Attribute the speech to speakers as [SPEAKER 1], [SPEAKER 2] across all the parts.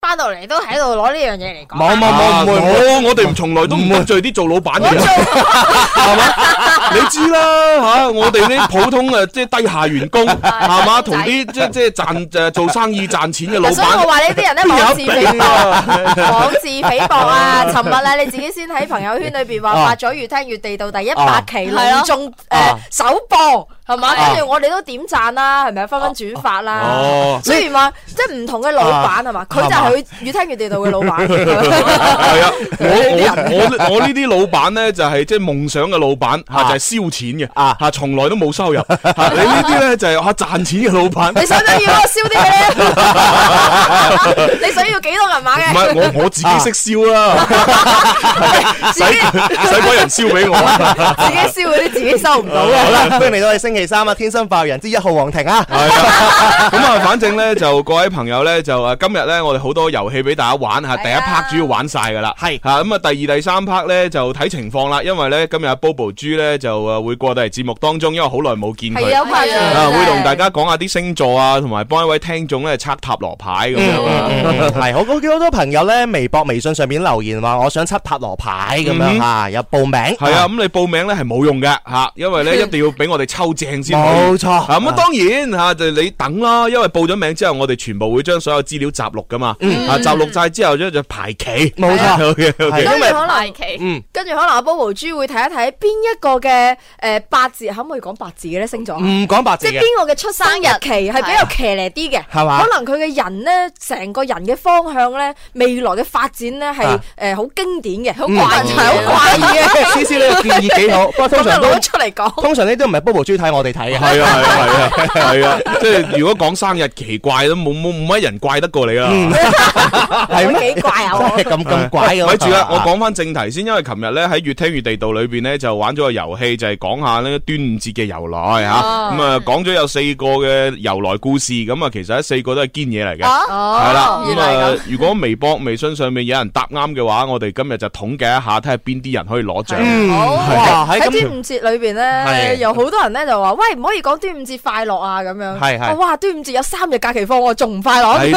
[SPEAKER 1] 翻到嚟都喺度攞呢樣嘢 嚟講。
[SPEAKER 2] 冇冇冇，唔會唔會
[SPEAKER 3] 啊我我哋從來都唔得罪啲做老闆嘅人，係嘛？你知啦嚇，我哋呢普通誒即係低下員 工係嘛，同啲即即係賺誒做生意賺錢嘅老
[SPEAKER 1] 嗱所以我
[SPEAKER 3] 闆。
[SPEAKER 1] 話呢啲人咧妄自菲 薄，啊妄自菲薄啊！尋日啊，你自己先喺朋友圈裏邊話
[SPEAKER 2] 啊
[SPEAKER 1] 發咗越聽越地道第一百期隆重誒
[SPEAKER 2] 啊
[SPEAKER 1] 首播係嘛？
[SPEAKER 2] 啊
[SPEAKER 1] 跟住我哋都點讚啦，係咪紛紛轉發啦？
[SPEAKER 3] 哦，
[SPEAKER 1] 雖然話即係唔同嘅老闆係嘛，佢就係佢越聽越地道嘅老闆。
[SPEAKER 3] 係啊，我我我我呢啲老闆咧就係即係夢想嘅老闆嚇，
[SPEAKER 2] 啊
[SPEAKER 3] 就係燒錢嘅
[SPEAKER 2] 啊
[SPEAKER 3] 嚇，從來都冇收入嚇。你呢啲咧就係嚇賺錢嘅老闆。
[SPEAKER 1] 你想唔想要 我燒啲俾你？你想要幾多銀碼
[SPEAKER 3] 唔
[SPEAKER 1] 嘅？
[SPEAKER 3] 係我我自己識燒啦，
[SPEAKER 1] 自己
[SPEAKER 3] 使鬼人燒俾我。
[SPEAKER 1] 自己燒嗰啲自己收唔到啊嘅。
[SPEAKER 2] 好啦，歡迎嚟到我哋星期三啊，天生快活人之一號皇庭 啊，
[SPEAKER 3] 系啦，咁啊，反正咧就各位朋友咧就诶，今日咧我哋好多遊戲俾大家玩吓，第一
[SPEAKER 1] 係啊
[SPEAKER 3] part 主要玩晒噶啦，
[SPEAKER 2] 係
[SPEAKER 3] 吓咁啊，第二、第三 part 咧就睇情況啦，因為咧今日 Bobo 豬咧就诶會過到嚟節目當中，因為好耐冇見
[SPEAKER 1] 係啊，
[SPEAKER 3] 佢。
[SPEAKER 1] 好快
[SPEAKER 3] 啊，會同大家講下啲星座啊，同埋幫一位聽眾咧測塔羅牌咁
[SPEAKER 2] 嗯
[SPEAKER 3] 樣
[SPEAKER 1] 嗯
[SPEAKER 3] 啊。
[SPEAKER 2] 係我我見好多朋友咧，微博、微信上面留言話我想測塔羅牌咁
[SPEAKER 3] 嗯
[SPEAKER 2] 樣啊，有報名
[SPEAKER 3] 係啊，，咁你報名咧係冇用嘅吓，因為咧一定要俾我哋抽正先可以。
[SPEAKER 2] 冇錯
[SPEAKER 3] 啊咁啊，當然嚇就你等啦，因為報咗名之後，我哋全部會將所有資料集錄噶嘛，啊集錄晒之後咧就排期，
[SPEAKER 2] 冇 錯
[SPEAKER 3] OK OK，
[SPEAKER 2] 係
[SPEAKER 1] 跟
[SPEAKER 2] 因
[SPEAKER 1] 住
[SPEAKER 2] 為
[SPEAKER 1] 可能。
[SPEAKER 4] 期
[SPEAKER 2] 嗯。
[SPEAKER 1] 跟住可能阿 Bobo 豬會睇一睇邊一個嘅誒八字，可唔可以講八字嘅咧星座？
[SPEAKER 2] 唔講白字
[SPEAKER 1] 即係
[SPEAKER 2] 嘅，
[SPEAKER 1] 邊個嘅出生日期係比較騎呢啲嘅，
[SPEAKER 2] 係嘛
[SPEAKER 1] 可能佢嘅人咧，成個人嘅方向咧，未來嘅發展咧係
[SPEAKER 2] 啊
[SPEAKER 1] 誒好經典嘅，好
[SPEAKER 2] 嗯
[SPEAKER 1] 怪異，好怪異嘅，
[SPEAKER 2] 思思呢個建議幾好，不過通
[SPEAKER 1] 咁
[SPEAKER 2] 常
[SPEAKER 1] 就
[SPEAKER 2] 都
[SPEAKER 1] 攞出嚟講。
[SPEAKER 2] 通常呢都唔係 Bobo 豬睇我哋睇嘅，
[SPEAKER 3] 係啊係啊係啊係啊，即係如果講生日奇怪都冇冇冇乜人怪得過你啦。
[SPEAKER 2] 係咩？
[SPEAKER 1] 幾怪啊我
[SPEAKER 2] 真係 咁咁怪啊嘅，
[SPEAKER 3] 咪住啦，我講翻正題先，因為琴日咧喺越聽越地道裏邊咧就玩咗個遊戲，就係講下呢端午節嘅由來嚇，
[SPEAKER 1] 哦
[SPEAKER 3] 咁啊講咗有四個嘅由來故事，咁啊其實呢四個都係堅嘢嚟嘅。
[SPEAKER 1] 哦
[SPEAKER 3] 系啦，
[SPEAKER 1] 原
[SPEAKER 3] 咁
[SPEAKER 1] 來
[SPEAKER 3] 啊，如果微博、微信上面有人答啱嘅話，我哋今日就統計一下，睇下邊啲人可以攞獎。
[SPEAKER 2] 嗯，哇，喺
[SPEAKER 1] 喺
[SPEAKER 2] 今
[SPEAKER 1] 端午節裏邊咧，
[SPEAKER 2] 係
[SPEAKER 1] 有好多人咧就話：喂，唔可以講端午節快樂啊咁樣。
[SPEAKER 2] 係係
[SPEAKER 1] 我哇，端午節有三日假期放，我仲唔 快
[SPEAKER 3] 係
[SPEAKER 1] 樂？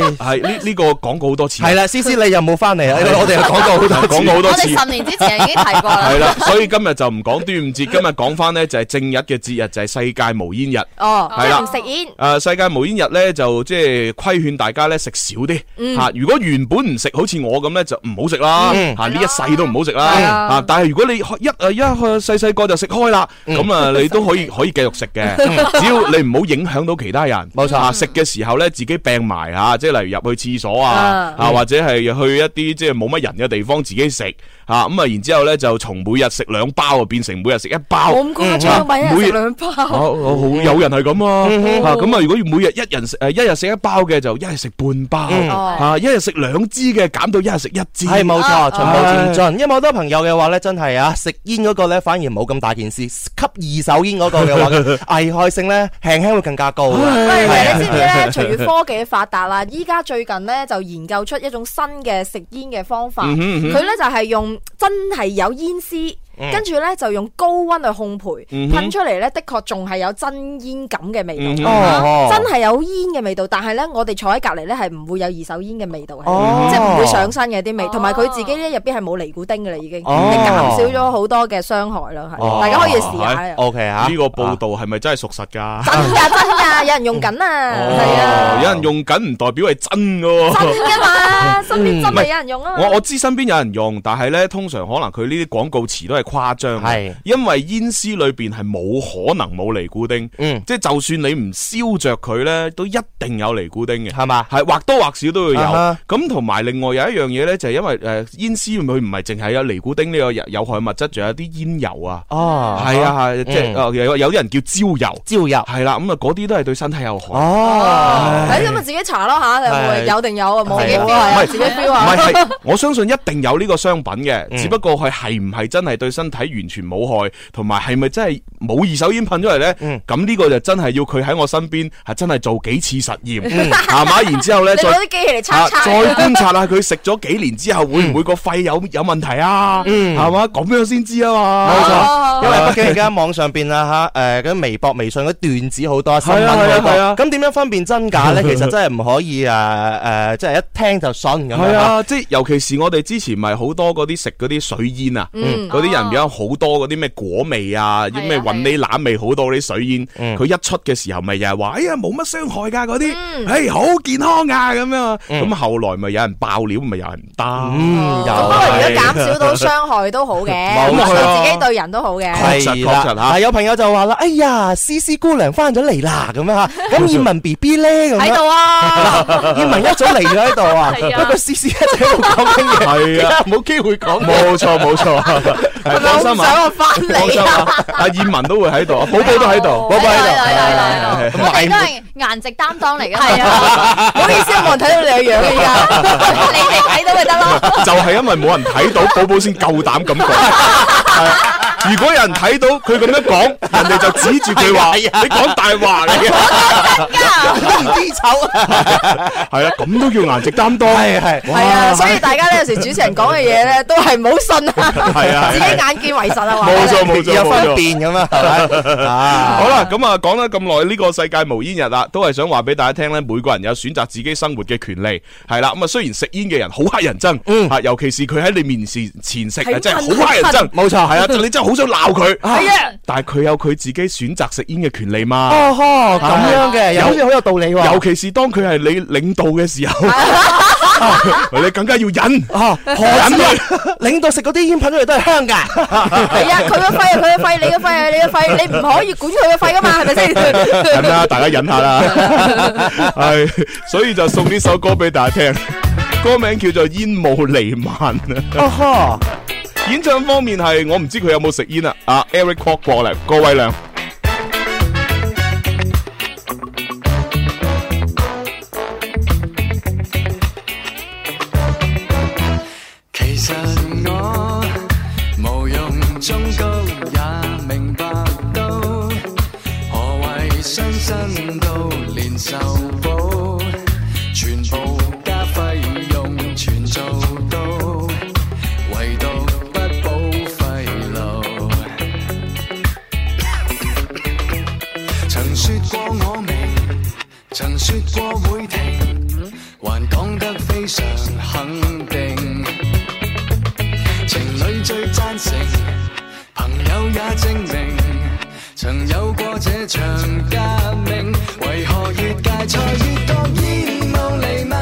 [SPEAKER 3] 呢係呢呢個講過好多次，
[SPEAKER 2] 係啦，思思你又冇翻嚟啊？我哋又講過好多次，
[SPEAKER 3] 講過好多
[SPEAKER 4] 我
[SPEAKER 3] 次
[SPEAKER 4] 哋，十年之前已經提過啦
[SPEAKER 3] 係。啦，所以今日就唔講端午節，今日講翻呢就係正日嘅節日，就係世界無煙日。
[SPEAKER 1] 哦，即
[SPEAKER 3] 係啦
[SPEAKER 1] 係唔食煙。
[SPEAKER 3] 誒、啊世界無煙日咧，就即係規勸大家咧食少啲嚇、
[SPEAKER 1] 嗯
[SPEAKER 3] 如果原本唔食，好似我咁咧，就唔好食啦嚇，呢、
[SPEAKER 2] 嗯
[SPEAKER 3] 一世都唔好食啦
[SPEAKER 1] 係
[SPEAKER 3] 嚇、
[SPEAKER 1] 啊嗯
[SPEAKER 3] 但係如果你一誒一啊細細個就食開啦，咁啊、你都可以 可以繼續食 嘅，只要你唔好影響到其他人。
[SPEAKER 1] 嗯
[SPEAKER 2] 冇錯
[SPEAKER 3] 啊食嘅時候咧自己病埋嚇，即係例如入去廁所啊
[SPEAKER 1] 啊，
[SPEAKER 3] 啊或者係去一啲即係冇乜人嘅地方自己食嚇，咁啊然之後咧就從每日食兩包啊變成每日食一包。嗯
[SPEAKER 1] 我咁誇張，咪一人
[SPEAKER 3] 每
[SPEAKER 1] 食兩包。
[SPEAKER 3] 好好好有人係咁啊，
[SPEAKER 1] 嗯
[SPEAKER 3] 啊咁啊，如果要每日一人食呃诶一日食一包嘅，就一日食半包，
[SPEAKER 1] 哦
[SPEAKER 3] 啊一日食兩支嘅減到一日食一支，
[SPEAKER 2] 係冇
[SPEAKER 1] 啊
[SPEAKER 2] 錯，循序漸進。因為好多朋友嘅話咧，真係啊，食煙嗰個咧反而冇咁大件事，吸二手煙嗰個嘅 話，危害性咧輕輕會更加高
[SPEAKER 1] 喂，
[SPEAKER 2] 嘅。
[SPEAKER 3] 啊
[SPEAKER 1] 你知唔知咧？隨住科技嘅發達 啦，依家最近咧就研究出一種新嘅食煙嘅方法。
[SPEAKER 3] 嗯哼嗯哼
[SPEAKER 1] 佢咧就係用真係有煙絲，跟住咧就用高温去烘焙，
[SPEAKER 3] 嗯哼
[SPEAKER 1] 噴出嚟咧的確仲係有真煙咁嘅味
[SPEAKER 3] 嗯
[SPEAKER 1] 道。啊
[SPEAKER 2] 哦
[SPEAKER 1] 真係有煙嘅味道，但係咧，我哋坐喺隔離咧係唔會有二手煙嘅味道喺度，
[SPEAKER 2] 哦
[SPEAKER 1] 即係唔會上身嘅啲味，
[SPEAKER 4] 哦
[SPEAKER 1] 同埋佢自己咧入邊係冇尼古丁嘅啦，已經，
[SPEAKER 2] 哦
[SPEAKER 1] 係減少咗好多嘅傷害啦，係，
[SPEAKER 2] 哦
[SPEAKER 1] 大家可以試下
[SPEAKER 3] 哦
[SPEAKER 1] 嘅。
[SPEAKER 2] ，OK 吓，
[SPEAKER 3] 呢個報道係咪真係屬實㗎？
[SPEAKER 1] 真㗎真㗎，有人用緊啊，係
[SPEAKER 3] 哦
[SPEAKER 1] 啊，
[SPEAKER 3] 有人用緊唔代表係真㗎喎。
[SPEAKER 1] 真 㗎嘛，啊身邊真係有人用啊嘛。
[SPEAKER 3] 嗯我我知身邊有人用，但係咧通常可能佢呢啲廣告詞都係誇張嘅，
[SPEAKER 2] 係
[SPEAKER 3] 因為煙絲裏邊係冇可能冇尼古丁，
[SPEAKER 2] 嗯
[SPEAKER 3] 即係就算你唔燒着佢咧，都一定有尼古丁嘅。
[SPEAKER 2] 係嘛，
[SPEAKER 3] 係或多或少都會有
[SPEAKER 2] 啊哈。
[SPEAKER 3] 咁同埋另外有一樣嘢咧，就係因為誒煙絲佢唔係淨係有尼古丁呢個有有害物質，仲有啲煙油啊。
[SPEAKER 2] 哦，
[SPEAKER 3] 係啊，係即係
[SPEAKER 2] 嗯
[SPEAKER 3] 哦有有啲人叫焦油，
[SPEAKER 2] 招油，
[SPEAKER 3] 係啦，咁啊嗰啲都係對身體有害。
[SPEAKER 2] 哦，
[SPEAKER 1] 誒咁啊，自己查咯嚇，有冇
[SPEAKER 2] 係
[SPEAKER 1] 有定有啊？冇
[SPEAKER 2] 自己 feel
[SPEAKER 1] 嘅係
[SPEAKER 3] 啊
[SPEAKER 1] 啊，自己 feel
[SPEAKER 3] 唔
[SPEAKER 1] 啊
[SPEAKER 3] 係，。係我相信一定有呢個商品嘅，
[SPEAKER 2] 嗯
[SPEAKER 3] 只不過佢係唔係真係對身體完全冇害，同埋係咪真係冇二手煙噴出嚟呢？
[SPEAKER 2] 嗯
[SPEAKER 3] 咁呢個就真係要佢喺我身邊，係真係做幾次實驗，
[SPEAKER 2] 嗯
[SPEAKER 3] 係嘛？然之後呢，
[SPEAKER 1] 你
[SPEAKER 3] 再
[SPEAKER 1] 攞啲機器嚟
[SPEAKER 3] 啊
[SPEAKER 1] 測測，
[SPEAKER 3] 再觀察下佢食咗幾年之後，會唔會個肺有有問題啊？
[SPEAKER 2] 嗯
[SPEAKER 3] 係嘛？咁樣先知啊嘛。
[SPEAKER 2] 冇錯。
[SPEAKER 1] 哦
[SPEAKER 2] 因為畢竟而家網上邊啊嚇，誒嗰啲微博、微信嗰啲段子好多，新聞好
[SPEAKER 3] 係啊係啊
[SPEAKER 2] 多。咁點樣分辨真假咧？其實真係唔可以誒誒，即係一聽就信咁樣
[SPEAKER 3] 係
[SPEAKER 2] 嚇。
[SPEAKER 3] 啊，即係尤其是我哋之前咪好多嗰啲食嗰啲水煙啊，
[SPEAKER 1] 嗯
[SPEAKER 3] 嗰啲人比較好多嗰啲咩果味啊，
[SPEAKER 1] 係啊
[SPEAKER 3] 咩雲呢攬味好多嗰啲水煙，
[SPEAKER 2] 嗯
[SPEAKER 3] 佢一出嘅時候咪又係話，哎呀冇乜傷害㗎嗰啲，
[SPEAKER 1] 嗯
[SPEAKER 3] 哎好健康啊咁樣啊，
[SPEAKER 2] 嗯
[SPEAKER 3] 咁後來咪有人爆料，咪有人擔。哦
[SPEAKER 2] 嗯，又
[SPEAKER 1] 咁不過
[SPEAKER 2] 係。
[SPEAKER 1] 如果減少到傷害都好嘅，
[SPEAKER 2] 冇錯
[SPEAKER 1] 咁對自己對人都好嘅。
[SPEAKER 3] 確實
[SPEAKER 2] 係
[SPEAKER 3] 確實嚇
[SPEAKER 2] 啦，係有朋友就話啦：，哎呀，思思姑娘翻咗嚟啦，咁 樣嚇。咁葉文 B B 咧，咁
[SPEAKER 1] 喺
[SPEAKER 2] 樣
[SPEAKER 1] 度啊！
[SPEAKER 2] 葉文一早嚟咗喺度啊。
[SPEAKER 1] 係啊
[SPEAKER 2] 不過思思一直喺度講緊嘢，
[SPEAKER 3] 係啊，冇機會講。冇錯冇錯， 係放
[SPEAKER 1] 我唔
[SPEAKER 3] 心
[SPEAKER 1] 想
[SPEAKER 3] 啊，
[SPEAKER 1] 我翻
[SPEAKER 3] 放心
[SPEAKER 1] 嚟啊！
[SPEAKER 3] 啊，阿燕文都會喺 度，寶寶都喺度，
[SPEAKER 2] 寶寶喺度
[SPEAKER 4] 係
[SPEAKER 1] 啊
[SPEAKER 4] 啦
[SPEAKER 3] 係係係啊
[SPEAKER 4] 係啦係啦我哋都係顏值擔當嚟嘅，
[SPEAKER 1] 係啊，唔好意思，冇人睇到你嘅樣啊！
[SPEAKER 4] 你哋睇到咪得咯。
[SPEAKER 3] 就係因為冇人睇到，寶寶先夠膽 咁講。係啊如果有人睇到佢咁樣講，人哋就指住佢 話：
[SPEAKER 2] 啊
[SPEAKER 3] 你講大話嚟嘅。
[SPEAKER 2] 唔知醜啊。
[SPEAKER 3] 係啊，咁都叫顏值擔當。
[SPEAKER 2] 係係。
[SPEAKER 1] 而家係啊，所以大家咧有時主持人講嘅嘢咧，都係唔好信啊，
[SPEAKER 3] 係啊
[SPEAKER 1] 自己眼見為實啊！話
[SPEAKER 3] 冇錯冇錯
[SPEAKER 2] 有
[SPEAKER 3] 冇
[SPEAKER 2] 分
[SPEAKER 3] 錯。
[SPEAKER 2] 辨咁啊，係 咪啊？
[SPEAKER 3] 好啦，咁啊，講咗咁耐呢個世界無煙日啦，都係想話俾大家聽咧，每個人有選擇自己生活嘅權利，係啦。咁啊，雖然食煙嘅人好乞人憎，啊，尤其是佢喺你面前前食啊，
[SPEAKER 1] 係
[SPEAKER 3] 真係好乞人憎。
[SPEAKER 2] 嗯 冇錯哎
[SPEAKER 3] 係啊，你真係好想鬧 佢。
[SPEAKER 4] 係啊，
[SPEAKER 3] 但係佢有佢自己選擇食煙嘅權利嘛。
[SPEAKER 2] 哦呵，咁樣嘅，
[SPEAKER 3] 有
[SPEAKER 2] 又好似好有道理喎。
[SPEAKER 3] 尤其是當佢係你領導嘅時 候， 你更加要忍。
[SPEAKER 2] 啊，何止啊領導食嗰啲煙品出嚟都係香㗎，
[SPEAKER 1] 係 啊，佢嘅肺係佢嘅肺，你嘅肺係你嘅肺，你唔可以管佢嘅肺噶嘛，係咪 先？
[SPEAKER 3] 忍啦，啊大家忍下 啦。係，所以就送呢首歌俾大家聽，歌名叫做《煙霧瀰漫》啊。
[SPEAKER 2] 哦呵，
[SPEAKER 3] 演唱方面係我唔知佢有冇食煙啊。啊，Eric Kwok 過嚟，郭偉亮。
[SPEAKER 5] 其實我無用忠告，也明白到何謂傷身到連受報，全部加費用全做到，唯獨不保費勞。曾說過我明，曾說過會停，還講得非常肯定。情侶最贊成，朋友也證明，曾有過這場革命。為何越大賽越覺煙霧瀰漫？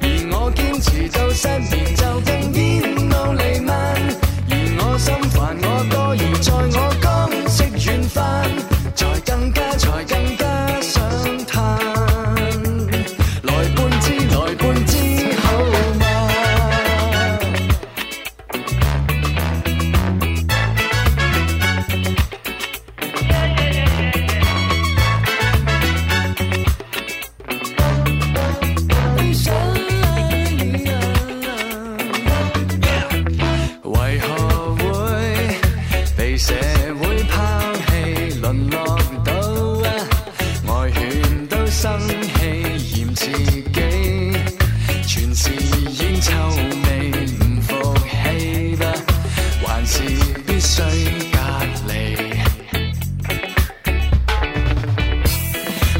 [SPEAKER 5] 而我堅持到失眠就更煙霧瀰漫。而我心煩我多疑，在我剛食完飯，才更加才更加想嘆。來半支，來半支好嗎？為何會被社會拋棄，淪落到外圈都生氣，嫌自己全是煙臭味，唔服氣吧，還是必須隔離？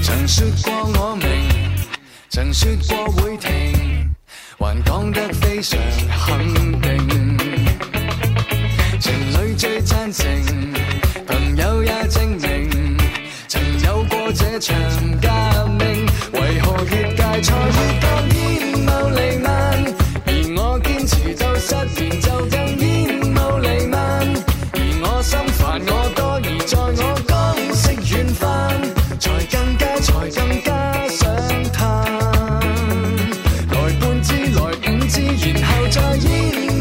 [SPEAKER 5] 曾說過我明。曾說過會停，還講得非常肯定。情侶最贊成，朋友也證明，曾有過這場革命。為何越界賽越當煙霧瀰漫？而我堅持到失眠就更煙霧瀰漫。而我心煩我多疑，在我剛食完飯，才更加才更加想嘆。來半支，來五支，然後再一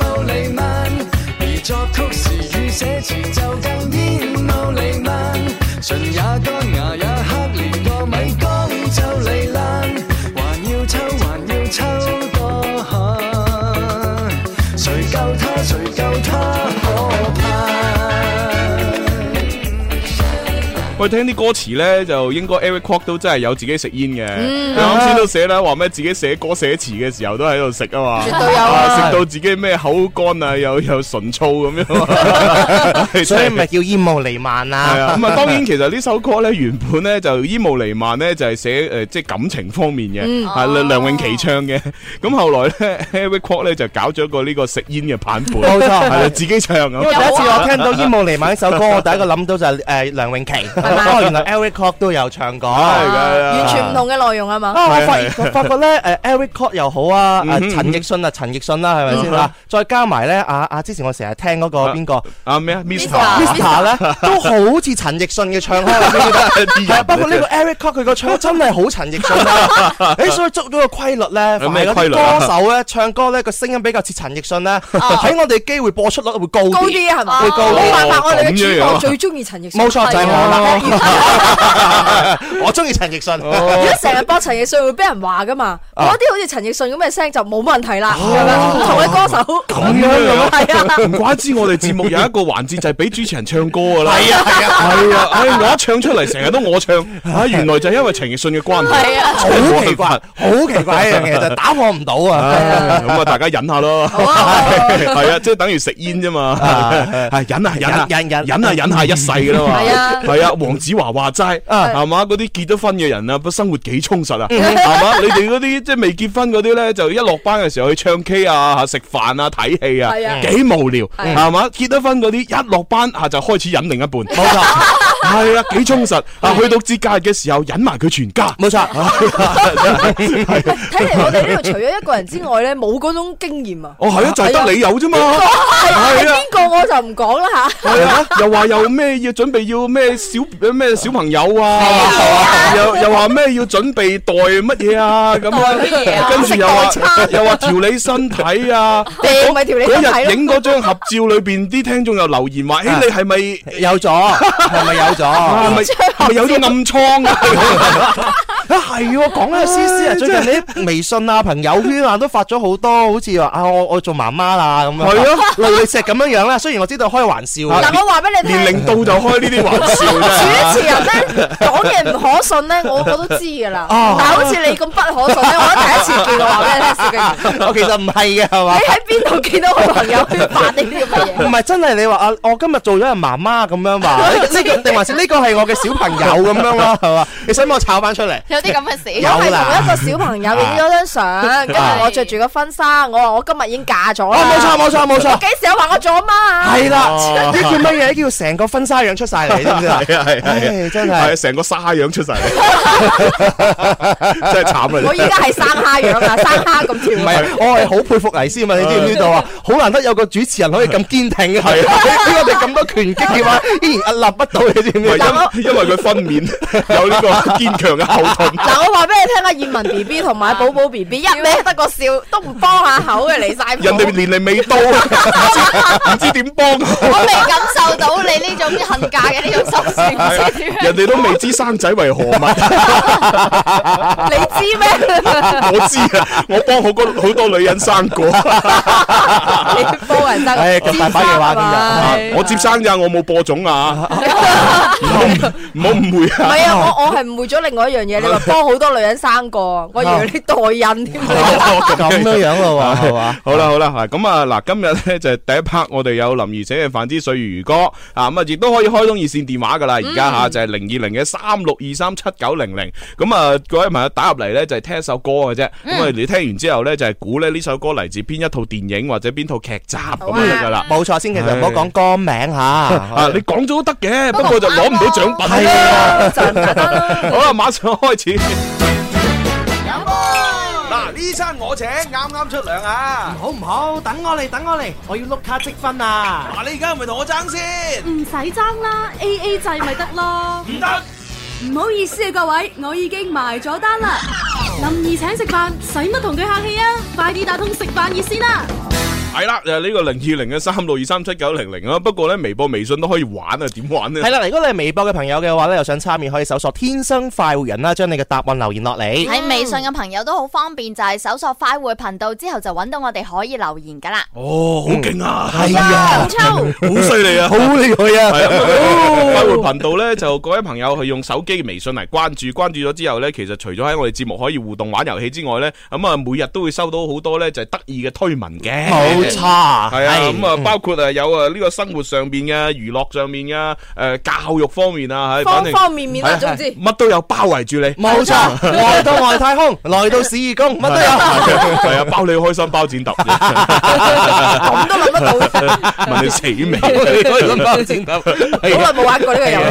[SPEAKER 3] 喂，聽啲歌詞咧，就應該 Eric Kwok 都真係有自己食煙嘅。
[SPEAKER 1] 嗯
[SPEAKER 3] 佢啱先都寫啦，話咩自己寫歌寫詞嘅時候都喺度食啊嘛，
[SPEAKER 1] 絕對有啊
[SPEAKER 3] 啊食到自己咩口乾啊，又又唇燥咁樣啊。
[SPEAKER 2] 所以咪叫煙霧瀰漫
[SPEAKER 3] 系啊，
[SPEAKER 2] 啊。
[SPEAKER 3] 咁啊，當然其實呢首歌咧原本咧就煙霧瀰漫咧就係寫诶即系感情方面嘅，
[SPEAKER 2] 嗯
[SPEAKER 3] 係梁梁詠
[SPEAKER 2] 哦
[SPEAKER 3] 琪唱嘅。 咁後來咧 Eric Kwok 咧就搞咗個呢個食煙嘅版本，
[SPEAKER 2] 冇錯
[SPEAKER 3] 係啦，自己唱咁
[SPEAKER 2] 因。為第一次
[SPEAKER 1] 啊
[SPEAKER 2] 我聽到《煙霧瀰漫》呢首歌，我第一個諗到就係誒梁詠琪，哦原來 Eric Kwok 都有唱過。
[SPEAKER 3] 係㗎
[SPEAKER 1] 啊完全唔同嘅內容啊嘛。
[SPEAKER 2] 啊！我發現發覺咧，誒 Eric Kwok 又好啊，啊
[SPEAKER 3] 嗯嗯
[SPEAKER 2] 陳奕迅啊，陳奕迅啦，係咪先啦？再加埋咧，啊啊之前我成日聽嗰個邊個
[SPEAKER 3] 啊咩啊 m i s t
[SPEAKER 4] Mr.
[SPEAKER 2] Mr 咧，都好似陳奕迅嘅 唱腔。係啊，包括呢個 Eric Kwok 佢個唱真係好陳奕迅啊！ 誒，所以捉到個規律咧，
[SPEAKER 3] 有咩
[SPEAKER 2] 凡係嗰啲
[SPEAKER 3] 規律啊
[SPEAKER 2] 歌手咧唱歌咧個聲音比較似陳奕迅咧，喺我哋機會播出率會高
[SPEAKER 1] 啊高
[SPEAKER 2] 啲。
[SPEAKER 1] 啲啊係嘛？
[SPEAKER 4] 會高啲
[SPEAKER 1] 冇辦法，我哋嘅主
[SPEAKER 3] 咁樣
[SPEAKER 1] 播
[SPEAKER 3] 啊
[SPEAKER 1] 最中意陳奕迅。
[SPEAKER 2] 冇錯，就係我
[SPEAKER 1] 係啊
[SPEAKER 2] 啦。 我中意陳奕迅。
[SPEAKER 3] 哦
[SPEAKER 1] 如果成日播陳奕迅會俾人話噶嘛，
[SPEAKER 2] 啊
[SPEAKER 1] 嗰啲好似陳奕迅咁嘅聲就冇問題啦，係咪？唔同嘅歌手
[SPEAKER 3] 哦咁樣樣
[SPEAKER 1] 係啊。
[SPEAKER 3] 唔怪之我哋節目有一個環節就係俾主持人唱歌 噶啦。係啊係啊係啊！唉，我一唱出嚟成日都我唱，啊原來就係因為陳奕迅嘅關係。
[SPEAKER 4] 係啊
[SPEAKER 2] 好奇怪，好奇怪一樣嘢就係打 破唔到啊！
[SPEAKER 3] 唉 咁啊，大家忍下咯，係啊，即係等於食煙啫嘛，係忍啊忍啊
[SPEAKER 2] 忍忍
[SPEAKER 3] 忍啊忍下一世噶啦嘛，
[SPEAKER 4] 係啊
[SPEAKER 3] 係啊，黃子華話齋
[SPEAKER 2] 啊
[SPEAKER 3] 係嘛，嗰啲結咗婚嘅人啊，不生活幾充實啊，係嘛，你哋嗰啲即係未結婚嗰啲咧，就一落班嘅時候去唱 K 啊、嚇食飯啊、睇戲啊
[SPEAKER 1] 係啊，
[SPEAKER 3] 幾無聊
[SPEAKER 1] 係
[SPEAKER 3] 係嘛，結咗婚嗰啲一落班啊就開始忍另一半，
[SPEAKER 2] 冇錯，
[SPEAKER 3] 係啦，幾充實啊，去到節假日嘅時候忍埋佢全家，啊
[SPEAKER 2] 冇錯，
[SPEAKER 1] 睇嚟我哋呢度除咗一個人之外咧，冇嗰種經驗啊。
[SPEAKER 3] 哦係啊，就係
[SPEAKER 1] 係啊
[SPEAKER 3] 得你 有啫嘛，
[SPEAKER 1] 係
[SPEAKER 3] 係啊。
[SPEAKER 1] 邊個我就唔講啦嚇。
[SPEAKER 3] 系啊，又話又咩要準備要咩小咩小朋友啊，又又話咩要準備袋乜嘢啊咁啊，跟住又話 又話調理身 體啊，
[SPEAKER 1] 病咪調理身體咯
[SPEAKER 3] 嗰日影嗰張合照裏边啲聽眾又留言話：，诶，你係咪
[SPEAKER 2] 有咗，係咪有
[SPEAKER 3] 啊係
[SPEAKER 2] 咗？
[SPEAKER 3] 咪 係咪有啲暗瘡 啊？
[SPEAKER 2] 啊係喎，講咧思思啊，最近啲微信啊、朋友圈啊都發咗好多，好似話啊我我做媽媽啦咁樣，
[SPEAKER 3] 係咯，
[SPEAKER 2] 類似係咁樣樣啦。雖然我知道開玩笑
[SPEAKER 3] 啊
[SPEAKER 2] 嘅，
[SPEAKER 1] 嗱，我話俾你聽
[SPEAKER 3] 年。齡到就開呢啲玩笑
[SPEAKER 1] 主
[SPEAKER 3] 啫。
[SPEAKER 1] 持人咧講嘢唔可信咧，我我都知㗎啦。
[SPEAKER 2] 哦
[SPEAKER 1] 但好似你咁不可信咧，我第一次見我話俾你聽，薛敬仁
[SPEAKER 2] 我其實唔係嘅，係 嘛？
[SPEAKER 1] 你喺邊度見到我朋友圈發呢啲咁嘅嘢？
[SPEAKER 2] 唔係真係你話啊，我今日做咗人媽媽咁 樣話，呢呢個定還是呢個係我嘅小朋友咁樣啦，係嘛？你使唔使我炒翻出嚟？
[SPEAKER 4] 有啲咁嘅事，
[SPEAKER 1] 我係同一個小朋友影咗張相，跟住我着住個婚紗，我話我今日已經嫁咗
[SPEAKER 2] 哦，
[SPEAKER 1] 啦。
[SPEAKER 2] 冇錯冇錯冇錯
[SPEAKER 1] 我。幾時有話我做阿媽啊？
[SPEAKER 2] 系啦，呢叫乜嘢？呢叫成個婚紗樣出晒嚟，知唔知啊？
[SPEAKER 3] 係啊係啊係
[SPEAKER 2] 唉
[SPEAKER 3] 啊，
[SPEAKER 2] 真
[SPEAKER 3] 係
[SPEAKER 2] 係
[SPEAKER 3] 啊成個沙樣出晒 嚟，真係慘
[SPEAKER 1] 我
[SPEAKER 3] 啊！
[SPEAKER 1] 而家係生蝦樣 啊，生蝦咁
[SPEAKER 2] 唔
[SPEAKER 1] 跳。
[SPEAKER 2] 係，我係好佩服黎思敏，你知唔知道啊？好難得有個主持人可以咁堅挺嘅，係 啊！俾我哋咁多拳擊 嘅話，依然屹立不倒，你知唔
[SPEAKER 3] 唔
[SPEAKER 2] 知？
[SPEAKER 3] 係因因為佢分娩 有呢個堅強嘅後 盾。
[SPEAKER 1] 嗱，我話俾你聽啊，燕文 B B 同埋寶寶 B B 一味得個笑，都唔幫下口嘅，離晒譜
[SPEAKER 3] 人哋年齡未到，啊唔知唔知點幫，
[SPEAKER 4] 我未感受 到你呢種恨嫁嘅呢種心酸，唔知點樣
[SPEAKER 3] 人哋都未知生仔為何物，我
[SPEAKER 1] 你知咩？
[SPEAKER 3] 知啊， 我幫好多好多女人生過，
[SPEAKER 1] 你幫人
[SPEAKER 2] 唉
[SPEAKER 1] 得
[SPEAKER 2] 咁大把嘢玩
[SPEAKER 1] 㗎
[SPEAKER 3] 啊我接。生咋，我冇播種啊，唔好唔好誤會
[SPEAKER 1] 唔
[SPEAKER 3] 啊，
[SPEAKER 1] 係啊，我我係誤會咗另外一樣嘢，你話幫好多女人生過，我以為你代孕添。
[SPEAKER 2] 咁樣樣咯喎，係嘛？
[SPEAKER 3] 好啦好啦，嗱咁啊嗱，今日咧就係第一 part，我哋有林怡姐嘅《飯之歲月如歌》啊，咁啊亦都可以開通熱線電話噶啦，而家吓就係零二零嘅三六二三七九零零，咁啊各位朋友打入嚟咧就係聽一首歌嘅啫，咁啊你聽完之後咧就係估咧呢首歌嚟自邊一套電影或者邊套劇集咁樣噶啦。
[SPEAKER 2] 冇錯，千祈就唔好講歌名
[SPEAKER 3] 啊，
[SPEAKER 2] 吓。
[SPEAKER 3] 你講咗都得嘅，不過就攞唔到獎品。
[SPEAKER 2] 係啊。
[SPEAKER 1] 就唔簡單啦。
[SPEAKER 3] 好啦，馬上開始。嗱，呢餐我請，啱啱出糧啊！
[SPEAKER 6] 好唔好？等我嚟，等我嚟，我要碌卡積分啊！
[SPEAKER 3] 嗱，你而家係咪同我爭先？
[SPEAKER 7] 唔使爭啦，A A 制咪得咯。唔得，唔好意思啊，各位，我已經埋咗單啦。林兒請食飯，使乜同佢客氣啊？快啲打通食飯熱先啦！啊
[SPEAKER 3] Hãy subscribe cho kênh Ghiền Mì Gõ Để không bỏ lỡ 系啦，就係呢個零二零嘅三六二三七九零零啦。不過咧，微博、微信都可以玩啊，點玩呢？
[SPEAKER 2] 系啦，如果你係微博嘅朋友嘅話咧，又想參與，可以搜索「天生快活人」啦，將你嘅答案留言落嚟。
[SPEAKER 4] 喺微信嘅朋友都好方便，就係搜索快活頻道之後就揾到我哋可以留言噶啦。
[SPEAKER 3] 哦，好勁啊，
[SPEAKER 2] 係
[SPEAKER 4] Dạ.
[SPEAKER 2] 啊，
[SPEAKER 3] 好犀利啊！
[SPEAKER 2] 好厲害
[SPEAKER 3] 系啊，
[SPEAKER 2] 啊！
[SPEAKER 3] 快活頻道咧就各位朋友去用手機微信嚟關注，關注咗之後咧，其實除咗喺我哋節目可以互動玩遊戲之外咧，咁啊每日都會收到好多咧就係得意嘅推文嘅，
[SPEAKER 2] 冇錯，係
[SPEAKER 3] 系啊，咁啊，包括啊有啊呢個生活上边嘅、娛樂上面嘅、诶教育方面啊，係反
[SPEAKER 1] 方
[SPEAKER 3] 正
[SPEAKER 1] 方面面啦，
[SPEAKER 2] 係啊
[SPEAKER 1] 總之。
[SPEAKER 3] 乜都有包圍住你。
[SPEAKER 2] 冇錯，來到外太空，來到市義宮，乜都有。
[SPEAKER 3] 系啊，包你開心，包剪揼，
[SPEAKER 1] 咁都諗得到，
[SPEAKER 3] 問你死 未？
[SPEAKER 1] 好耐冇玩過呢個遊戲。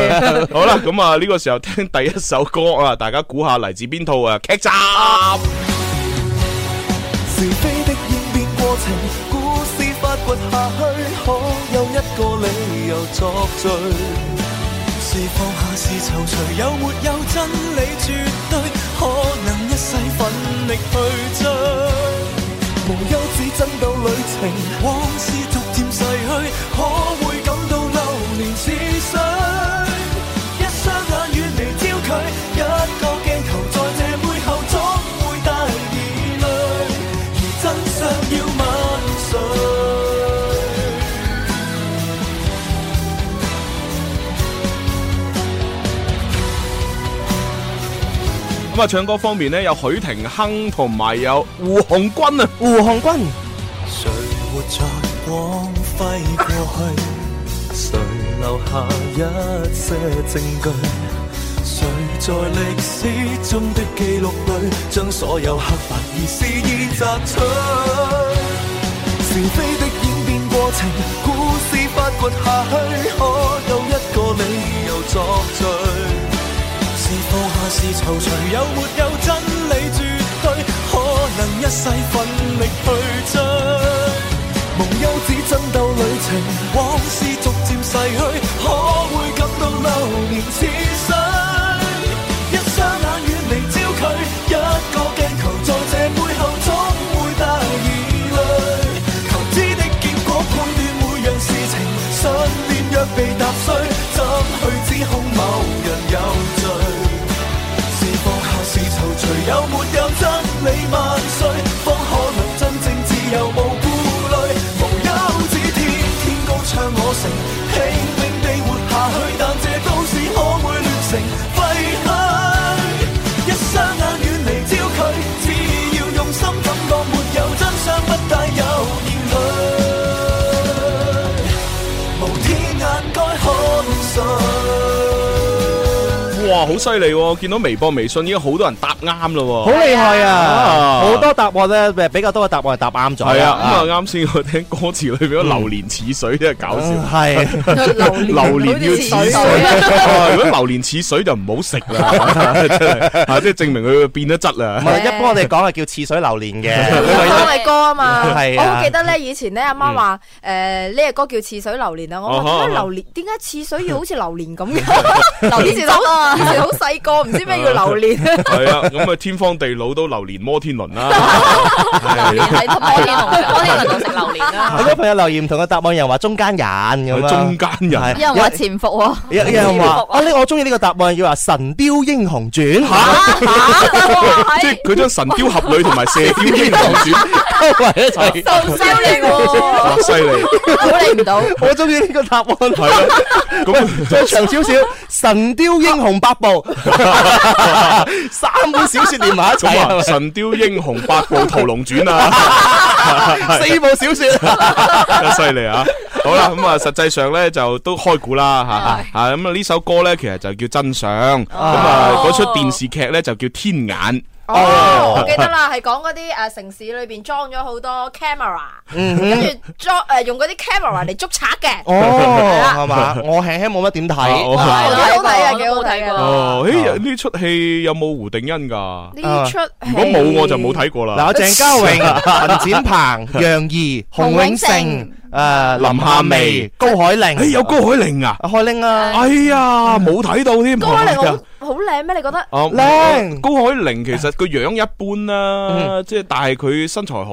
[SPEAKER 3] 好啦，咁啊呢個時候聽第一首歌啊，大家估下嚟自邊套啊劇集？
[SPEAKER 8] 是非的演變過程，故事發掘下去，可有一個理由作罪？是放下，是躊躇，有沒有真理絕對？可能一世奮力去追，無休止爭鬥旅程，往事逐漸逝去，可會感到流年似水？一雙眼遠離焦距，一個鏡頭在這背後總會帶疑慮，而真相要吻碎。
[SPEAKER 3] 咁啊，唱歌方面咧有許廷鏗同埋有胡鴻鈞啊，
[SPEAKER 2] 胡鴻鈞，
[SPEAKER 8] 谁活在光辉过去？谁留下一些证据？谁在历史中的记录里，将所有黑白而肆意摘取？是非的演变过程，故事发掘下去，可有一个理由作罪？是放下是躊躇，有沒有真理絕對？可能一世奮力去追，無休止爭鬥旅程，往事逐漸逝去，可會感到流年似水？一雙眼遠離焦距，一個鏡頭在這背後總會帶疑慮。求知的結果判斷每樣事情，信念若被踏碎，怎去指控某人有罪？是放下是躊躇，有沒有真理萬歲，方可能真正自由無顧慮。無休止天天高唱我城，拼命地活下去，但這都市可會亂成廢墟？一雙眼遠離焦距，只要用心感覺，沒有真相不帶有疑慮。無天眼該看誰？
[SPEAKER 3] 哇，好犀利喎！見到微博、微信已經好多人答啱
[SPEAKER 2] 好
[SPEAKER 3] 咯。
[SPEAKER 2] 厲害啊！
[SPEAKER 3] 啊
[SPEAKER 2] 好多答案咧，比較多嘅答案係答啱咗。
[SPEAKER 3] 係啊，咁啊啱先我聽歌詞裏边榴莲似水真係搞笑。
[SPEAKER 2] 係，系
[SPEAKER 3] 榴莲要似水，啊 如果榴莲似水就唔好食 啦，真係啊！即係證明佢變咗質
[SPEAKER 2] 唔
[SPEAKER 3] 啦。
[SPEAKER 2] 係一般我哋講係叫似水榴蓮 嘅。
[SPEAKER 1] 因為歌啊嘛，
[SPEAKER 2] 係
[SPEAKER 1] 我
[SPEAKER 2] 啊
[SPEAKER 1] 好記得咧，以前咧阿
[SPEAKER 3] 嗯
[SPEAKER 1] 媽話呃誒呢只歌叫《似水流年》啊，我
[SPEAKER 3] 啊哈
[SPEAKER 1] 話點解
[SPEAKER 3] 啊哈
[SPEAKER 1] 榴蓮點解似水要好似榴蓮咁 嘅？以
[SPEAKER 4] 榴
[SPEAKER 1] 前
[SPEAKER 4] 蓮汁
[SPEAKER 1] 好
[SPEAKER 4] 啊
[SPEAKER 1] 以前好細個，唔知咩叫榴蓮，
[SPEAKER 3] 係啊，咁啊天荒地老都榴莲摩天輪啦。
[SPEAKER 4] 榴蓮係同摩天
[SPEAKER 3] 哦
[SPEAKER 4] 輪，摩天輪就食榴蓮
[SPEAKER 3] 啊
[SPEAKER 4] 啦。
[SPEAKER 2] 好多朋友留言唔同嘅答案，有人話中間人咁啊，
[SPEAKER 3] 中間人
[SPEAKER 2] 係
[SPEAKER 4] 有人話潛伏喎，
[SPEAKER 2] 有有 人話
[SPEAKER 4] 呢個
[SPEAKER 2] 啊，呢個我中意呢個答案，要話《神雕英雄傳》
[SPEAKER 3] 即係佢將《神雕俠侶》同埋《射雕英雄傳》
[SPEAKER 2] 一齊。
[SPEAKER 4] 好犀利喎，
[SPEAKER 3] 哇，犀利！
[SPEAKER 4] 估你唔到。
[SPEAKER 2] 我中意呢個答案，
[SPEAKER 3] 係啊， 咁
[SPEAKER 2] 再長少少，《神雕英雄八部》 三本小説連埋一齊
[SPEAKER 3] 咁啊，
[SPEAKER 2] 係
[SPEAKER 3] 《
[SPEAKER 2] 咪
[SPEAKER 3] 神雕英雄八部屠龍傳》啊。
[SPEAKER 2] 四部小説。
[SPEAKER 3] 真係犀利啊！好啦，咁啊，實際上咧就都開估啦吓吓，咁啊呢首歌咧其實就叫真相，咁啊嗰出電視劇咧就叫天眼，
[SPEAKER 1] 哦，我記得啦，係講嗰啲誒城市裏邊裝咗好多 camera，跟
[SPEAKER 3] 嗯
[SPEAKER 1] 住裝誒用嗰啲 camera 嚟捉賊嘅，
[SPEAKER 2] 哦，係嘛？我輕輕冇乜點
[SPEAKER 3] 啊
[SPEAKER 2] 睇
[SPEAKER 3] 我。
[SPEAKER 1] 係啦，幾好睇啊，
[SPEAKER 4] 我
[SPEAKER 1] 幾
[SPEAKER 4] 都
[SPEAKER 1] 好
[SPEAKER 4] 冇睇
[SPEAKER 1] 睇
[SPEAKER 4] 過
[SPEAKER 1] 啊！
[SPEAKER 3] 哦，誒呢出戲有冇胡定欣噶？
[SPEAKER 1] 呢出
[SPEAKER 3] 如果冇我就冇睇過
[SPEAKER 2] 嗱，
[SPEAKER 3] 啦。
[SPEAKER 2] 我鄭嘉 穎、陳展 鵬、楊怡、洪永盛、誒
[SPEAKER 3] 林夏薇、
[SPEAKER 2] 高海
[SPEAKER 3] 誒
[SPEAKER 2] 寧。Ờ,
[SPEAKER 3] 有高海寧啊！
[SPEAKER 2] 啊，開拎啊！
[SPEAKER 3] 哎呀，冇睇到添。
[SPEAKER 1] 高海寧好好靚咩？你覺得？
[SPEAKER 3] 哦，
[SPEAKER 2] 靚
[SPEAKER 3] 高海寧其實個樣一般啦，即係但係佢身材好。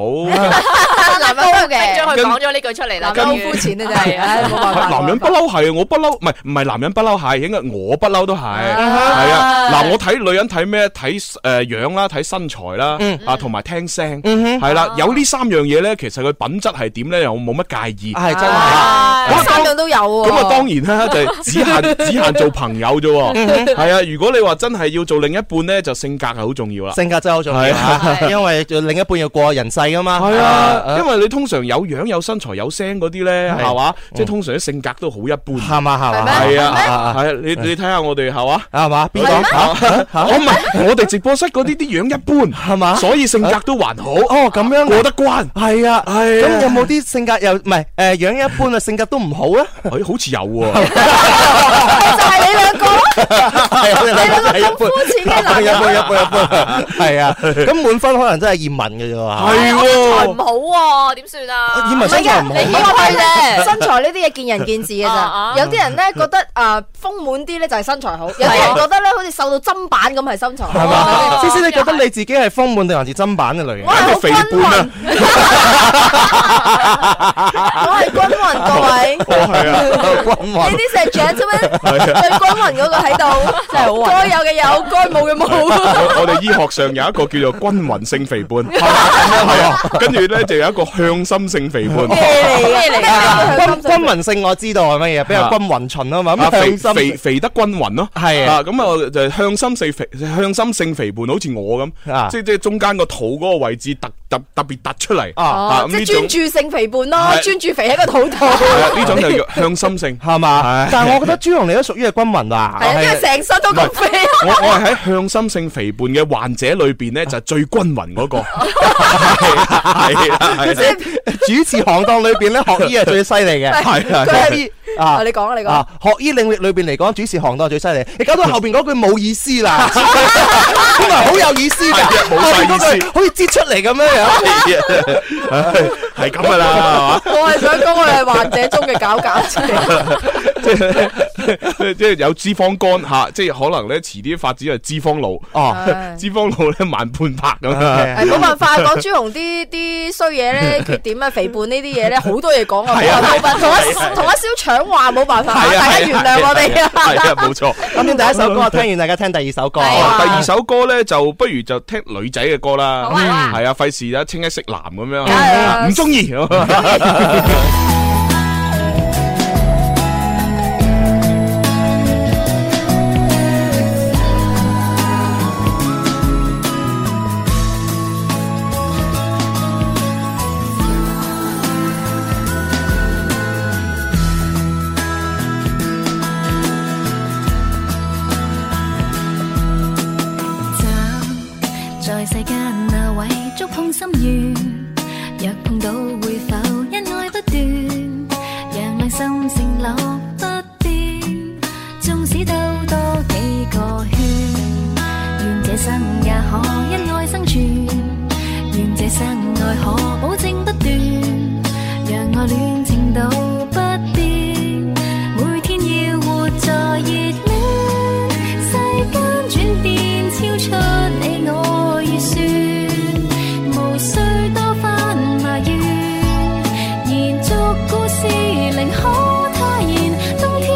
[SPEAKER 4] 男人高嘅
[SPEAKER 1] 將佢
[SPEAKER 3] 跟
[SPEAKER 1] 講咗呢句出嚟啦，
[SPEAKER 3] 跟
[SPEAKER 1] 好膚淺啊真係，唉冇辦法。
[SPEAKER 3] 男人不嬲係，我不嬲，唔係唔係男人不嬲係，應該我不嬲都係，係啊。嗱，我睇女人睇咩？睇诶样啦，睇身材啦，
[SPEAKER 1] 嗯
[SPEAKER 3] 啊，同埋聽聲，係啦。有呢三樣嘢咧，其實佢品質係點咧，又冇乜介意。
[SPEAKER 2] 係真係。
[SPEAKER 1] 啊
[SPEAKER 3] 咁啊
[SPEAKER 1] 三
[SPEAKER 3] 當
[SPEAKER 1] 樣都有喎。
[SPEAKER 3] 咁啊，當然啦，就係只限只限做朋友啫喎。係啊，如果你話真係要做另一半咧，就性格係好重要啦。
[SPEAKER 2] 性格真係好重要啊，因為另一半要過人世噶嘛。
[SPEAKER 3] 係啊，
[SPEAKER 2] 啊
[SPEAKER 3] 因為你通常有樣有身材有聲嗰啲咧，
[SPEAKER 2] 係
[SPEAKER 3] 係嘛，即係通常啲性格都好一般。
[SPEAKER 2] 係嘛係嘛
[SPEAKER 3] 係啊，係
[SPEAKER 2] 啊
[SPEAKER 3] 啊，你你睇下我哋係嘛。
[SPEAKER 2] 係嘛？邊講嚇嚇
[SPEAKER 3] 我唔係，我哋直播室嗰啲啲樣一般，
[SPEAKER 2] 係嘛？
[SPEAKER 3] 所以性格都還好，
[SPEAKER 2] 哦咁樣
[SPEAKER 3] 過得關。
[SPEAKER 2] 係啊，
[SPEAKER 3] 係啊
[SPEAKER 2] 咁有冇啲性格又唔係誒樣一般啊，性格都唔好咧？
[SPEAKER 3] 哎，好似有 喎，
[SPEAKER 1] 就係你兩個咯，
[SPEAKER 2] 係我哋兩個都係一般。
[SPEAKER 1] 膚淺嘅
[SPEAKER 2] 一般
[SPEAKER 1] 男
[SPEAKER 2] 一
[SPEAKER 1] 人
[SPEAKER 2] 般一般一般，係啊，咁滿分可能真係葉問嘅啫喎。
[SPEAKER 3] 係
[SPEAKER 4] 台唔
[SPEAKER 3] 喎，
[SPEAKER 4] 好
[SPEAKER 1] à,
[SPEAKER 4] 喎，點算啊？
[SPEAKER 2] 葉問身材唔
[SPEAKER 4] 你
[SPEAKER 2] 好
[SPEAKER 4] 謙虛啫。
[SPEAKER 1] 身材呢啲嘢見仁見智嘅
[SPEAKER 4] 啊
[SPEAKER 1] 咋
[SPEAKER 4] 啊，
[SPEAKER 1] 有啲人咧覺得啊豐滿啲咧就係身材好，有啲人覺得咧好似瘦到砧板咁係身材好
[SPEAKER 2] 係。嘛？
[SPEAKER 4] 哦
[SPEAKER 2] 思思，你覺得你自己係豐滿定還是砧板嘅類型
[SPEAKER 1] 我？係好
[SPEAKER 3] 肥
[SPEAKER 1] 均
[SPEAKER 3] 胖啊
[SPEAKER 1] 勻，我係均勻各 位。
[SPEAKER 2] 哦
[SPEAKER 3] 係啊，
[SPEAKER 2] 均
[SPEAKER 1] 呢
[SPEAKER 2] 勻。
[SPEAKER 1] 啲 就係 gentleman 最均勻嗰個喺度，真係好該有嘅有，該冇嘅 冇。
[SPEAKER 3] 我我哋醫學上有一個叫做均勻性肥 胖，係啊，跟住咧就有一個向心性肥胖，
[SPEAKER 1] 咩嚟㗎？
[SPEAKER 2] 均均勻性我知道係乜嘢，比較均勻循啊嘛。
[SPEAKER 3] 啊
[SPEAKER 2] 咁
[SPEAKER 3] 肥
[SPEAKER 2] 向
[SPEAKER 3] 肥
[SPEAKER 2] 心
[SPEAKER 3] 肥得均勻咯。
[SPEAKER 2] 係
[SPEAKER 3] 啊，咁啊就向心性肥向心性肥胖，好似我
[SPEAKER 2] 啊
[SPEAKER 3] 咁，即即中間個肚嗰個位置突突特別突出嚟，
[SPEAKER 2] 啊
[SPEAKER 1] 哦，即係專注性肥胖咯，
[SPEAKER 3] 係
[SPEAKER 1] 專注肥喺個肚度，
[SPEAKER 3] 係
[SPEAKER 1] 係
[SPEAKER 3] 啊呢種就叫向心性。
[SPEAKER 2] 係嘛？但係我覺得朱紅你都屬於係均勻啊。
[SPEAKER 1] 啊，因為成身都咁肥。
[SPEAKER 3] 我 我系喺向心性肥胖嘅患者裏边
[SPEAKER 2] 啊
[SPEAKER 3] 咧，就係最均勻嗰 個，係啦系啦，
[SPEAKER 2] 主持行當裏邊咧，學醫係啊最犀利嘅。
[SPEAKER 3] 係啊
[SPEAKER 1] 佢
[SPEAKER 2] 學
[SPEAKER 1] 係
[SPEAKER 2] 醫啊
[SPEAKER 1] 啊，你講啊，你講
[SPEAKER 2] 啊。，學醫領域裏邊嚟講，主持行當係最犀利。你搞到後邊嗰句冇意思啦，本 來好有意思㗎，
[SPEAKER 3] 係啊冇晒
[SPEAKER 2] 後邊嗰句
[SPEAKER 3] 意思
[SPEAKER 2] 好似擠出嚟咁樣樣。
[SPEAKER 3] 係咁噶啦，
[SPEAKER 1] 我係想講我係患者中嘅搞搞者，
[SPEAKER 3] 係嘛？即係有脂肪肝吓，即係可能咧遲啲發展係脂肪腦，
[SPEAKER 2] 哦，
[SPEAKER 1] 唉
[SPEAKER 3] 脂肪腦咧慢半拍咁
[SPEAKER 2] 係
[SPEAKER 3] 啊。
[SPEAKER 1] 係冇辦法講朱紅啲啲衰嘢 咧，缺點啊、肥胖呢啲嘢咧，好多嘢講啊，
[SPEAKER 3] 係啊
[SPEAKER 1] 冇辦法同一同一燒腸話冇辦法，
[SPEAKER 3] 係啊係啊
[SPEAKER 1] 大家原諒我哋
[SPEAKER 3] 係
[SPEAKER 1] 啊。
[SPEAKER 3] 啊，冇錯。
[SPEAKER 2] 今天第一首歌，聽完大家聽第二首歌。
[SPEAKER 4] 係啊
[SPEAKER 3] 第二首歌咧就不如就聽女仔嘅歌啦，
[SPEAKER 4] 好啊
[SPEAKER 3] 係啊，費事啊清一色男咁
[SPEAKER 1] 係啊
[SPEAKER 3] 樣，唔中意。
[SPEAKER 9] 站在世間那位觸碰心願，若碰到會否恩愛不斷，讓兩心承諾不變，縱使兜多幾個圈，願這生也可因愛生存，願這生愛可保證不斷，讓愛戀程度不變，每天要活在熱戀。世間轉變超出你我預算，無需多番埋怨。延續故事寧可拖延，冬天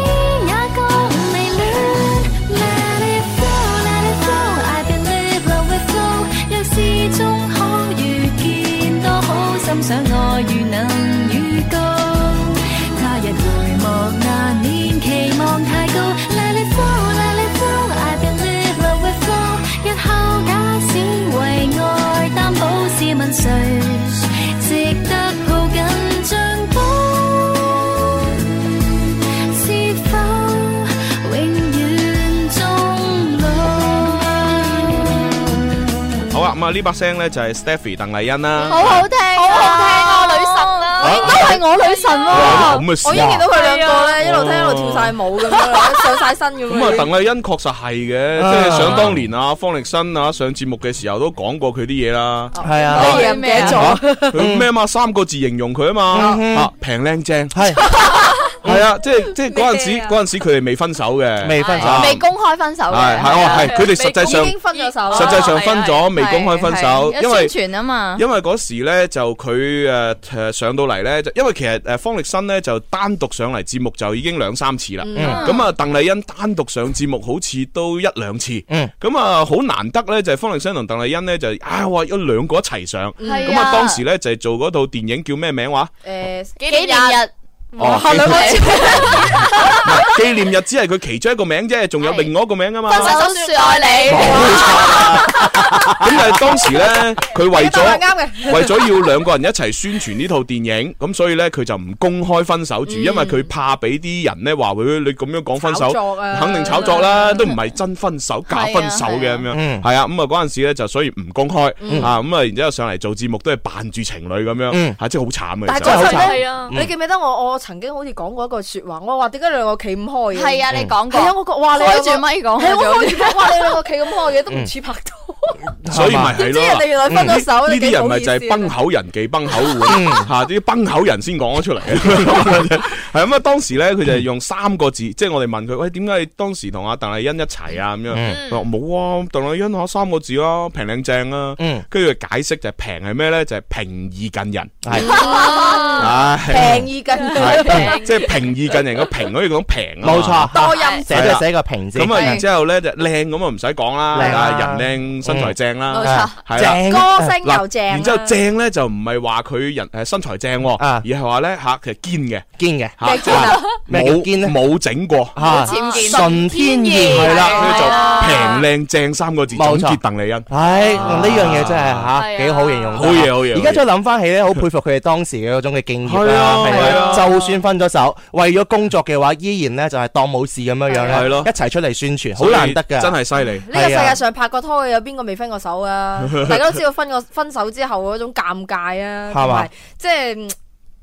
[SPEAKER 9] 也覺迷戀。Let it flow, let it flow, I believe love will flow。若是終可遇見，多好，心想愛如能預告。他日回望那年，期望太高。Let it flow, let it flow, I believe love will flow。日後假使為愛擔保，試問誰值得抱緊像寶？是否永遠終老？
[SPEAKER 3] 好啊，咁啊呢把聲咧就係 Stephy 鄧麗欣啦。
[SPEAKER 4] 好好聽，好好聽，我女神
[SPEAKER 3] 啊
[SPEAKER 4] 啦，
[SPEAKER 1] 都係我女神
[SPEAKER 3] 哇
[SPEAKER 1] 喎
[SPEAKER 3] 咁嘅事啊
[SPEAKER 1] 我已經見到佢兩個咧，
[SPEAKER 3] 係啊
[SPEAKER 1] 一路聽一路跳晒舞咁樣，上晒身咁
[SPEAKER 3] 咁啊，
[SPEAKER 1] 樣。
[SPEAKER 3] 鄧麗欣確實係嘅，即係想當年啊，方力申啊上節目嘅時候都講過佢啲嘢啦。
[SPEAKER 2] 係啊，
[SPEAKER 1] 乜嘢唔記得咗？
[SPEAKER 3] 啊佢咩嘛？三個字形容佢啊嘛，啊平靚正，
[SPEAKER 2] 係
[SPEAKER 3] 系啊，即系即系嗰阵时
[SPEAKER 7] 咩啊
[SPEAKER 3] 嗰阵时佢哋未分手嘅，
[SPEAKER 2] 未分手
[SPEAKER 3] 啊
[SPEAKER 4] 未公開分手嘅，
[SPEAKER 3] 係係哦係佢哋實際上
[SPEAKER 1] 已經分咗手啦，
[SPEAKER 3] 實際上分
[SPEAKER 5] 哦
[SPEAKER 3] 咗，未公開分手，因為
[SPEAKER 4] 宣傳啊嘛，
[SPEAKER 3] 因為嗰時咧就佢誒誒上到嚟咧，就因為其實誒方力申咧就單獨上嚟節目就已經兩三次啦。
[SPEAKER 4] 嗯
[SPEAKER 3] 咁啊，鄧麗欣單獨上節目好似都一兩次。
[SPEAKER 2] 嗯
[SPEAKER 3] 咁啊，好難得咧就係方力申同鄧麗欣咧就啊哇有兩個一齊上。
[SPEAKER 4] 係
[SPEAKER 3] 咁啊，當時咧就係做嗰套電影叫咩名話？
[SPEAKER 1] 诶
[SPEAKER 4] 紀
[SPEAKER 1] 几
[SPEAKER 4] 念
[SPEAKER 1] 年
[SPEAKER 4] 日
[SPEAKER 3] 哦，紀
[SPEAKER 1] 兩個
[SPEAKER 3] 唔係紀念日只係佢其中一個名啫，仲有
[SPEAKER 4] 係
[SPEAKER 3] 另外一個名啊嘛。
[SPEAKER 4] 分手説愛你，
[SPEAKER 3] 咁但係當時咧，佢 為
[SPEAKER 1] 都係
[SPEAKER 3] 咗。
[SPEAKER 1] 啱嘅。
[SPEAKER 3] 为咗要兩個人一齊宣傳呢套電影，咁所以呢，佢就唔公開分手住，因為佢怕俾啲人呢話佢你咁樣講分
[SPEAKER 1] 嗯炒
[SPEAKER 3] 手，
[SPEAKER 1] 作啊
[SPEAKER 3] 肯定炒作啦，都唔係真分手假分手嘅
[SPEAKER 4] 係啊
[SPEAKER 3] 咁樣，
[SPEAKER 2] 嗯
[SPEAKER 3] 係啊，咁啊嗰阵时咧就所以唔公開
[SPEAKER 1] 嗯
[SPEAKER 3] 啊，咁啊然之后上嚟做節目都係扮住情侶咁樣，
[SPEAKER 2] 嗯
[SPEAKER 3] 係真係好慘嘅。嗯
[SPEAKER 1] 但係
[SPEAKER 3] 其實
[SPEAKER 1] 嗰陣呢
[SPEAKER 5] 係啊，
[SPEAKER 1] 你記唔記得我我曾經好似講過一句说話，我話點解你兩個企唔開嘅？
[SPEAKER 4] 係啊，你講
[SPEAKER 1] 係啊，
[SPEAKER 4] 過，
[SPEAKER 1] 我覺哇你
[SPEAKER 4] 開住咪講，
[SPEAKER 1] 系我開住咪哇你兩個企咁開嘅，都
[SPEAKER 3] 嗯
[SPEAKER 1] 唔似拍拖。
[SPEAKER 3] 所以咪係
[SPEAKER 1] 點知人哋
[SPEAKER 3] 咯。嗯
[SPEAKER 1] 原來分咗手，
[SPEAKER 3] 呢
[SPEAKER 1] 你
[SPEAKER 3] 啲
[SPEAKER 1] 幾
[SPEAKER 3] 人
[SPEAKER 1] 好
[SPEAKER 3] 咪
[SPEAKER 1] 意思
[SPEAKER 3] 就
[SPEAKER 1] 啊嗯
[SPEAKER 3] 係崩口人忌崩口碗吓，啲崩口人先講咗出嚟。 係咁啊，當時咧佢就係用三個字，即係我哋問佢：喂，點解你當時同阿鄧麗欣一齊啊？咁樣佢
[SPEAKER 2] 嗯
[SPEAKER 3] 話冇啊，鄧麗欣嚇三個字啦，平靚正啊。
[SPEAKER 2] 嗯
[SPEAKER 3] 跟住佢解釋就係平係咩咧？就係平易近人，
[SPEAKER 2] 係
[SPEAKER 1] Ờ.
[SPEAKER 3] 唉，
[SPEAKER 1] 平易近
[SPEAKER 3] 係
[SPEAKER 1] 人，
[SPEAKER 3] 平即係平易近人個平可以講平啊嘛
[SPEAKER 2] 冇錯，
[SPEAKER 1] 多音
[SPEAKER 2] 寫都係寫個平字，
[SPEAKER 3] 咁啊，然之後咧就靚咁啊，唔使講啦，
[SPEAKER 2] 靚
[SPEAKER 3] 啊
[SPEAKER 2] 啊
[SPEAKER 3] 人靚身材正
[SPEAKER 4] 冇
[SPEAKER 3] 啦，
[SPEAKER 4] 錯
[SPEAKER 3] 係啦。
[SPEAKER 2] 正
[SPEAKER 1] 歌聲
[SPEAKER 3] 嗱
[SPEAKER 1] 又正啦，
[SPEAKER 3] 然之後正咧就唔係話佢人誒身材正喎，
[SPEAKER 2] 啊
[SPEAKER 3] 而係話咧嚇其實堅嘅
[SPEAKER 2] 堅嘅
[SPEAKER 3] 嚇，
[SPEAKER 1] 堅啊
[SPEAKER 2] 咩叫
[SPEAKER 3] 冇
[SPEAKER 2] 堅咧
[SPEAKER 3] 冇整過，
[SPEAKER 2] 嚇，
[SPEAKER 4] 淺見
[SPEAKER 2] 純啊天然
[SPEAKER 3] 係
[SPEAKER 2] 係
[SPEAKER 3] 啦，
[SPEAKER 2] 啦。
[SPEAKER 3] 佢
[SPEAKER 4] 啊
[SPEAKER 3] 就平靚正三個字總
[SPEAKER 2] 冇錯
[SPEAKER 3] 結鄧麗欣。
[SPEAKER 2] 唉，呢樣嘢真係
[SPEAKER 4] 係啊
[SPEAKER 2] 吓幾好形容，
[SPEAKER 3] 好嘢好嘢
[SPEAKER 2] 而家再諗翻起咧，好佩服佢哋當時嘅嗰種嘅敬業
[SPEAKER 3] 係啊
[SPEAKER 2] 啦，
[SPEAKER 3] 係啊
[SPEAKER 2] 就算分咗手，為咗工作嘅話，依然咧就係當冇事咁樣樣
[SPEAKER 3] 係
[SPEAKER 2] 咧
[SPEAKER 3] 咯，
[SPEAKER 2] 一齊出嚟宣傳，好
[SPEAKER 3] 所以
[SPEAKER 2] 難得㗎。啊
[SPEAKER 3] 真係啊犀利。
[SPEAKER 1] 呢個世
[SPEAKER 2] à.
[SPEAKER 1] 界上拍過拖嘅有邊個未分過手啊？大家都知道分過分手之後嗰種尷尬啊，
[SPEAKER 2] 係嘛
[SPEAKER 1] 同埋即係嗯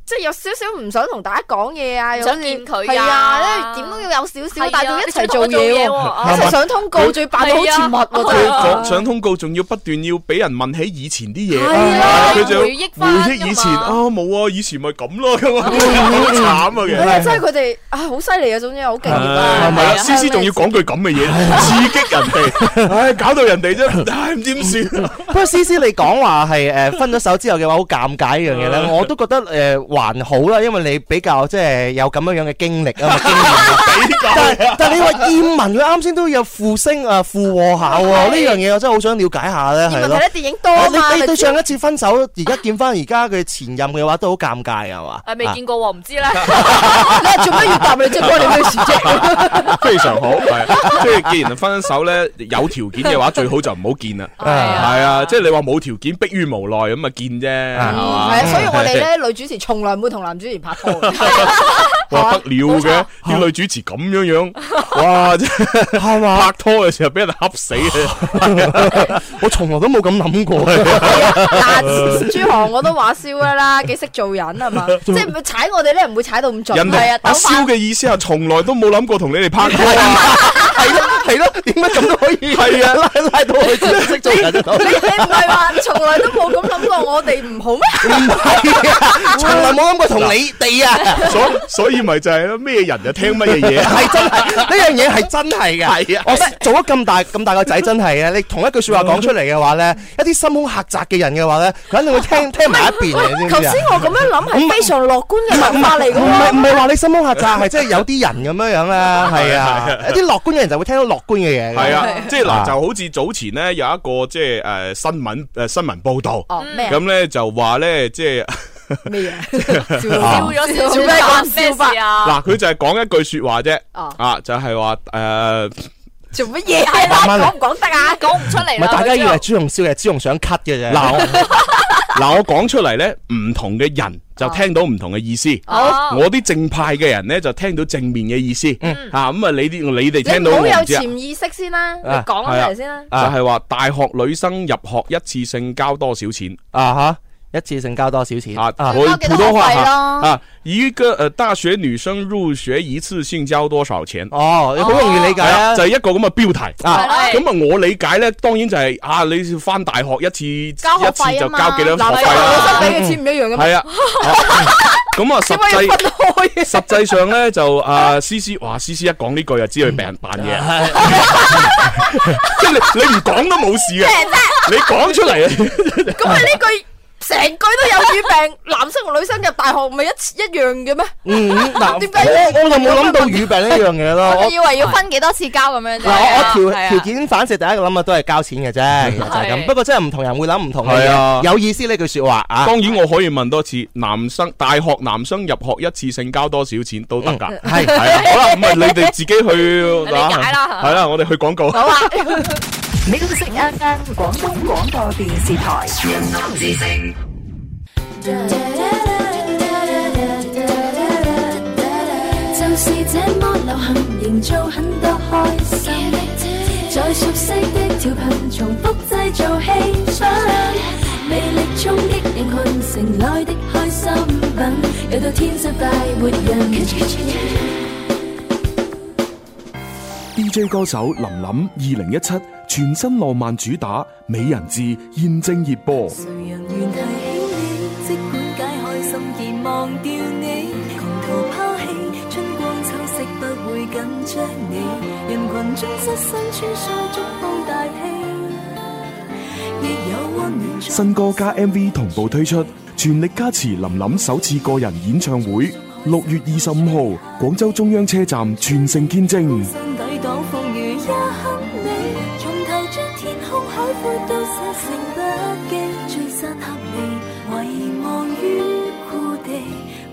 [SPEAKER 1] 即係有少少唔想同大家講嘢啊，有
[SPEAKER 5] 想
[SPEAKER 1] 啲
[SPEAKER 5] 見佢㗎
[SPEAKER 1] 係啊，因為點都要有少少，
[SPEAKER 10] à,
[SPEAKER 1] 但係
[SPEAKER 5] à,
[SPEAKER 1] 仲一齊做嘢喎，
[SPEAKER 5] 喎
[SPEAKER 2] 係
[SPEAKER 1] 一
[SPEAKER 2] 咪
[SPEAKER 1] 齊想通告，仲要扮到好似密喎，
[SPEAKER 3] 佢
[SPEAKER 1] 真係
[SPEAKER 3] 講上通告，仲要不斷要俾人問起以前啲嘢，
[SPEAKER 1] 係
[SPEAKER 5] 啊
[SPEAKER 3] 佢就
[SPEAKER 5] 回憶返㗎嘛
[SPEAKER 3] 回憶以前啊，冇啊，以前咪咁咯，咁啊好慘啊，其實
[SPEAKER 1] 哇真係佢哋啊，好犀利啊！總之好敬業
[SPEAKER 3] 係
[SPEAKER 1] 啊，
[SPEAKER 3] 咪啊？
[SPEAKER 1] 係啊
[SPEAKER 3] 思思仲要講句咁嘅嘢，刺激人哋，唉，搞到人哋啫，唉，唔知點算。
[SPEAKER 2] 不過思思你講話係誒分咗手之後嘅話，好尷尬一樣嘢
[SPEAKER 3] 嗯
[SPEAKER 2] 咧，我都覺得誒還好啦，因為你比較即係有咁樣樣嘅經歷 啊嘛，經驗。但係但係你話葉文佢啱先都有附聲啊附和下喎，呢樣嘢我真係好想了解下咧，
[SPEAKER 1] 葉
[SPEAKER 2] 係
[SPEAKER 1] 問
[SPEAKER 2] 咯
[SPEAKER 1] 睇。得電影多啊
[SPEAKER 2] 你
[SPEAKER 1] 嘛，
[SPEAKER 2] 你
[SPEAKER 1] 咪
[SPEAKER 2] 對
[SPEAKER 1] 知道
[SPEAKER 2] 上一次分手，而家見翻而家佢前任嘅話，都好尷尬係嘛？
[SPEAKER 1] 啊
[SPEAKER 2] 啊
[SPEAKER 5] 誒未見過喎，唔知咧。
[SPEAKER 1] 你係做乜要答你啫？關你咩事 啫？
[SPEAKER 3] 非常好，係即係既然分手咧，有條件嘅話，最好就唔好見啦。
[SPEAKER 2] 啊啊
[SPEAKER 3] 係啊，即係你話冇條件，迫於無奈咁啊見啫，係
[SPEAKER 1] 嗯
[SPEAKER 3] 嘛
[SPEAKER 1] 係啊，所以我哋咧女主持從來唔會同男主持拍拖嘅。
[SPEAKER 3] 哇得了嘅，啲女主持咁樣樣，哇！真係
[SPEAKER 2] 係嘛？
[SPEAKER 3] 拍拖嘅時候俾人恰死啊！
[SPEAKER 2] 我從來都冇咁諗過嘅。
[SPEAKER 1] 嗱，朱航我都話燒 㗎啦，幾識做人係嘛？即係唔會踩我哋咧，唔會踩到咁盡。
[SPEAKER 3] 人
[SPEAKER 1] 係啊
[SPEAKER 3] 哋，阿蕭嘅意思係從來都冇諗過同你哋拍拖啊！
[SPEAKER 2] 係咯係咯，點解咁都可以？
[SPEAKER 3] 係啊
[SPEAKER 2] 拉拉到去真係識做人啊
[SPEAKER 1] 你你唔係話從來都冇咁諗過我哋唔好咩？
[SPEAKER 2] 唔 係啊，從來冇諗過同你哋啊，
[SPEAKER 3] 所所以咪就係咯，咩人就聽乜嘢嘢。
[SPEAKER 2] 係真係呢樣嘢係真係嘅。
[SPEAKER 3] 係啊
[SPEAKER 2] 我做咗咁大咁大個仔真係嘅，你同一句説話講出嚟嘅話咧，一啲心胸狹窄嘅人嘅話咧，佢肯定會聽聽埋一邊嘅，你知
[SPEAKER 1] 頭
[SPEAKER 2] 唔知
[SPEAKER 1] 先
[SPEAKER 2] 啊？
[SPEAKER 1] 我咁樣諗係非常樂觀嘅諗法嚟㗎
[SPEAKER 2] 唔係
[SPEAKER 1] 喎。
[SPEAKER 2] 唔係話你心胸狹窄，係即係有啲人咁樣樣啦，係啊，一啲樂觀嘅人就會聽到樂觀嘅嘢。
[SPEAKER 3] 係啊，即係嗱，
[SPEAKER 2] 啊嗯
[SPEAKER 3] 就好似早前咧有一個即係誒新聞誒新聞報導，
[SPEAKER 1] 哦咩啊
[SPEAKER 3] 咁咧就話咧即係
[SPEAKER 1] 咩啊？
[SPEAKER 5] 笑咗笑
[SPEAKER 1] 做咩講
[SPEAKER 5] 咩事啊？
[SPEAKER 3] 嗱，佢就係講一句説話啫，
[SPEAKER 1] 哦
[SPEAKER 3] 啊就係話呃誒
[SPEAKER 1] 做乜嘢啊？
[SPEAKER 2] 慢慢嚟
[SPEAKER 1] 講唔講得啊？
[SPEAKER 5] 講唔出嚟
[SPEAKER 2] 唔係
[SPEAKER 5] 啦，
[SPEAKER 2] 大家以
[SPEAKER 5] 佢之後
[SPEAKER 2] 為朱紅笑係朱紅想 cut 嘅啫。
[SPEAKER 3] 嗱我 嗱我講出嚟咧，唔同嘅人就聽到唔同嘅意思。
[SPEAKER 5] 哦
[SPEAKER 3] 我啲正派嘅人咧就聽到正面嘅意思，啊咁啊你啲你哋聽
[SPEAKER 1] 你
[SPEAKER 3] 到
[SPEAKER 1] 唔
[SPEAKER 3] 我
[SPEAKER 1] 好有
[SPEAKER 3] 唔知啊，
[SPEAKER 1] 潛意識先啦，你
[SPEAKER 2] 啊
[SPEAKER 1] 講出嚟先啦。
[SPEAKER 3] 就係話大學女生入學一次性交多少錢
[SPEAKER 2] 啊哈，一次性交多少錢
[SPEAKER 3] 啊？
[SPEAKER 2] 啊？
[SPEAKER 3] 我普通話
[SPEAKER 4] 交幾多學費咯
[SPEAKER 3] 啊，一個呃大學女生入學一次性交多少錢？
[SPEAKER 2] 哦，你好容易理解
[SPEAKER 3] 係啊，
[SPEAKER 2] 啊
[SPEAKER 3] 就。係一個咁嘅標題。
[SPEAKER 2] 啊，
[SPEAKER 3] 咁啊，我理解咧，當然就係啊，你翻大學一次
[SPEAKER 4] 交學
[SPEAKER 3] 一
[SPEAKER 4] 費
[SPEAKER 3] 次就
[SPEAKER 4] 啊嘛
[SPEAKER 3] 交幾多學
[SPEAKER 1] 男
[SPEAKER 3] 費
[SPEAKER 1] 仔同女
[SPEAKER 3] 啦。
[SPEAKER 1] 生俾嘅錢唔一樣嘅咩？
[SPEAKER 3] 係啊，啊咁啊，實
[SPEAKER 1] 點解要
[SPEAKER 3] 際
[SPEAKER 1] 分開 嘅？
[SPEAKER 3] 實際上咧就啊，思思，哇，思思一講呢句就知佢病人扮
[SPEAKER 2] 嗯
[SPEAKER 3] 嘢， 即係你你唔講都冇事嘅，你講出 嚟。
[SPEAKER 1] 咁啊呢句成句都有語病， 男生同女生入大學咪一一樣嘅咩？
[SPEAKER 2] 嗯， 嗱，
[SPEAKER 1] 點解
[SPEAKER 2] 我我就冇諗到語病呢樣嘢咯。
[SPEAKER 4] 我
[SPEAKER 2] 我
[SPEAKER 4] 以為要分幾多次交咁樣啫。
[SPEAKER 2] 嗱，我我
[SPEAKER 4] 係
[SPEAKER 2] 條
[SPEAKER 4] 啊
[SPEAKER 2] 條件反射第一個諗啊，都係交錢嘅 啫，其實就係咁。
[SPEAKER 5] 係
[SPEAKER 2] 不過真係唔同人會諗唔同嘅
[SPEAKER 3] 係啊
[SPEAKER 2] 嘢，有 意思呢句説話啊。
[SPEAKER 3] 當然我可以問多次，男生大學男生入學一次性交多少錢都得㗎，
[SPEAKER 2] 係
[SPEAKER 3] 係啊，好啦，唔係你哋自己去理
[SPEAKER 5] 解啦
[SPEAKER 3] 係啦，我哋去廣告。
[SPEAKER 11] 啊 Music FM 廣東廣播電視台，
[SPEAKER 9] 就是這麼流行，營造很多開心。在熟悉的調頻，重複製造氣氛，魅力衝擊人群，城內的開心品，有到天生快活人。
[SPEAKER 8] DJ 歌手林林二零一七全新浪漫主打《美人志》現正熱播。
[SPEAKER 11] 誰人願提起你？即管解開心而忘掉你，狂逃拋棄，春光秋色不會緊張你。人群中失身穿梭，觸碰大氣，亦有溫暖。
[SPEAKER 8] 新歌加 MV 同步推出，全力加持林林首次個人演唱會。六月二十五號，廣州中央車站全城見證。
[SPEAKER 11] 相抵擋風雨一刻你，從頭將天空海闊都寫成筆記，聚散合離，遺忘於故地，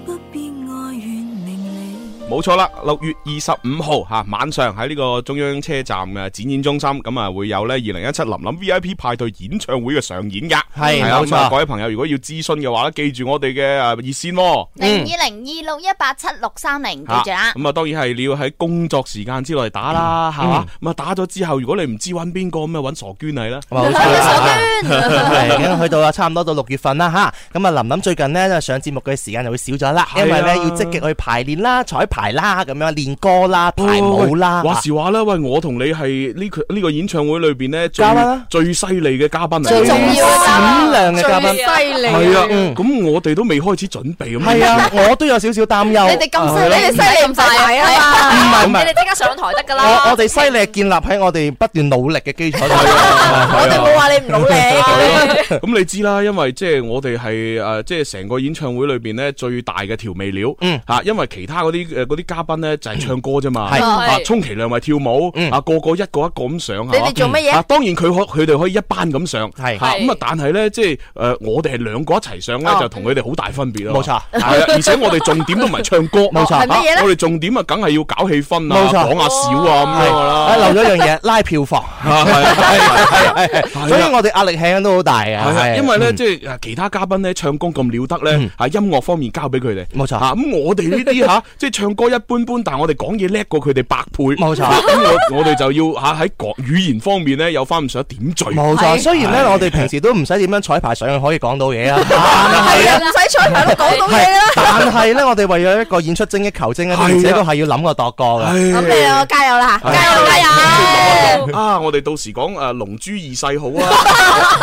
[SPEAKER 11] 不必愛怨明理。
[SPEAKER 3] 冇錯啦，六月二十五號吓晚上喺呢個中央車站嘅展演中心，咁啊會有咧二零一七林林 V I P 派對演唱會嘅上演噶，
[SPEAKER 2] 係
[SPEAKER 3] 係啦
[SPEAKER 2] 冇錯
[SPEAKER 3] 咁啊各位朋友如果要諮詢嘅話咧，記住我哋嘅诶热線喎。
[SPEAKER 4] 零二零二六一八七六三零，記
[SPEAKER 3] 嚇
[SPEAKER 4] 住啦。
[SPEAKER 3] 咁啊，當然係你要喺工作時間之內打啦，係嘛？咁啊，打咗之後，如果你唔知揾邊個，咁咪揾傻娟你啦。
[SPEAKER 2] 冇錯啦， 係咁去到啊，差唔多到六月份啦吓，咁啊，林林最近呢，就上節目嘅時間就會少咗啦，
[SPEAKER 3] 係
[SPEAKER 2] 因
[SPEAKER 3] 啊
[SPEAKER 2] 為呢要積極去排練啦、彩排啦、咁樣練歌啦、排舞啦。
[SPEAKER 3] 話時話啦，喂，我同你係呢個呢個演唱會裏邊咧最
[SPEAKER 2] 嘉賓啦
[SPEAKER 3] 最犀利嘅嘉賓嚟，
[SPEAKER 1] 最重要嘅嘉賓
[SPEAKER 2] 閃亮嘅嘉賓，
[SPEAKER 1] 最犀利
[SPEAKER 3] 係啊。
[SPEAKER 2] 嗯
[SPEAKER 3] 咁我哋都未開始準備咁，
[SPEAKER 2] 係啊， 我都有少少擔憂。
[SPEAKER 4] 你哋咁犀利，
[SPEAKER 1] 你哋犀利唔使睇啊
[SPEAKER 2] 唔係唔
[SPEAKER 5] 你
[SPEAKER 2] 係，
[SPEAKER 5] 哋即刻上台得噶啦。
[SPEAKER 2] 我我哋犀利係建立喺我哋不斷努力嘅基 礎上。
[SPEAKER 1] 嘛，我哋冇話你唔努
[SPEAKER 4] 啊
[SPEAKER 1] 力。
[SPEAKER 3] 咁你知啦，因為即係我哋係诶，即係成個演唱會裏边咧最大嘅調味料，
[SPEAKER 2] 嗯
[SPEAKER 3] 吓，因為其他嗰啲呃诶嗰啲嘉賓咧就係唱歌啫嘛，
[SPEAKER 2] 係
[SPEAKER 1] 哦
[SPEAKER 3] 啊，充其量咪跳舞，
[SPEAKER 2] 嗯
[SPEAKER 3] 啊，個個一個一個咁上，
[SPEAKER 1] 你
[SPEAKER 3] 係嘛
[SPEAKER 1] 哋做乜
[SPEAKER 3] 啊
[SPEAKER 1] 嘢？，
[SPEAKER 3] 當然佢可佢哋可以一班咁上，
[SPEAKER 2] 係
[SPEAKER 3] 嚇
[SPEAKER 5] 係
[SPEAKER 3] 咁啊，但係咧即係诶，我哋係兩個一齊上咧，
[SPEAKER 1] 哦
[SPEAKER 3] 就同佢哋好大分別咯，
[SPEAKER 2] 冇錯
[SPEAKER 3] 係 啊，而且我哋重點都唔係唱歌，
[SPEAKER 2] 冇錯
[SPEAKER 3] 啊
[SPEAKER 1] 係乜嘢呢
[SPEAKER 3] 我哋重點啊，梗係要搞氣氛啊，
[SPEAKER 2] 冇錯
[SPEAKER 3] 講下笑啊咁樣㗎啦，
[SPEAKER 2] 啊，漏咗一樣嘢，拉票房，
[SPEAKER 3] 啊 係啊係啊係啊係啊
[SPEAKER 2] 所以我哋壓力輕都好大
[SPEAKER 3] 係
[SPEAKER 2] 啊。
[SPEAKER 3] 啊，
[SPEAKER 2] 係
[SPEAKER 3] 因為咧，
[SPEAKER 2] 嗯
[SPEAKER 3] 即係啊其他嘉賓咧唱功咁了得咧，啊音樂方面交俾佢哋，
[SPEAKER 2] 冇錯
[SPEAKER 3] 啊咁我哋呢啲吓，即係唱歌一般般，但係我哋講嘢叻過佢哋百倍，
[SPEAKER 2] 冇錯
[SPEAKER 3] 啊咁我我哋就要吓喺講語言方面咧有翻唔上一點綴，
[SPEAKER 2] 冇錯，雖然咧我哋平時都唔使點樣彩排上去可以講到嘢啊， 但係
[SPEAKER 1] 係
[SPEAKER 2] 咧
[SPEAKER 1] 啊，唔使彩排都講到嘢
[SPEAKER 2] 係
[SPEAKER 1] 啦。
[SPEAKER 2] 但係咧我哋為咗一個演出精益求精咧，
[SPEAKER 3] 係啊
[SPEAKER 2] 而且都係要諗過度過嘅。
[SPEAKER 1] 咁你啊，加油啦，加油加油！
[SPEAKER 3] 啊！我哋到時講誒《龍珠二世》好 啊，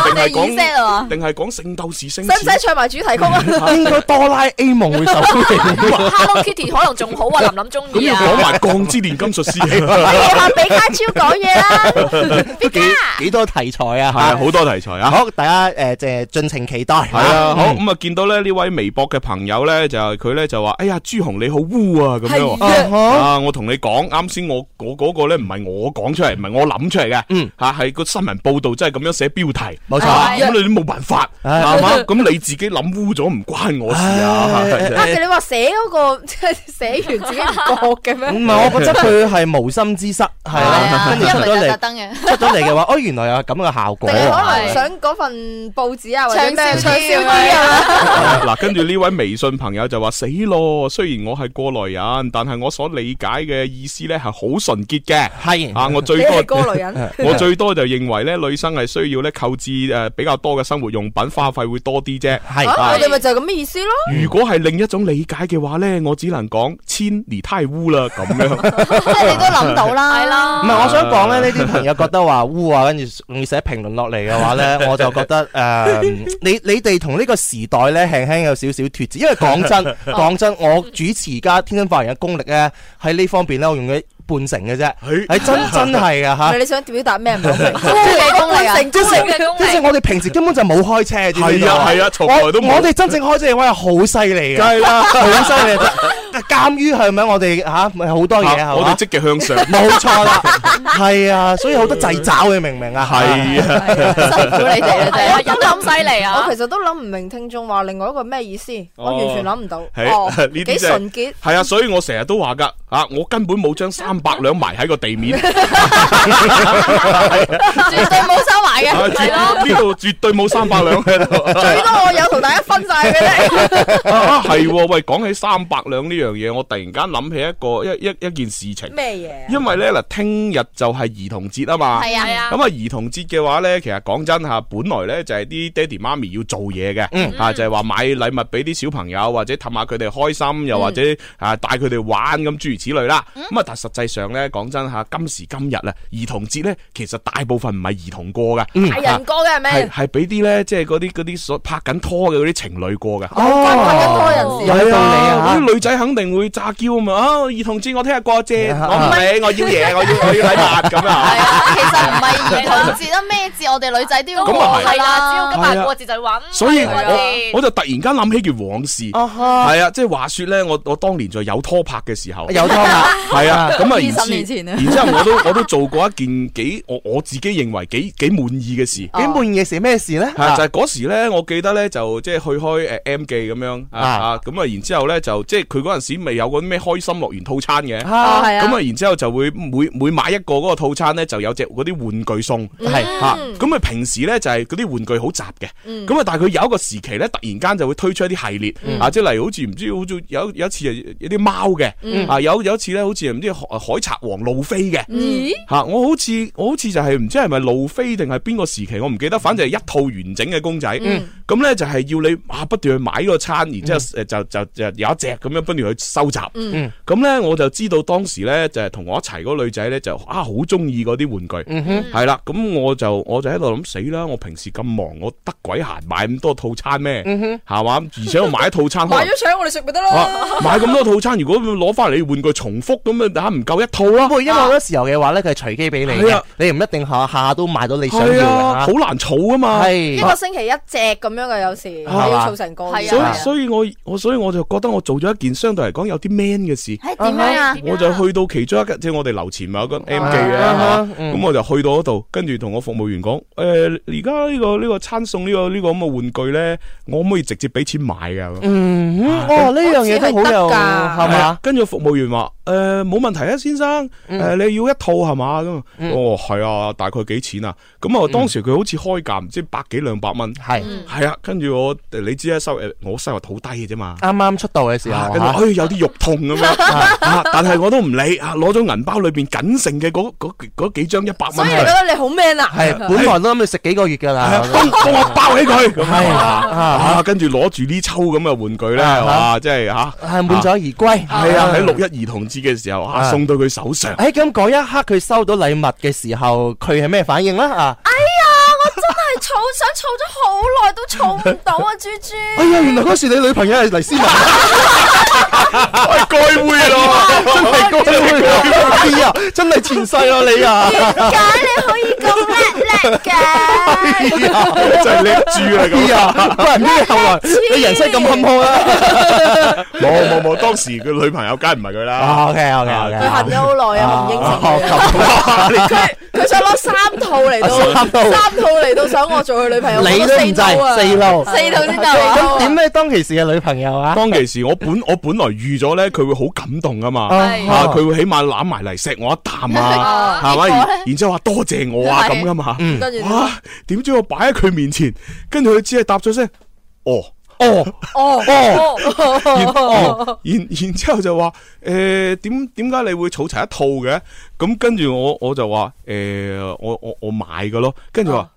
[SPEAKER 3] 定係
[SPEAKER 4] 我哋 reset 啊
[SPEAKER 3] 講定係講《聖鬥士星矢嗯
[SPEAKER 1] 使唔》使唱埋主題曲 啊？
[SPEAKER 2] 應該哆啦 A 夢會受 歡迎。
[SPEAKER 5] Hello Kitty 可能仲好啊，林林中
[SPEAKER 3] 咁
[SPEAKER 5] 意
[SPEAKER 3] 要
[SPEAKER 5] 啊。
[SPEAKER 3] 講埋《鋼之煉金術師》啊
[SPEAKER 1] 可以話俾家超講嘢
[SPEAKER 4] Ờ.
[SPEAKER 1] 啦。
[SPEAKER 2] 都幾 幾多題材啊！
[SPEAKER 3] 係
[SPEAKER 2] 嚇
[SPEAKER 3] 好多題材啊！
[SPEAKER 2] 好，大家誒即係盡情期待。
[SPEAKER 3] 系啊，好
[SPEAKER 2] 嗯
[SPEAKER 3] 咁啊！見到咧呢位微博嘅朋友咧，就係佢咧就話：哎呀，朱紅你好污啊！咁樣喎
[SPEAKER 2] 啊哈
[SPEAKER 3] 啊！我同你講，啱先我我嗰個咧唔係我講出嚟，唔係我諗出嚟嘅，
[SPEAKER 2] 嗯
[SPEAKER 3] 吓係個新聞報導真係咁樣寫標題，
[SPEAKER 2] 冇錯啊
[SPEAKER 3] 啊咁你都冇辦法，
[SPEAKER 2] 唉
[SPEAKER 3] 係嘛？咁你自己諗污咗唔關我事啊！
[SPEAKER 2] 唉
[SPEAKER 3] 係
[SPEAKER 1] 啊，你話寫嗰個 即係寫完自己唔覺嘅咩？
[SPEAKER 2] 嗯唔係，我覺得佢係無心之失，係
[SPEAKER 4] 係
[SPEAKER 2] 啦，
[SPEAKER 4] 啊，
[SPEAKER 2] 跟
[SPEAKER 4] 因
[SPEAKER 2] 住出
[SPEAKER 4] 為
[SPEAKER 2] 咗
[SPEAKER 4] 就特
[SPEAKER 2] 嚟，
[SPEAKER 4] 登嘅。
[SPEAKER 2] 出咗嚟嘅話，哦，原來
[SPEAKER 3] 啊
[SPEAKER 2] 有咁嘅效果
[SPEAKER 1] 定係可
[SPEAKER 2] 啊！
[SPEAKER 1] 能想嗰份報紙啊，或者咩
[SPEAKER 4] 暢銷啲
[SPEAKER 1] 暢銷啲啊？
[SPEAKER 3] 嗱，跟住呢位微信朋友就話：死咯！雖然我係過來人，但係我所理解嘅意思咧係好純潔嘅。
[SPEAKER 2] 係
[SPEAKER 3] 啊，我
[SPEAKER 1] 你
[SPEAKER 3] 最
[SPEAKER 1] 係
[SPEAKER 3] 多。
[SPEAKER 1] 過來人，
[SPEAKER 3] 我最多就認為咧，女生係需要咧購置誒比較多嘅生活用品，花費會多啲啫。
[SPEAKER 2] 係
[SPEAKER 1] 啊
[SPEAKER 3] 啊
[SPEAKER 1] 我哋咪就係咁嘅意思咯。
[SPEAKER 3] 如果係另一種理解嘅話咧，我只能講千而太污啦咁 樣。
[SPEAKER 4] 即係你都諗到啦，
[SPEAKER 5] 係啦
[SPEAKER 2] 唔係，我想講咧，呢啲朋友覺得話污啊，跟住 仲要寫評論落嚟嘅話咧，我就覺得誒，嗯你你哋同呢個時代咧，輕輕有少少脱節，因為講 真哦講真，我主持而家天生發人嘅功力咧喺呢方面咧，我用咗半成嘅 啫，係真真係嘅啊
[SPEAKER 1] 唔係你
[SPEAKER 2] 嚇。
[SPEAKER 1] 想表達咩 唔好明？
[SPEAKER 4] 嘅功力啊
[SPEAKER 1] 成功嘅功
[SPEAKER 2] 即係
[SPEAKER 1] 力。
[SPEAKER 2] 我哋平時根本就冇開車，知唔知道
[SPEAKER 3] 係啊係啊從來都冇
[SPEAKER 2] 我我哋真正開車嘅話係好犀利嘅，
[SPEAKER 3] 梗係啦
[SPEAKER 2] 好犀利。但鑑於係咪我哋嚇好多嘢係嘛
[SPEAKER 3] 啊我哋積極向上，
[SPEAKER 2] 冇錯啦，係啊，所以好多掣肘，你明唔明啊？
[SPEAKER 3] 係啊，
[SPEAKER 1] 辛苦你哋啦，真係
[SPEAKER 5] 我都咁犀利啊
[SPEAKER 1] 我其實都諗唔明聽眾話另外一個咩意思，我完全諗唔到。
[SPEAKER 3] 哦係
[SPEAKER 1] 哦，
[SPEAKER 3] 呢
[SPEAKER 1] 幾
[SPEAKER 3] 啲真
[SPEAKER 1] 純
[SPEAKER 3] 係
[SPEAKER 1] 潔。
[SPEAKER 3] 係啊，所以我成日都話噶，啊，我根本冇將三百兩埋喺個地 面，係
[SPEAKER 4] 絕對冇收埋
[SPEAKER 3] 啊
[SPEAKER 4] 嘅，係咯。
[SPEAKER 3] 絕呢度絕對冇三百兩喺 度。
[SPEAKER 1] 最多我有同大家分晒嘅啫。
[SPEAKER 3] 啊，係喎，喂，講起三百兩呢樣嘢，我突然間諗起一個一一一件事情，
[SPEAKER 1] 咩嘢啊？
[SPEAKER 3] 因為咧嗱，聽日就係兒童節啊嘛。
[SPEAKER 4] 係啊，
[SPEAKER 3] 咁啊，兒童節嘅話呢，其實講真嚇，本來呢就係啲爹哋媽咪要做嘢嘅，啊就係話買禮物俾啲小朋友，啊或者氹下佢哋開心，又或者啊帶佢哋玩咁諸如此類啦。咁啊，但實際上呢，講真嚇，今時今日啊，兒童節呢其實大部分唔係兒童過嘅，
[SPEAKER 1] 大人哥嘅係
[SPEAKER 3] 係
[SPEAKER 1] 咪？
[SPEAKER 3] 係俾啲呢，即係嗰啲嗰啲所拍緊拖嘅嗰啲情侶過嘅。
[SPEAKER 1] 哦，
[SPEAKER 2] 有道理
[SPEAKER 3] 嗰
[SPEAKER 2] 啊！
[SPEAKER 3] 啲女仔肯定會詐嬌啊嘛！啊，兒童節我聽日過啫，
[SPEAKER 2] 啊
[SPEAKER 3] 我唔理，我要
[SPEAKER 2] 哦
[SPEAKER 3] 嘢，我要我要禮物咁
[SPEAKER 4] 係
[SPEAKER 3] 啊！
[SPEAKER 4] 啊，其實唔係兒童節啦，咩節我哋女仔都要
[SPEAKER 3] 咁
[SPEAKER 4] 過
[SPEAKER 3] 啊係
[SPEAKER 4] 㗎
[SPEAKER 5] 係啦，只
[SPEAKER 4] 啦。
[SPEAKER 5] 要今日過節就揾。
[SPEAKER 3] 所以
[SPEAKER 5] 係
[SPEAKER 3] 我我就突然間諗起件往事，係啊，即係話說咧，我我當年就有拖拍嘅時候，
[SPEAKER 2] 有湯啦，
[SPEAKER 3] 係啊，咁啊，然
[SPEAKER 4] 20年前啊
[SPEAKER 3] 然之後我都我都做過一件幾我我自己認為幾幾滿意嘅事。
[SPEAKER 2] 幾半夜時咩事咧？
[SPEAKER 3] 係就係啊嗰時咧，我記得咧就即係去開誒 M 記咁樣啊
[SPEAKER 2] 啊
[SPEAKER 3] 啊，咁啊，然之後咧就即係佢嗰陣時咪有嗰啲咩開心樂園套餐嘅，
[SPEAKER 1] 哦，
[SPEAKER 2] 啊，
[SPEAKER 1] 係啊。
[SPEAKER 3] 咁啊，然之後就會每每買一個嗰個套餐咧，就有隻嗰啲玩具送，
[SPEAKER 2] 係
[SPEAKER 3] 嚇。咁啊，平時咧就係嗰啲玩具好雜嘅，咁啊，但係佢有一個時期咧，突然間就會推出一啲系列啊，即係例如好似唔知好似有有一次係有啲貓嘅，啊有有一次咧好似唔知海海賊王路飛嘅。
[SPEAKER 4] 咦？
[SPEAKER 3] 吓！我好似我好似就係唔知係咪路飛定係邊個時期，我唔記得，反正係一套完整嘅公仔。
[SPEAKER 1] 嗯
[SPEAKER 3] 咁咧就係要你啊不斷去買嗰個餐，然之後誒就就就有一隻咁樣不斷去收集。
[SPEAKER 1] 嗯
[SPEAKER 3] 咁咧我就知道當時咧就係同我一齊嗰個女仔咧就啊好中意嗰啲玩具。
[SPEAKER 1] 嗯
[SPEAKER 3] 係啦，咁我就我就喺度諗死啦！我平時咁忙，我得鬼閒買咁多套餐咩？係嘛？而且我買一套餐可
[SPEAKER 1] 買
[SPEAKER 3] 能
[SPEAKER 1] 咗搶我哋食咪得咯。
[SPEAKER 3] 啊買咁多套餐，如果攞翻嚟玩具重複咁啊，吓唔夠一套
[SPEAKER 2] 不
[SPEAKER 3] 啦。
[SPEAKER 2] 過因為好多時候嘅話咧，佢係隨機俾你
[SPEAKER 3] 係
[SPEAKER 2] 嘅
[SPEAKER 3] 啊，
[SPEAKER 2] 你唔一定下下都買到你想要
[SPEAKER 3] 係啊，好
[SPEAKER 2] 嘅
[SPEAKER 3] 難儲啊嘛
[SPEAKER 2] 嚇。。
[SPEAKER 1] 一
[SPEAKER 2] 係
[SPEAKER 1] 個星期一隻咁樣嘅，有時你要做成個月。
[SPEAKER 4] 係
[SPEAKER 3] 所
[SPEAKER 4] 啊
[SPEAKER 3] 以所以我我所以我就覺得我做咗一件相對嚟講有啲 man 嘅事。
[SPEAKER 4] 係點樣啊？
[SPEAKER 3] 我就去到其中一間，即係我哋樓前咪有間 M 記嘅
[SPEAKER 2] 啊
[SPEAKER 3] 嚇
[SPEAKER 2] 啊
[SPEAKER 3] 咁我就去到嗰度，跟住同我服務員講：誒，而家呢個呢個餐餸呢個呢個咁嘅玩具咧，我可唔可以直接俾錢買啊㗎？
[SPEAKER 2] 嗯，哦，呢樣嘢都好有
[SPEAKER 1] 啊好
[SPEAKER 2] 係
[SPEAKER 1] 似係得㗎嗯
[SPEAKER 3] 係啊
[SPEAKER 2] 嘛？
[SPEAKER 3] 跟住服務員話：誒，冇問題啊，先生，誒，你要一套係嘛？咁啊哦，係啊，大概幾錢啊？咁
[SPEAKER 1] 嗯
[SPEAKER 3] 啊，當時佢好似開價唔知百幾兩百蚊，
[SPEAKER 2] 係
[SPEAKER 3] 係啊。跟住我，你知啦，啊收入我收入好低嘅啫嘛。
[SPEAKER 2] 啱啱出道嘅時
[SPEAKER 3] 啊
[SPEAKER 2] 候
[SPEAKER 3] 跟住，
[SPEAKER 2] 嚇
[SPEAKER 3] 哎，有啲肉痛咁樣，啊但係我都唔理，啊，攞咗銀包裏邊僅剩嘅嗰嗰嗰幾張一百
[SPEAKER 1] 所
[SPEAKER 3] 蚊
[SPEAKER 1] 以
[SPEAKER 3] 出嚟
[SPEAKER 1] 你覺，得你好 man 啊？
[SPEAKER 2] 係本來都諗住食幾個月㗎
[SPEAKER 3] 係
[SPEAKER 2] 啦
[SPEAKER 3] 啊。幫幫我包起佢，咁
[SPEAKER 2] 係
[SPEAKER 3] 啊
[SPEAKER 2] 啊
[SPEAKER 3] 啊，跟住攞住呢抽咁嘅玩具咧，
[SPEAKER 2] 啊
[SPEAKER 3] 哇，即係吓，
[SPEAKER 2] 係滿載而歸，
[SPEAKER 3] 係啊，喺六一兒童節嘅時候，啊，
[SPEAKER 2] 啊
[SPEAKER 3] 送到佢手上，
[SPEAKER 2] 喺咁嗰一刻佢收到禮物嘅時候，佢係咩反應啦？啊，
[SPEAKER 1] 哎係儲想儲咗好耐都儲唔到啊，豬豬。
[SPEAKER 2] 哎呀，原來嗰時你女朋友係黎思文，
[SPEAKER 3] 哎該會咯，
[SPEAKER 2] 啊真係高妹啊！哎呀，真係前世啊你啊！
[SPEAKER 1] 點解你可以咁叻叻嘅？
[SPEAKER 2] 哎呀
[SPEAKER 3] 真係叻豬啊
[SPEAKER 2] 哎
[SPEAKER 3] 咁。
[SPEAKER 2] 呀，不然咩後來你人生哎咁坎坷啊啦
[SPEAKER 3] 冇冇冇，當時佢女朋友梗係唔係佢啦，啊
[SPEAKER 2] ？OK OK
[SPEAKER 1] 佢恨
[SPEAKER 2] OK，
[SPEAKER 1] 咗好耐啊，我唔應承佢。佢佢想攞三套嚟到，
[SPEAKER 2] 啊三套
[SPEAKER 1] 三套嚟到想我做佢女朋友，
[SPEAKER 2] 你
[SPEAKER 1] 我
[SPEAKER 2] 都唔
[SPEAKER 1] 四
[SPEAKER 2] 制，
[SPEAKER 1] 套啊，
[SPEAKER 2] 四路。
[SPEAKER 1] 四套先得啊。
[SPEAKER 2] 咁點咧？當其時嘅女朋友啊？
[SPEAKER 3] 當其時我本 我本來預咗咧，佢會好感動啊嘛。啊！
[SPEAKER 2] 啊
[SPEAKER 3] 佢會起碼攬埋嚟錫我一啖啊，
[SPEAKER 4] 啊
[SPEAKER 3] 係咪？
[SPEAKER 4] 結果
[SPEAKER 3] 然
[SPEAKER 4] 咧
[SPEAKER 3] 然之後話多謝我啊
[SPEAKER 4] 係
[SPEAKER 3] 咁噶嘛。
[SPEAKER 2] 嗯
[SPEAKER 1] 跟住
[SPEAKER 3] 哇！點知我擺喺佢面前，跟住佢只係答咗聲哦。哦，
[SPEAKER 2] 哦，
[SPEAKER 1] 哦，
[SPEAKER 3] 然哦然然之後就話誒點點解你會儲齊一套嘅？咁跟住我我就話誒、我我我買嘅咯，跟
[SPEAKER 1] 啊
[SPEAKER 3] 住話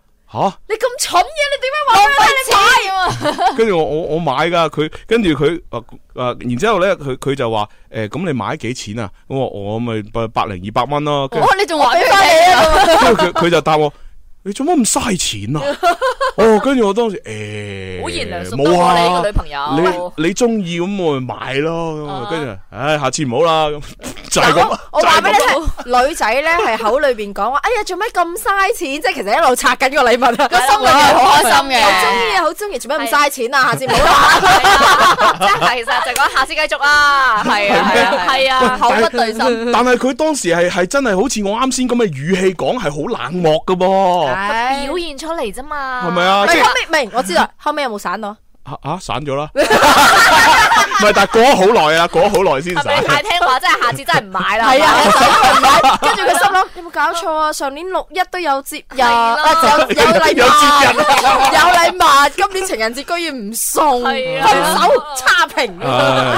[SPEAKER 3] 吓，
[SPEAKER 1] 你咁蠢嘅，你點樣話俾我聽你買啊
[SPEAKER 3] 跟住我我我買㗎佢，跟住佢啊啊，然之後咧佢佢就話誒咁你買幾錢啊？咁我我咪百百零二百蚊咯，跟住
[SPEAKER 4] 哦，你仲話俾
[SPEAKER 1] 俾
[SPEAKER 4] 佢
[SPEAKER 1] 翻
[SPEAKER 4] 聽
[SPEAKER 1] 你
[SPEAKER 4] 啊？
[SPEAKER 1] 啊？
[SPEAKER 3] 跟住佢佢就答我，你做乜咁嘥 錢啊？哦，跟住我當時诶，
[SPEAKER 5] 好賢良淑德
[SPEAKER 3] 冇啊，
[SPEAKER 5] 喎你呢個女朋友
[SPEAKER 3] 你你中意咁我咪買咯，咁啊跟住，唉，下次唔好啦，咁 就係 咁。
[SPEAKER 1] 我話俾你聽，女仔咧係口裏邊講話，哎呀，做咩咁嘥錢？即係其實一路拆緊個禮 物啊，個心裏面
[SPEAKER 5] 好開心嘅
[SPEAKER 1] 好中意啊，好中意，做咩咁嘥錢啊？下次唔好啦。
[SPEAKER 5] 其實就講下次繼續啦，
[SPEAKER 1] 哎
[SPEAKER 5] 係啊係啊係啊，口不對心。
[SPEAKER 3] 但係佢當時係係真係好似我啱先咁嘅語氣講，係好冷漠噶噃，
[SPEAKER 5] 表現出嚟啫嘛，
[SPEAKER 3] 係咪啊
[SPEAKER 1] 唔
[SPEAKER 3] 即
[SPEAKER 1] 係
[SPEAKER 3] 係
[SPEAKER 1] 後尾，唔係我知啦，後尾有冇散到？
[SPEAKER 3] 吓吓啊散咗啦。 唔係，但係過咗好耐啦，啊過咗好耐先
[SPEAKER 5] 係咪
[SPEAKER 3] 散。
[SPEAKER 5] 太聽話？真係下次真係唔買啦。
[SPEAKER 1] 係啊
[SPEAKER 5] 係咪，
[SPEAKER 1] 跟住佢心諗有冇搞錯啊？上年六一都有節日，啊有有禮
[SPEAKER 3] 有節
[SPEAKER 1] 物， 有禮物，今年情人節居然唔送，
[SPEAKER 5] 係
[SPEAKER 1] 分
[SPEAKER 5] 啊
[SPEAKER 1] 手差評。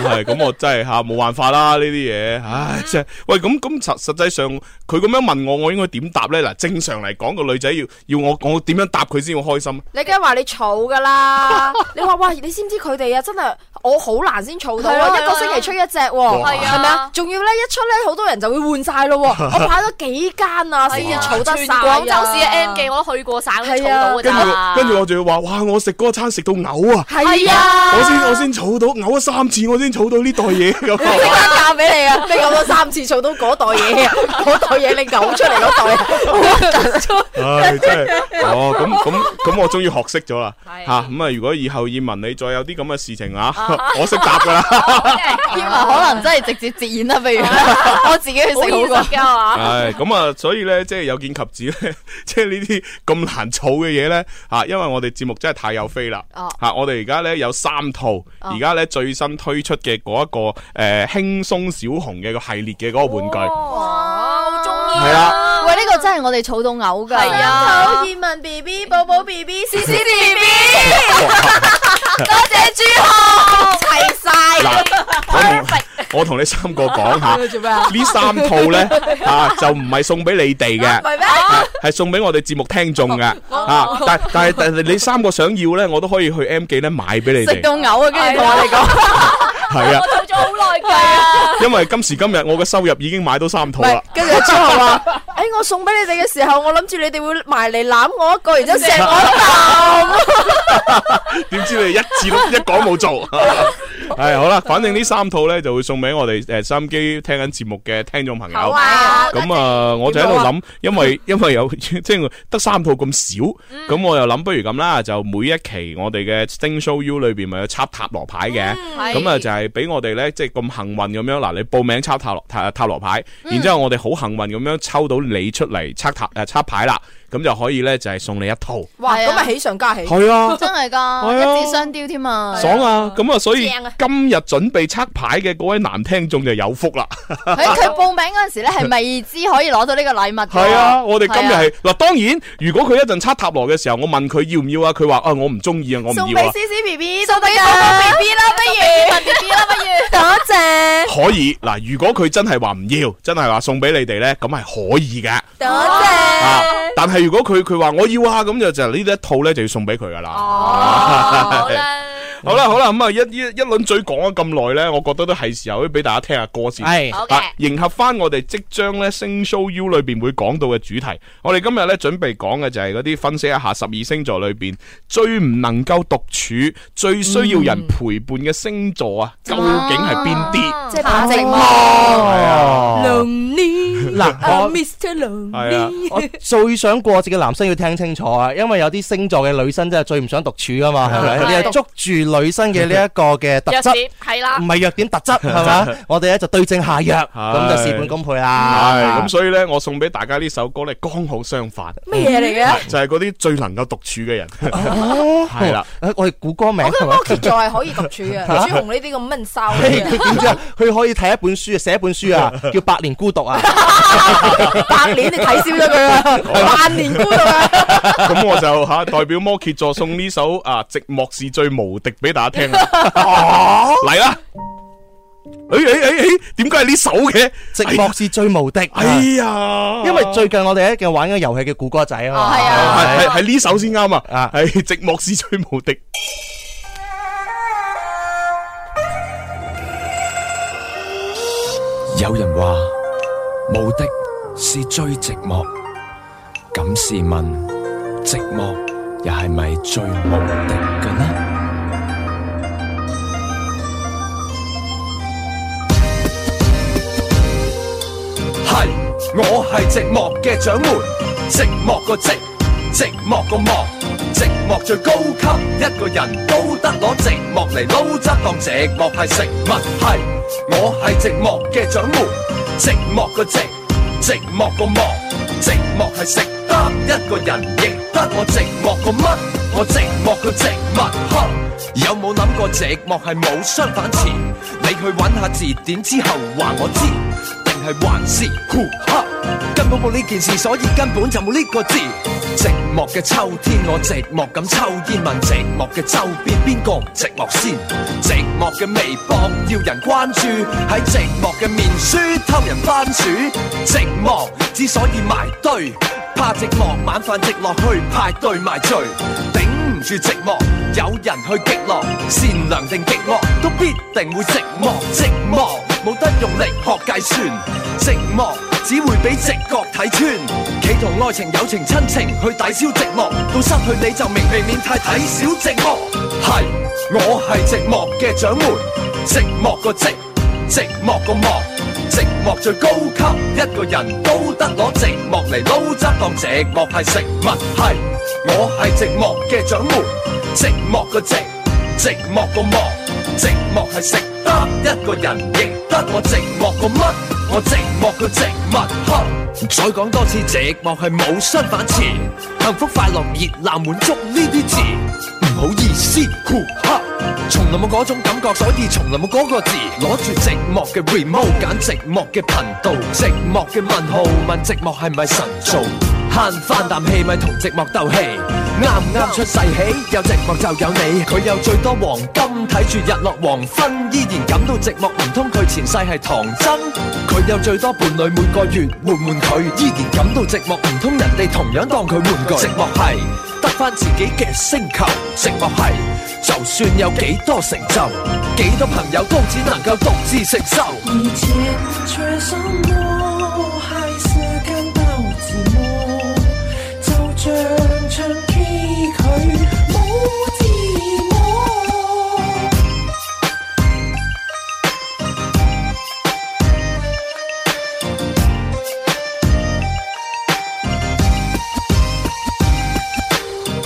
[SPEAKER 3] 唉，係咁，我真係吓冇辦法啦呢啲嘢，
[SPEAKER 1] 嗯
[SPEAKER 3] 唉，真係喂咁咁實實際上佢咁樣問我，我應該點答咧？嗱，正常嚟講，個女仔要要我我點樣答佢先會開心？
[SPEAKER 1] 你梗係話你儲噶 啦，你話喂，你知唔知佢哋啊？真係我好難先儲到
[SPEAKER 5] 係
[SPEAKER 1] 啊，
[SPEAKER 5] 啊係啊
[SPEAKER 1] 一個星期出一隻喎，
[SPEAKER 3] 哇
[SPEAKER 1] 係咪啊？仲要咧一出咧，好多人就會換晒 咯喎。我買咗幾間啊，先至儲得晒
[SPEAKER 5] 全
[SPEAKER 1] 啊。
[SPEAKER 5] 廣州市嘅 M 記我都去過省，都儲
[SPEAKER 1] 係啊
[SPEAKER 5] 到㗎
[SPEAKER 3] 跟住
[SPEAKER 5] 咋。
[SPEAKER 3] 跟住我仲要話，哇！我食嗰餐食到嘔啊！
[SPEAKER 1] 係啊，
[SPEAKER 3] 我先我先儲到嘔咗三次，我先儲到呢袋嘢
[SPEAKER 1] 即
[SPEAKER 3] 咁。
[SPEAKER 1] 刻嫁俾 你啊！你咁多三次儲到嗰袋嘢啊，嗰袋嘢你嘔出嚟嗰袋 啊，
[SPEAKER 3] 唉，真係 哦，咁咁咁，我終於學識咗啦
[SPEAKER 5] 係
[SPEAKER 3] 吓咁啊！如果以後葉文你再有啲咁嘅事情啊， 我識答噶啦。
[SPEAKER 4] 葉文可能真係直接截演啦，不如 我自己去食
[SPEAKER 5] 好
[SPEAKER 4] 好過
[SPEAKER 5] 現實。㗎嘛。
[SPEAKER 3] 唉，咁啊，所以咧，即係有見及此咧，即係呢 啲咁難儲嘅嘢咧，吓，因為我哋節目真係太有飛啦，
[SPEAKER 4] 哦
[SPEAKER 3] 吓，我哋而家咧有三套，而家咧最新推出嘅嗰一個诶輕鬆小紅嘅個系列嘅嗰個玩具，
[SPEAKER 5] 哇，好中意
[SPEAKER 3] 係啊，
[SPEAKER 4] 喂，呢個真係我哋儲到嘔㗎。
[SPEAKER 5] 係啊
[SPEAKER 1] 好葉文 B B、寶寶 B B、思思 B B，多謝朱 浩，齊晒。
[SPEAKER 3] 嗱，我 同我同你三個講下，呢三套咧啊就唔係送俾你哋嘅。
[SPEAKER 1] 係咩？
[SPEAKER 3] 系送俾我哋節目聽眾嘅，啊！但但係但係你三個想要咧，我都可以去 M 記咧買俾你
[SPEAKER 4] 食
[SPEAKER 3] 哋，
[SPEAKER 4] 到嘔啊！跟住同我哋講，
[SPEAKER 3] 係啊，
[SPEAKER 5] 儲咗好耐 㗎。
[SPEAKER 3] 因為今時今日我嘅收入已經買到三套啦。
[SPEAKER 1] 跟住朱浩話：， 誒，我送俾你哋嘅時候，我諗住你哋會埋嚟攬我一個，然之後錫我
[SPEAKER 3] 點知你一次 都一講冇做，係好啦，反正呢三套咧就會送俾我哋誒收音機聽緊節目嘅聽眾朋友。
[SPEAKER 1] 一啖。哇！
[SPEAKER 3] 咁啊，我就喺度諗，因 為因為有即係得三套咁少，咁我又諗不如咁啦，就每一期我哋嘅 Sting Show U 裏邊咪有插塔羅牌嘅，咁啊就係俾我哋咧即係咁幸運咁樣嗱，你報名插塔羅塔塔羅牌，然之後我哋好幸運咁樣抽到你出嚟插塔誒插牌啦，咁就可以咧就係送你一套，
[SPEAKER 1] 哇！咁咪喜上加喜。
[SPEAKER 3] 係啊。
[SPEAKER 4] 真係
[SPEAKER 3] 啊
[SPEAKER 4] 㗎，一箭雙雕添啊！
[SPEAKER 3] 爽啊！咁啊，所以
[SPEAKER 1] 正啊
[SPEAKER 3] 今日準備測牌嘅嗰位男聽眾就有福 啦。
[SPEAKER 1] 啊
[SPEAKER 4] 佢佢報名嗰陣時咧係未知可以攞到呢個禮物㗎。
[SPEAKER 3] 係啊，我哋今日
[SPEAKER 4] 係啊
[SPEAKER 3] 係嗱，當然如果佢一陣測塔羅嘅時候，我問佢要唔要啊，佢話啊我唔中意啊，我唔
[SPEAKER 1] 送
[SPEAKER 3] 要
[SPEAKER 1] 俾
[SPEAKER 3] 啊，
[SPEAKER 1] 思思 B B，
[SPEAKER 4] 送俾寶
[SPEAKER 1] 寶
[SPEAKER 4] 寶
[SPEAKER 1] B B 啦，不如問 B B 啦，不如多謝，
[SPEAKER 3] 可以嗱。如果佢真係話唔要，真係話送俾你哋咧，咁係可以嘅
[SPEAKER 1] 多謝。
[SPEAKER 3] 啊。但係如果佢佢話我要啊，咁就就呢一套咧就要送俾佢噶啦。
[SPEAKER 5] 哦
[SPEAKER 3] 啊
[SPEAKER 5] 好啦，
[SPEAKER 3] 好啦好啦，咁啊一一一輪嘴講咗咁耐咧，我覺得都係時候俾大家聽下歌先。
[SPEAKER 2] 係
[SPEAKER 5] 好嘅
[SPEAKER 3] 啊，，迎合翻我哋即將咧《星 show U》裏邊會講到嘅主題。我哋今日咧準備講嘅就係嗰啲分析一下十二星座裏邊最唔能夠獨處、最需要
[SPEAKER 5] 嗯
[SPEAKER 3] 人陪伴嘅星座啊，究竟係邊啲？
[SPEAKER 1] 即係怕寂
[SPEAKER 2] 係
[SPEAKER 1] 寞。
[SPEAKER 2] 啊，
[SPEAKER 1] Lonely，
[SPEAKER 2] 嗱我。
[SPEAKER 1] Mr.
[SPEAKER 3] 係啊
[SPEAKER 1] Lonely。
[SPEAKER 2] 我最想過節嘅男生要聽清楚啊，因為有啲星座嘅女生真係最唔想獨處噶
[SPEAKER 1] 啊
[SPEAKER 2] 嘛，係咪？
[SPEAKER 5] 係
[SPEAKER 2] 你係捉住女生嘅呢一個嘅特
[SPEAKER 5] 弱
[SPEAKER 2] 質，
[SPEAKER 5] 點係啦
[SPEAKER 2] 唔。係弱點特質係 嘛？我哋咧就對症下藥，咁就
[SPEAKER 3] 係
[SPEAKER 2] 事半功倍
[SPEAKER 3] 係
[SPEAKER 2] 啦。啊
[SPEAKER 3] 咁，所以咧，我送俾大家呢首歌咧，剛好相反，
[SPEAKER 1] 咩嘢嚟嘅？
[SPEAKER 3] 就係嗰啲最能夠獨處嘅人， 係啦。
[SPEAKER 2] 誒哦我哋估歌名
[SPEAKER 1] 我覺
[SPEAKER 2] 係
[SPEAKER 1] 得
[SPEAKER 2] 咪？
[SPEAKER 1] 摩羯座係可以獨處嘅，朱紅呢啲咁悶騷
[SPEAKER 2] 嘿
[SPEAKER 1] 嘅
[SPEAKER 2] 佢點知啊？佢可以睇一本書，寫一本書 啊，叫《百年孤獨》啊。
[SPEAKER 1] 白臉你睇少咗 佢啊，萬年孤獨啊！
[SPEAKER 3] 咁我就吓代表摩羯座送呢首啊《寂寞是最無敵》俾大家聽啦，
[SPEAKER 2] 哦
[SPEAKER 3] 嚟啦！哎誒誒誒誒，點解係呢首嘅？
[SPEAKER 2] 寂寞是最無敵。啊
[SPEAKER 3] 哎呀，
[SPEAKER 2] 因為最近我哋咧嘅玩嘅遊戲叫估歌仔啊
[SPEAKER 1] 哦
[SPEAKER 2] 嘛。
[SPEAKER 4] 係啊
[SPEAKER 3] 係係係呢首先啱啊
[SPEAKER 2] 啊！
[SPEAKER 3] 係寂寞是最無敵。
[SPEAKER 8] 有人话无敌是最寂寞，咁试问寂寞又係咪最無敵嘅呢？
[SPEAKER 12] 係，我係寂寞嘅掌門，寂寞個寂，寂寞個寞，寂寞最高級，一個人都得攞寂寞嚟撈汁當寂寞係食物。係，我係寂寞嘅掌門，寂寞個寂，寂寞個寞，寂寞係食得一個人，亦得我寂寞個乜？我寂寞個寂寞，呵，有冇諗過寂寞係冇相反詞？你去揾下字典之後話我知。定係還是酷黑？根本冇呢件事，所以根本就冇呢個字。寂寞嘅秋天，我寂寞咁抽煙，問寂寞嘅周邊邊個唔寂寞先？寂寞嘅微博要人關注，喺寂寞嘅面書偷人番薯。寂寞之所以埋堆，怕寂寞晚飯直落去派對埋醉，頂唔住寂寞，有人去擊落，善良定極惡都必定會寂寞，寂寞冇得用力學計算，寂寞只會俾直覺睇穿，企圖愛情、友情、親情去抵消寂寞，到失去你就明未免太睇小寂寞。係，我係寂寞嘅掌門，寂寞個寂，寂寞個寞。寂寞最高級，一個人都得攞寂寞嚟撈汁當寂寞係食物。係，我係寂寞嘅掌門，寂寞個寂，寂寞個寞，寂寞係食得一個人，亦得我寂寞個乜？我寂寞個寂寞，呵。再講多次，寂寞係冇相反詞，幸福、快樂、熱鬧、滿足呢啲字，唔好意思，酷黑。從來冇嗰種感覺，所以從來冇嗰個字。攞住寂寞嘅 remote，揀寂寞嘅頻道，寂寞嘅問號，問寂寞係咪神造？慳翻啖氣，咪同寂寞鬥氣。啱啱出世起，有寂寞就有你。佢有最多黃金，睇住日落黃昏，依然感到寂寞。唔通佢前世係唐僧？佢有最多伴侶，每個月換換佢，依然感到寂寞。唔通人哋同樣當佢玩具？寂寞係得翻自己嘅星球，寂寞係就算有幾多成就，幾多朋友都只能夠獨自承受。
[SPEAKER 11] 以前缺什么，还是感到寂寞，就像唱 K 佢冇字幕。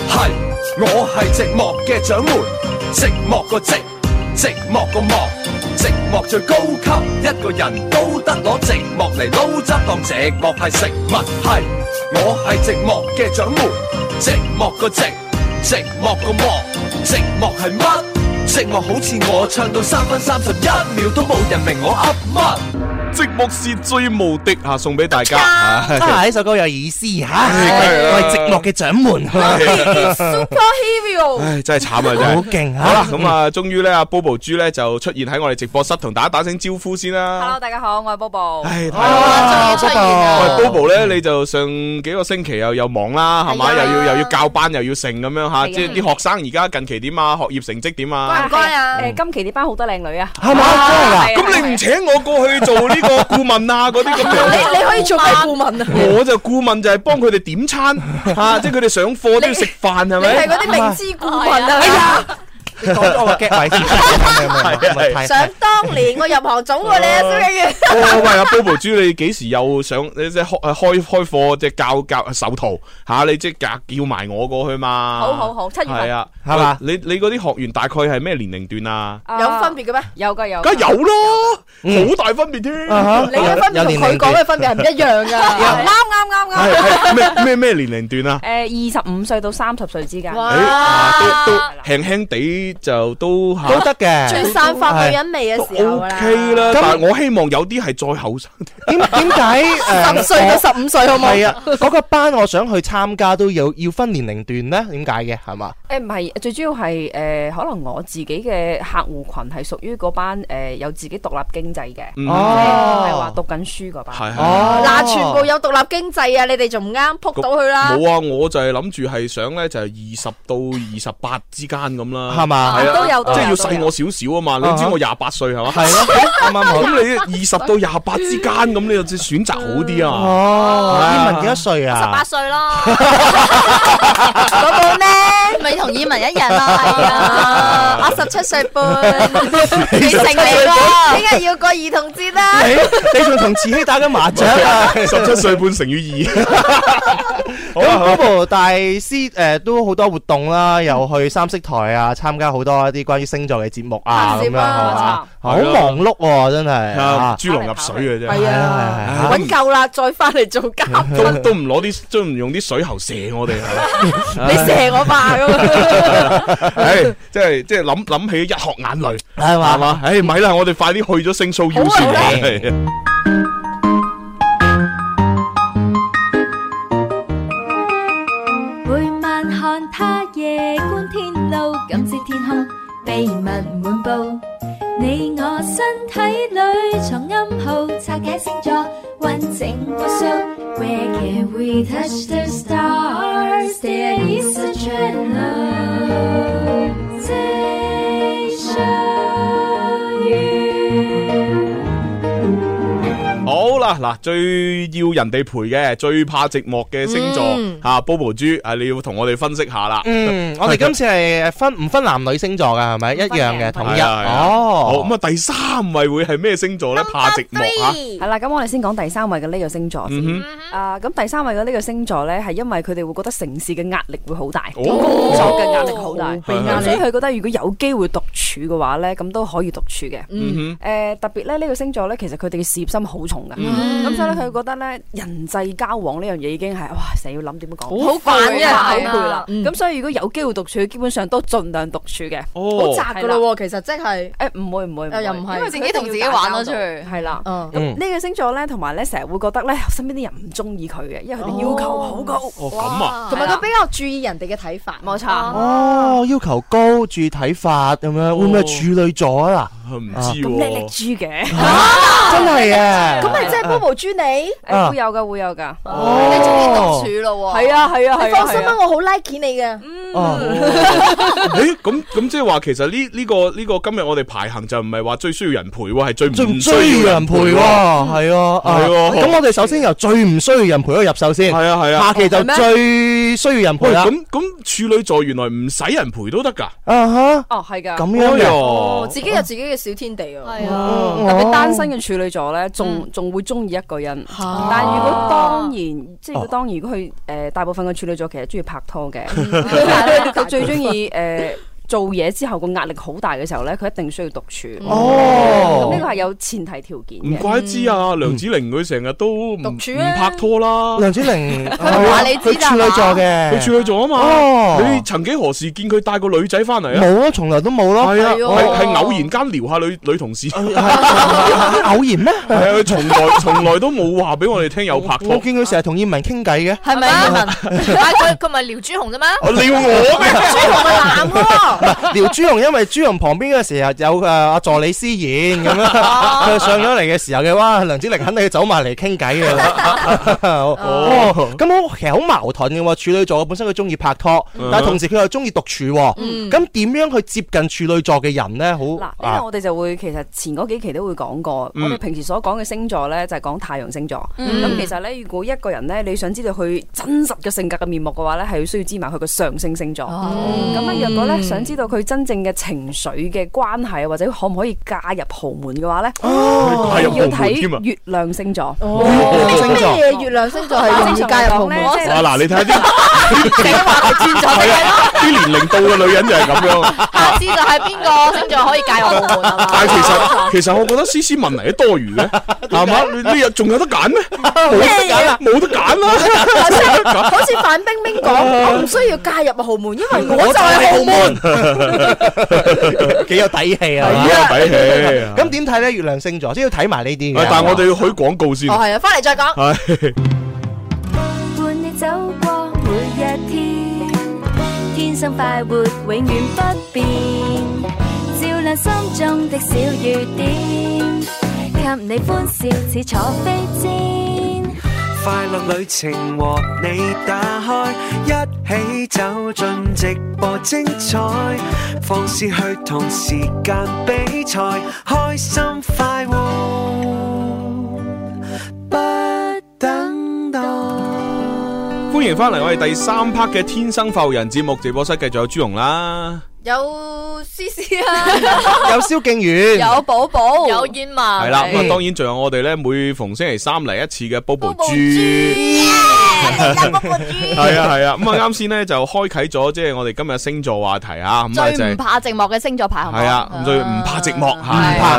[SPEAKER 12] 係，我係寂寞嘅掌門，寂寞個寂，寂寞個寞，寂寞最高級，一個人都得攞寂寞嚟撈汁當寂寞係食物。係，我係寂寞嘅掌門，寂寞個寂，寂寞個寞，寂寞係乜？寂寞好似我唱到三分三十一秒都冇人明我噏乜。
[SPEAKER 3] 寂寞是最無敵啊！送俾大家。
[SPEAKER 2] 啊！呢首歌有意思吓，
[SPEAKER 3] 哎
[SPEAKER 2] 我係寂寞嘅 掌門。
[SPEAKER 1] 哦 Superhero。
[SPEAKER 3] 唉，真係慘啊！真係
[SPEAKER 2] 好勁啊
[SPEAKER 3] 好啦，咁啊，終於咧，阿 Bobo 豬咧就出現喺我哋直播室，同大家打聲招呼先啦。
[SPEAKER 5] Hello，大家好，我係 Bobo。Ờ,
[SPEAKER 3] 唉，
[SPEAKER 5] 哇終於出現啦
[SPEAKER 3] 喂，Bobo 咧，你就上幾個星期又又忙啦，係嘛？
[SPEAKER 5] 係
[SPEAKER 3] 又
[SPEAKER 5] 啊
[SPEAKER 3] 要又要教班，又要成咁樣吓，
[SPEAKER 5] 係啊
[SPEAKER 3] 即係啲學生而家近期點啊？學業成績點啊？
[SPEAKER 5] 誒，今期呢班好多靚女啊，
[SPEAKER 3] 係嘛
[SPEAKER 5] 啊係啊
[SPEAKER 3] 咁你唔請我過去做呢個顧問啊？嗰啲咁樣，
[SPEAKER 1] 你你可以做咩顧問啊？
[SPEAKER 3] 我就顧問就係幫佢哋點餐吓，即係佢哋上課都要食飯係
[SPEAKER 1] 你
[SPEAKER 3] 咪？
[SPEAKER 1] 係嗰啲明知故問啊！哎呀，
[SPEAKER 2] 講咗我 get 位先，
[SPEAKER 1] 啊
[SPEAKER 2] 係係
[SPEAKER 1] 想當年我入行早過你啊，蕭敬元。
[SPEAKER 3] 哦喂，阿 Bobo 豬，你幾時又上？你即係開開開課，即係教教手徒吓，你即係叫埋我過去嘛？
[SPEAKER 5] 好好好七月份
[SPEAKER 3] 係啊，
[SPEAKER 2] 係嘛
[SPEAKER 3] 喂？你你嗰啲學員大概係咩年齡段啊？
[SPEAKER 1] 有分別嘅咩？
[SPEAKER 5] 有噶有，
[SPEAKER 3] 梗係有咯，好大分別添。
[SPEAKER 2] 啊
[SPEAKER 1] 你
[SPEAKER 3] Ờ,
[SPEAKER 1] 嘅分別同佢講嘅分別係唔一樣㗎。
[SPEAKER 5] Ờ,
[SPEAKER 1] 啱啱啱
[SPEAKER 3] 係
[SPEAKER 1] 啱。
[SPEAKER 3] 係咩 咩咩年齡段啊？
[SPEAKER 5] 誒二十五歲到三十歲之間，
[SPEAKER 1] 哇
[SPEAKER 3] 誒啊都都輕輕地就都都
[SPEAKER 2] 得嘅
[SPEAKER 1] 最散發女人味嘅時候啦。
[SPEAKER 3] OK 啦，但係我希望有啲係再後生。
[SPEAKER 2] 點點解誒？
[SPEAKER 1] 十歲到十五歲好冇
[SPEAKER 2] 係啊，嗰個班我想去參加都要要分年齡段咧，點解嘅係嘛？
[SPEAKER 5] 誒唔係，最主要係誒、可能我自己嘅客户群係屬於嗰班誒、有自己獨立經
[SPEAKER 10] 經濟嘅，即係
[SPEAKER 1] 嗯
[SPEAKER 10] 唔係話讀緊書嗰班。
[SPEAKER 3] 係係係
[SPEAKER 1] 嗱，全部有獨立經濟啊，你哋仲唔啱撲到佢啦？
[SPEAKER 3] 冇啊，我就係諗住係想咧，就係二十到二十八之間咁啦，
[SPEAKER 2] 係嘛
[SPEAKER 3] 係啊，
[SPEAKER 2] 都有都有
[SPEAKER 3] 即係要細我少少啊嘛。你知我廿八歲係嘛？
[SPEAKER 2] 係咯啱啱好
[SPEAKER 3] 咁你二十到廿八之間咁，你就選擇好啲啊。
[SPEAKER 2] 哦，葉文幾多歲啊？
[SPEAKER 4] 八歲咯，
[SPEAKER 1] 嗰個咩？
[SPEAKER 4] 咪同以文一樣咯，係啊，
[SPEAKER 1] 我十七歲半，
[SPEAKER 2] 你
[SPEAKER 1] 你
[SPEAKER 2] 十
[SPEAKER 1] 成
[SPEAKER 2] 七
[SPEAKER 1] 年
[SPEAKER 2] 歲
[SPEAKER 1] 啦，
[SPEAKER 2] 半
[SPEAKER 1] 聽日要過兒童節啦。
[SPEAKER 2] 你你仲同慈禧打緊麻雀啊？
[SPEAKER 3] 十七歲半乘以二。 啊
[SPEAKER 2] 咁 Bobo 大師誒都好多活動啦，又去三色台啊，參加好多一啲關於星座嘅節目啊，咁樣係嘛？好忙碌喎，真係
[SPEAKER 3] 啊
[SPEAKER 2] 啊，
[SPEAKER 3] 豬籠入水嘅啫。
[SPEAKER 1] 係啊，揾夠啦，再翻嚟做嘉賓。
[SPEAKER 3] 都都唔攞啲，都唔用啲水喉射我哋係嘛？
[SPEAKER 1] 你射我吧咁樣
[SPEAKER 3] 唉，即係即係諗諗起一殼眼淚，
[SPEAKER 2] 係
[SPEAKER 3] 嘛？係嘛？唉，啊哎咪啦，我哋快啲去咗星 show U 先
[SPEAKER 1] 好啊好啊
[SPEAKER 3] 係啊。
[SPEAKER 11] 每晚看他夜觀天路，感知天空秘密滿布。你我身體裏藏暗號，拆解星座完整無數。Where can we touch the stars? There is a translation.
[SPEAKER 3] 好啦，嗱，最要人哋陪嘅，最怕寂寞嘅星座
[SPEAKER 2] 嗯
[SPEAKER 3] 吓，Bobo 豬啊，你要同我哋分析下啦。
[SPEAKER 2] 嗯，我哋今次係分唔分男女星座㗎，係咪一樣嘅統一？
[SPEAKER 3] 係啊係啊
[SPEAKER 2] 哦，
[SPEAKER 3] 好咁啊，第三位會係咩星座咧？怕寂寞啊吓。
[SPEAKER 10] 係啦，咁我哋先講第三位嘅呢個星座
[SPEAKER 3] 嗯
[SPEAKER 10] 先。
[SPEAKER 2] 嗯
[SPEAKER 10] 啊，咁第三位嘅呢個星座咧，係因為佢哋會覺得城市嘅壓力會好大，
[SPEAKER 5] 哦
[SPEAKER 10] 工作嘅壓力好大，
[SPEAKER 5] 被壓力
[SPEAKER 10] 所以佢覺得如果有機會獨處嘅話咧，咁都可以獨處嘅。
[SPEAKER 5] 嗯
[SPEAKER 10] 誒特別咧呢個星座咧，其實佢哋嘅事業心好重㗎，
[SPEAKER 5] 嗯
[SPEAKER 10] 咁所以咧佢覺得咧人際交往呢樣嘢已經係哇成日要諗點樣講，
[SPEAKER 5] 好煩啊
[SPEAKER 10] 好攰
[SPEAKER 5] 係
[SPEAKER 10] 啦
[SPEAKER 5] 啊。
[SPEAKER 10] 咁所以如果有機會獨處，基本上都盡量獨處嘅，
[SPEAKER 5] 哦
[SPEAKER 1] 好窄噶咯喎，其實即係
[SPEAKER 10] 誒唔會唔會，
[SPEAKER 1] 又唔係，
[SPEAKER 10] 因為
[SPEAKER 5] 自己同自己玩咗出去
[SPEAKER 10] 係啦。
[SPEAKER 1] 嗯
[SPEAKER 10] 咁呢個星座咧，同埋咧成日會覺得咧身邊啲人唔中意佢嘅，因為佢哋要求好高。
[SPEAKER 2] 哦咁啊
[SPEAKER 1] 同埋佢比較注意人哋嘅睇法，冇錯。
[SPEAKER 2] 哦，要求高，注意睇法咁樣，會唔會係處女座啊？
[SPEAKER 3] 哦唔
[SPEAKER 10] 咁叻叻豬嘅，
[SPEAKER 2] 真係啊！
[SPEAKER 1] 咁咪即係 Bobo 豬你？哦
[SPEAKER 10] 誒會有㗎啊會有㗎。
[SPEAKER 1] 你中意獨
[SPEAKER 10] 處咯喎係啊係啊係啊
[SPEAKER 1] 你放心
[SPEAKER 10] 係
[SPEAKER 1] 啦，
[SPEAKER 10] 啊
[SPEAKER 1] 我好 like 你嘅。
[SPEAKER 3] 诶，咁咁即係話，其實呢呢個呢個今日我哋排行就唔係話最需要人陪喎，係最
[SPEAKER 2] 最唔
[SPEAKER 3] 唔
[SPEAKER 2] 需要人陪喎，係啊，啊
[SPEAKER 3] 係喎
[SPEAKER 2] 咁我哋首先由最唔需要人陪嗰個入手先，係
[SPEAKER 3] 啊係啊
[SPEAKER 2] 下期就
[SPEAKER 3] 係咩
[SPEAKER 2] 最需要人陪啊
[SPEAKER 3] 喂，
[SPEAKER 2] 啦。
[SPEAKER 3] 咁咁處女座原來唔使人陪都得㗎。
[SPEAKER 2] 啊哈，
[SPEAKER 10] 哦係㗎，
[SPEAKER 2] 咁樣嘅
[SPEAKER 10] 哦
[SPEAKER 1] 自己有自己嘅小天地啊。嗯
[SPEAKER 10] 係啊
[SPEAKER 2] 哦
[SPEAKER 10] 特別單身嘅處女座咧，仲仲會中意一個人。但係如果當然，即係當然，如果佢誒大部分嘅處女座其實中意拍拖 嘅，但係咧佢最中意誒。做嘢之後個壓力好大嘅時候咧，佢一定需要獨
[SPEAKER 1] 嗯
[SPEAKER 10] 處。
[SPEAKER 3] 哦
[SPEAKER 10] 咁呢個係有前提條件
[SPEAKER 3] 唔
[SPEAKER 10] 嘅。
[SPEAKER 3] 怪之啊，梁子玲佢成日都唔唔拍拖啦。
[SPEAKER 2] 梁子 玲哦
[SPEAKER 10] 話你知
[SPEAKER 2] 佢處女座嘅，
[SPEAKER 3] 佢處女座啊嘛
[SPEAKER 2] 哦。
[SPEAKER 3] 你曾幾何時見佢帶個女仔翻嚟啊？
[SPEAKER 2] 冇啊，從來都冇咯。
[SPEAKER 3] 係啊，係係偶然間聊下女女同事，
[SPEAKER 2] 哎
[SPEAKER 3] 係
[SPEAKER 2] 偶然咩？
[SPEAKER 3] 啊，佢從來從來都冇話俾我哋聽有拍
[SPEAKER 2] 我
[SPEAKER 3] 拖。
[SPEAKER 2] 見佢成日同葉文傾偈嘅，
[SPEAKER 5] 係咪 啊？文但係佢佢咪撩朱紅啫嘛？
[SPEAKER 3] 你要我咩？
[SPEAKER 2] 聊朱紅，因為朱紅旁邊嘅時候有誒呃阿助理思妍 咁樣，佢上咗嚟嘅時候嘅話，梁子玲肯定要走埋嚟傾偈嘅 啦。哦，咁好其實好矛盾嘅喎，處女座本身佢中意拍拖，
[SPEAKER 1] 嗯
[SPEAKER 2] 但係同時佢又中意獨處喎。
[SPEAKER 10] 嗯
[SPEAKER 2] 咁點樣去接近處女座嘅人呢？好啊
[SPEAKER 10] 嗱，呢個我哋就會其實前嗰幾期都會講過，
[SPEAKER 2] 嗯
[SPEAKER 10] 我哋平時所講嘅星座咧就係講太陽星座。
[SPEAKER 5] 嗯
[SPEAKER 10] 咁其實咧，如果一個人咧你想知道佢真實嘅性格嘅面目嘅話咧，係需要知埋佢個上升星座。咁啊，若果咧想知道佢真正嘅情緒嘅關係或者可唔可以嫁入豪門嘅話咧，
[SPEAKER 3] 嫁入豪門
[SPEAKER 10] 要
[SPEAKER 3] 添啊
[SPEAKER 10] 睇月亮星座。
[SPEAKER 1] 咩咩嘢月亮星座係容易加入豪門？
[SPEAKER 3] 啊嗱，你睇下啲，
[SPEAKER 5] 成日話佢轉咗
[SPEAKER 3] 係啊，啲年齡到嘅女人就係咁樣。
[SPEAKER 5] 下次就係邊個星座可以介入我門啊嘛？
[SPEAKER 3] 但係其實其實我覺得思思問嚟都多餘 嘅，係嘛？你你有仲有得揀咩？冇得揀啦，冇得揀啊
[SPEAKER 1] 頭 先
[SPEAKER 3] 啦，
[SPEAKER 1] 好似范冰冰 講，我唔需要加入豪門，因為我就係豪門。
[SPEAKER 2] 門， 幾有底氣啊！
[SPEAKER 3] 幾有底氣啊
[SPEAKER 2] 咁點睇呢？月亮星座即係要睇埋呢啲嘅
[SPEAKER 3] 啊但係我哋要許廣告先。
[SPEAKER 1] 哦，係啊，翻嚟再講。
[SPEAKER 3] 係
[SPEAKER 11] 伴你走過每一天，天生快活，永遠不變。照亮心中的小雨點，
[SPEAKER 9] 給你歡笑，似坐飛氈。
[SPEAKER 13] 快樂旅程和你打開，一起走進直播精彩，放肆去同時間比賽，開心快活，不 等待。
[SPEAKER 3] 欢迎翻嚟我哋第三 part 嘅《天生浮人》節目直播室，繼續有朱容啦，
[SPEAKER 1] 有思思 啊，
[SPEAKER 2] 有萧敬遠，
[SPEAKER 1] 寶寶， 有哎燕文，
[SPEAKER 3] 係
[SPEAKER 1] 係
[SPEAKER 3] 啦，咁啊當然仲有我哋咧，每逢星期三嚟一次嘅 Bobo 豬。 係啊係啊，咁啊啱先咧就開啟咗即係我哋今日星座話題啊，咁啊就
[SPEAKER 5] 最
[SPEAKER 3] 係
[SPEAKER 5] 唔怕寂寞嘅星座排行榜
[SPEAKER 3] 係啊，咁所以唔怕寂寞啊吓，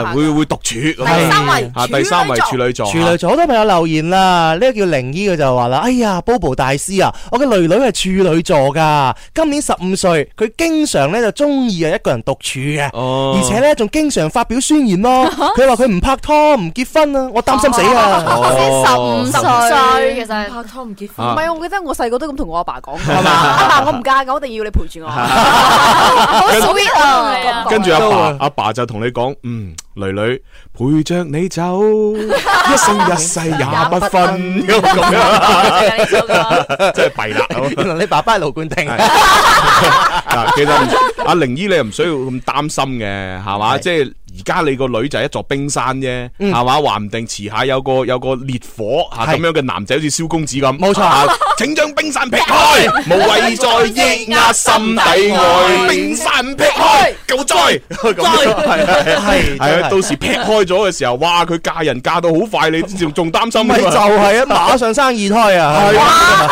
[SPEAKER 3] 唔怕會會獨處咁樣。
[SPEAKER 5] 第三位
[SPEAKER 3] 啊，第三位處女座，
[SPEAKER 2] 處女座好多朋友留言啦，呢、個叫靈姨嘅就話啦：，哎呀，Bobo 大師啊，我嘅女女係處女座噶，今年十五歲，佢經常咧就中意啊一個人獨處嘅，
[SPEAKER 3] 哦
[SPEAKER 2] 而且咧仲經常發表宣言 咯。佢話佢唔拍拖唔結婚啊，我擔心死啊！
[SPEAKER 5] 哦先15歲 其
[SPEAKER 10] 實拍拖唔結
[SPEAKER 2] 婚啊
[SPEAKER 10] 唔係，我記得我細個都咁同我阿爸講過，阿爸我唔嫁㗎，我一定要你陪住 我，好 sweet 啊！咁講
[SPEAKER 3] 跟住阿爸，阿爸就同你講：，嗯，女女陪着你 走，一生一世也不分咁樣，真係弊啦！
[SPEAKER 2] 原來你爸爸係盧冠廷。
[SPEAKER 3] 嗱，其實唔阿玲姨你唔需要咁擔心嘅，係嘛？即係而家你個女就係一座冰山啫，
[SPEAKER 2] 嗯
[SPEAKER 3] 係嘛？話唔定遲下有個有個烈火嚇
[SPEAKER 2] 係
[SPEAKER 3] 咁樣嘅男仔，好似蕭公子咁，
[SPEAKER 2] 冇錯
[SPEAKER 3] 啊請將冰山劈 開，無謂再抑壓心底愛，冰山劈開，救 災咁樣係係係係啊！到時劈開咗嘅時候，哇！佢嫁人嫁到好快，你仲仲擔心㗎嘛
[SPEAKER 2] 咪就係啊，馬上生二胎啊！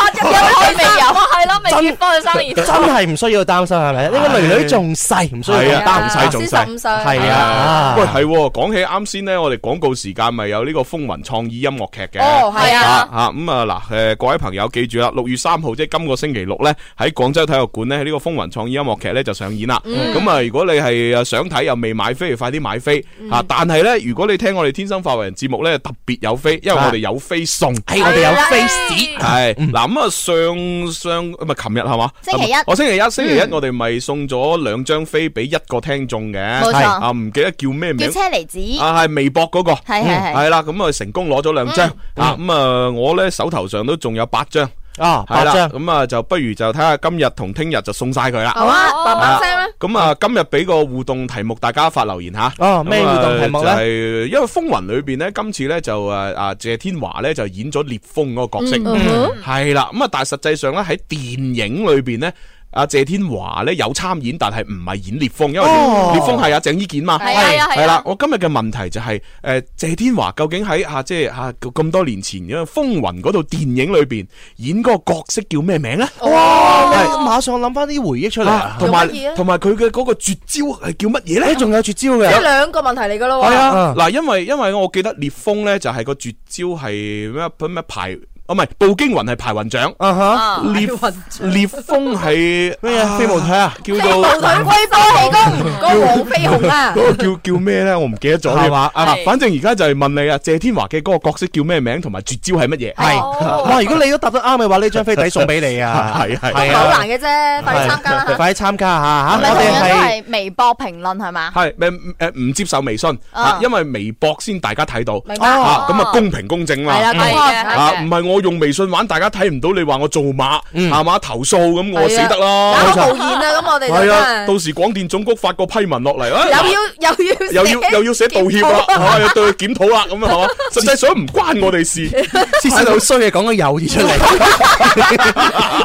[SPEAKER 5] 未有，係咯，未結婚生兒
[SPEAKER 2] 真係唔需要擔心係咪？呢個女女仲細，唔需要
[SPEAKER 3] 係
[SPEAKER 2] 咁
[SPEAKER 3] 啊，
[SPEAKER 2] 擔
[SPEAKER 3] 仲細
[SPEAKER 2] 心。
[SPEAKER 3] 仲細，
[SPEAKER 2] 係啊，
[SPEAKER 3] 喂，係喎講起啱先咧，我哋廣告時間咪有呢個風雲創意音樂劇嘅，
[SPEAKER 5] 哦係啊
[SPEAKER 3] 啊咁啊嗱，誒各位朋友記住啦，六月三號即係今個星期六咧，喺廣州體育館咧呢個風雲創意音樂劇咧就上演啦。
[SPEAKER 5] 嗯
[SPEAKER 3] 咁啊，如果你係誒想睇又未買飛，快啲買飛
[SPEAKER 5] 嗯
[SPEAKER 3] 啊！但係咧，如果你聽我哋天生發為人節目咧，特別有飛，因為我哋有飛送，
[SPEAKER 2] 係我哋有 face
[SPEAKER 3] 係嗱咁啊，上上唔係琴日係嘛？
[SPEAKER 5] 星期一
[SPEAKER 3] 我星期一，星期一
[SPEAKER 5] 嗯
[SPEAKER 3] 我哋咪送咗兩張飛俾一個聽眾嘅，
[SPEAKER 5] 冇錯
[SPEAKER 3] 係啊，唔記得叫咩名
[SPEAKER 5] 叫。車厘子，
[SPEAKER 3] 啊，系微博嗰個，
[SPEAKER 5] 係係嗯係
[SPEAKER 3] 系啦，咁啊成功攞咗兩張啊，咁啊我咧手頭上都仲有八張，
[SPEAKER 2] 啊
[SPEAKER 3] 係啦
[SPEAKER 2] 八張
[SPEAKER 3] 咁啊就不如就睇下今日同聽日就送晒佢啦。
[SPEAKER 1] 好啊慢慢聲啦
[SPEAKER 3] 咁啊今日俾個互動題目大家發留言吓。
[SPEAKER 2] 哦咩互動題目
[SPEAKER 3] 咁
[SPEAKER 2] 呢
[SPEAKER 3] 啊就係因為風雲裏邊咧，今次咧就诶啊謝天華咧就演咗烈風嗰個角色，
[SPEAKER 5] 嗯嗯哼
[SPEAKER 3] 係啦，咁啊但係實際上咧喺電影裏邊咧。阿謝天華咧有參演，但係唔係演烈風，因為烈
[SPEAKER 2] 哦
[SPEAKER 3] 烈風係阿鄭伊健嘛，
[SPEAKER 2] 係啊係啊
[SPEAKER 3] 係啦。我今日嘅問題就係、誒、謝天華究竟喺啊即係啊咁多年前因為《風雲》嗰套電影裏邊演嗰個角色叫咩名咧？
[SPEAKER 2] 哇！
[SPEAKER 3] 係
[SPEAKER 2] 你哦馬上諗翻啲回憶出嚟
[SPEAKER 3] 啊
[SPEAKER 2] 啊，
[SPEAKER 3] 同埋
[SPEAKER 1] 做乜嘢啊
[SPEAKER 3] 同埋佢嘅嗰個絕招係叫乜嘢咧？
[SPEAKER 2] 你仲有絕招
[SPEAKER 1] 呢
[SPEAKER 2] 嘅，
[SPEAKER 1] 兩個問題嚟噶咯喎，
[SPEAKER 3] 係啊，嗱，因為因為我記得烈風咧就係個絕招係咩咩排。啊，唔係步驚雲係排雲掌，
[SPEAKER 2] 啊
[SPEAKER 3] 烈烈風係咩
[SPEAKER 2] 啊飛毛腿啊
[SPEAKER 3] 叫做
[SPEAKER 1] 飛毛
[SPEAKER 11] à?
[SPEAKER 1] 腿龜波氣功嗰個哦黃飛鴻啊
[SPEAKER 3] 嗰個叫叫咩咧？我唔記得咗
[SPEAKER 2] 係嘛
[SPEAKER 3] 啊
[SPEAKER 2] 係
[SPEAKER 3] 反正而家就係問你啊，謝天華嘅嗰個角色叫咩名，同埋絕招係乜嘢？
[SPEAKER 2] 係
[SPEAKER 1] 哦
[SPEAKER 2] 哇！如果你都答得啱嘅話，呢張飛底送俾你啊！
[SPEAKER 3] 係係
[SPEAKER 2] 係
[SPEAKER 1] 好
[SPEAKER 2] 啊
[SPEAKER 1] 難，嘅啫，快啲參加啦嚇
[SPEAKER 2] 快啲參加下
[SPEAKER 5] 係
[SPEAKER 2] 嚇！
[SPEAKER 5] 咪
[SPEAKER 2] 我
[SPEAKER 5] 同樣
[SPEAKER 2] 哋
[SPEAKER 5] 都
[SPEAKER 2] 係
[SPEAKER 5] 係微博評論係嘛？
[SPEAKER 3] 係咩？誒唔接受微信啊
[SPEAKER 5] 啊，
[SPEAKER 3] 因為微博先大家睇到
[SPEAKER 5] 明白
[SPEAKER 3] 啊，咁啊公平公正嘛。
[SPEAKER 5] 係啦公
[SPEAKER 3] 嗯
[SPEAKER 5] 開
[SPEAKER 3] 啊，唔係我用微信玩，大家睇唔到你話我做馬
[SPEAKER 2] 嗯
[SPEAKER 3] 係嘛投訴咁，我死
[SPEAKER 1] 啊
[SPEAKER 3] 得啦。
[SPEAKER 1] 打個無言啊，咁我哋就
[SPEAKER 3] 係啊，
[SPEAKER 1] 真
[SPEAKER 3] 到時廣電總局發個批文落嚟啊，
[SPEAKER 1] 係又要又 要
[SPEAKER 3] 又要又要寫道歉啦， 係嘛，又對佢 檢討啦，咁啊，係嘛，實際上唔關我哋事。
[SPEAKER 2] 黐線好衰嘅，講個友字 出嚟，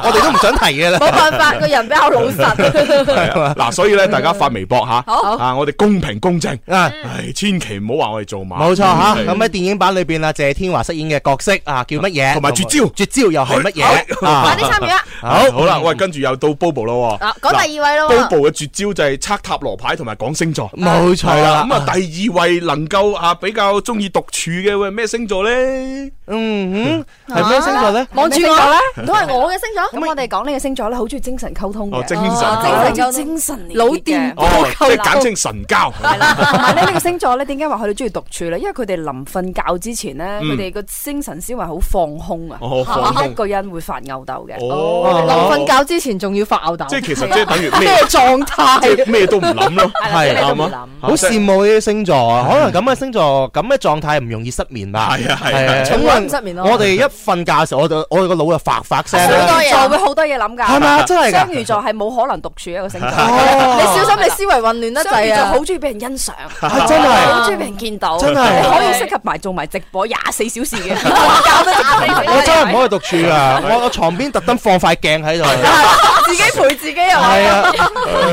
[SPEAKER 2] 我哋都唔想提嘅啦。
[SPEAKER 1] 冇辦法，個人比較老 實。
[SPEAKER 3] 係啊嗱，所以咧，大家發微博吓，
[SPEAKER 1] 好
[SPEAKER 3] 啊，我哋公平公正，
[SPEAKER 2] 啊
[SPEAKER 3] 唉，千祈唔好話我哋做馬，
[SPEAKER 2] À. 冇錯嚇，
[SPEAKER 3] 嗯係
[SPEAKER 2] 咁喺電影版裏邊啊，謝天華飾演嘅角色啊，叫乜嘢？
[SPEAKER 3] 同埋絕招
[SPEAKER 2] 絕招又係乜 嘢？啊
[SPEAKER 1] 快啲參與啊！
[SPEAKER 2] 好
[SPEAKER 3] 好啦，喂，跟住又到 Bobo 咯喎
[SPEAKER 1] 啊，講第二位咯喎
[SPEAKER 3] Bobo 嘅絕招就係測塔羅牌同埋講星座，
[SPEAKER 2] 冇錯
[SPEAKER 3] 係啦。
[SPEAKER 2] 啦
[SPEAKER 3] 咁啊，第二位能夠啊比較中意獨處嘅喂咩星座咧？
[SPEAKER 2] 嗯哼，
[SPEAKER 3] 啊
[SPEAKER 2] 係咩星座咧？
[SPEAKER 10] 望住我咧，
[SPEAKER 1] 都係我嘅星座。
[SPEAKER 10] 咁我哋講呢個星座咧，好中意精神溝通
[SPEAKER 3] 哦
[SPEAKER 10] 嘅，
[SPEAKER 3] 精神
[SPEAKER 10] 哦精
[SPEAKER 1] 溝
[SPEAKER 10] 神
[SPEAKER 1] 通
[SPEAKER 10] 精神
[SPEAKER 1] 老電
[SPEAKER 3] 哦，即係簡稱神 交。
[SPEAKER 10] 同埋咧，呢個星座咧，點解話佢哋中意獨處咧？因為佢哋臨瞓覺之前咧，佢哋個精神思維好放胸啊，
[SPEAKER 3] 嗯哦放空
[SPEAKER 10] 一個人會發吽豆嘅。
[SPEAKER 3] 哦
[SPEAKER 1] 臨瞓覺之前仲要發吽豆，
[SPEAKER 3] 即係其實即係等於咩
[SPEAKER 1] 咩狀
[SPEAKER 3] 即係
[SPEAKER 1] 態？
[SPEAKER 3] 咩都唔諗咯，
[SPEAKER 2] 係
[SPEAKER 3] 啱啊，
[SPEAKER 2] 好羨慕呢啲星座啊！可能咁嘅星座咁嘅狀態唔容易失眠吧？係
[SPEAKER 3] 啊係啊
[SPEAKER 1] 從來唔失眠咯
[SPEAKER 2] 我哋一瞓覺嘅時候，我就我哋個腦就發發聲啦。
[SPEAKER 10] 座會好多嘢諗㗎，
[SPEAKER 2] 係咪啊真係㗎
[SPEAKER 10] 雙魚座係冇可能獨處一個 星座，
[SPEAKER 2] 哦
[SPEAKER 1] 你小心你思維混亂得
[SPEAKER 10] 雙魚
[SPEAKER 1] 滯
[SPEAKER 10] 座
[SPEAKER 1] 啊！
[SPEAKER 10] 好中意俾人欣賞，
[SPEAKER 2] 啊真係
[SPEAKER 10] 好中意俾人見到，
[SPEAKER 2] 真係
[SPEAKER 10] 可以適合埋做埋直播廿四小時嘅，搞得廿四
[SPEAKER 2] 我真係唔可以獨處啊！我我床邊特登放塊鏡喺度。
[SPEAKER 1] 自己陪自己又
[SPEAKER 2] 係啊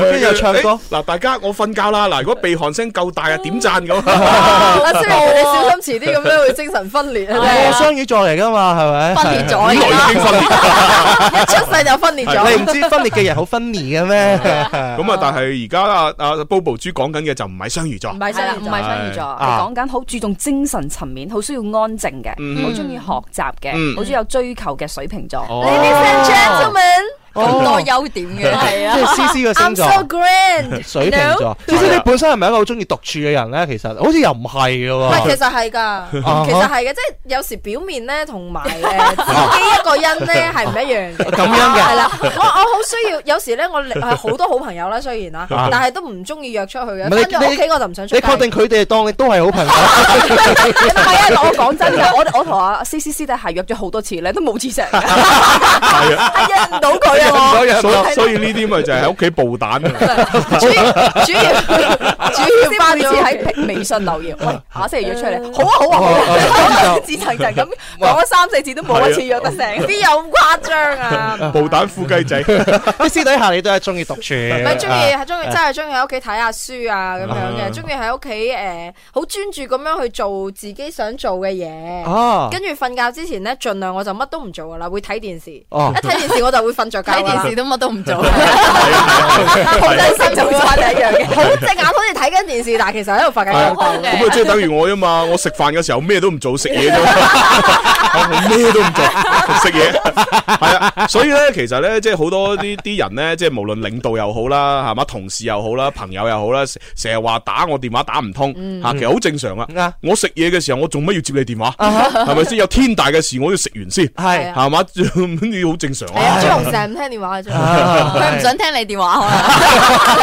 [SPEAKER 2] 跟住又唱
[SPEAKER 3] 歌。嗱，大家我瞓覺啦。嗱，如果鼻鼾聲夠大啊，點讚 咁。
[SPEAKER 1] 阿思你小心遲啲咁樣會精神分裂 啊！
[SPEAKER 2] 我
[SPEAKER 1] 真係
[SPEAKER 2] 雙魚座嚟㗎嘛，係咪？
[SPEAKER 1] 分裂咗
[SPEAKER 2] 係
[SPEAKER 1] 而家 一出世就分裂咗。
[SPEAKER 2] 你唔知分裂嘅人好分裂嘅咩？
[SPEAKER 3] 咁啊，但係而家阿阿 Bobo 豬講緊嘅就唔係雙魚座，
[SPEAKER 10] 唔係雙魚座，唔係雙魚座，
[SPEAKER 3] 啊
[SPEAKER 10] 係講緊好注重精神層面，好需要安靜嘅，
[SPEAKER 3] 嗯
[SPEAKER 10] 好中意學習
[SPEAKER 3] 嗯
[SPEAKER 10] 嘅，好中意有追求嘅水瓶座。
[SPEAKER 3] 哦
[SPEAKER 10] Ladies and gentlemen，
[SPEAKER 2] 哦
[SPEAKER 10] 咁多優點 嘅，
[SPEAKER 2] 係啊即係 C C 嘅星座
[SPEAKER 1] I'm so grand，
[SPEAKER 2] 水瓶
[SPEAKER 1] no？
[SPEAKER 2] 座，啊其實你本身係咪一個好中意獨處嘅人咧？其實好似又唔係嘅
[SPEAKER 1] 唔
[SPEAKER 2] 喎。
[SPEAKER 1] 係，其實係 㗎，
[SPEAKER 2] 哈
[SPEAKER 1] 其實
[SPEAKER 2] Uh-huh
[SPEAKER 1] 係嘅，即係有時表面咧同埋誒 自己一個人咧係唔一樣嘅。
[SPEAKER 2] 咁樣嘅
[SPEAKER 1] 係啦，我我好需要，有時咧我係好多好朋友啦，雖然啦
[SPEAKER 2] 啊，
[SPEAKER 1] 但係都唔中意約出去嘅。
[SPEAKER 2] 唔
[SPEAKER 1] 翻
[SPEAKER 2] 係
[SPEAKER 1] 咗屋企我就唔想出
[SPEAKER 2] 你
[SPEAKER 1] 街。
[SPEAKER 2] 確定佢哋當你都係好 朋友？
[SPEAKER 10] 唔係啊！我講真㗎，我我同阿 C C 私底下約咗好多次咧，都冇次成嘅，
[SPEAKER 3] 係啊，
[SPEAKER 10] 係約唔到佢啊！我
[SPEAKER 3] 所以所以所以呢啲咪就係喺屋企爆彈啊！
[SPEAKER 10] 主要主要班次喺微信留 言，喂，下星期約出
[SPEAKER 2] 嗯
[SPEAKER 10] 嚟，好啊好啊
[SPEAKER 2] 哦
[SPEAKER 10] 好啊，好啊 字層層咁講咗三四次都冇一次約得成，
[SPEAKER 2] 啊
[SPEAKER 1] 邊有咁誇張啊？
[SPEAKER 3] 爆彈富雞仔，
[SPEAKER 2] 即係私底下你都係中意獨
[SPEAKER 3] 啊
[SPEAKER 2] 處。啊
[SPEAKER 1] 唔係中意，係中意真
[SPEAKER 2] 係。
[SPEAKER 1] 係中意喺屋企睇下書啊咁樣
[SPEAKER 2] 啊
[SPEAKER 1] 嘅，中意喺屋企誒好專注咁樣去做自己想做嘅嘢。
[SPEAKER 2] 哦
[SPEAKER 1] 跟住瞓覺之前咧，盡量我就乜都唔做噶啦，會睇電視。一
[SPEAKER 2] 哦
[SPEAKER 1] 睇電視我就會瞓着覺。
[SPEAKER 4] 睇電視
[SPEAKER 1] 都乜都 唔做，
[SPEAKER 4] 好
[SPEAKER 11] À,
[SPEAKER 1] 好真心
[SPEAKER 4] 就
[SPEAKER 1] 就
[SPEAKER 4] 差
[SPEAKER 1] 差
[SPEAKER 4] 第
[SPEAKER 1] 第
[SPEAKER 4] 一
[SPEAKER 1] 一
[SPEAKER 4] 樣嘅
[SPEAKER 1] 樣嘅，好隻眼好似睇緊電視，但係其實喺度發緊吽豆。
[SPEAKER 3] 咁啊，即係等於我啊嘛！我食飯嘅時候咩都唔做，食嘢 啫，啊我咩都唔做，食嘢係啊！所以咧，其實咧，即係好多啲啲人咧，即係無論領導又好啦，係嘛，同事又好啦，朋友又好啦，成成日話打我電話打唔通
[SPEAKER 2] 嗯
[SPEAKER 3] 嚇，其實好正常啊
[SPEAKER 2] 啊！
[SPEAKER 3] 我食嘢嘅時候，我做乜要接你電話？係咪先？有天大嘅事，我要食完先，
[SPEAKER 1] 係
[SPEAKER 3] 係嘛？ 呢啲好正常
[SPEAKER 1] 係啊，朱
[SPEAKER 3] 啊！
[SPEAKER 1] 紅成日唔 聽電話嘅啫，
[SPEAKER 3] 啊
[SPEAKER 4] 佢唔想聽你電話啊可能。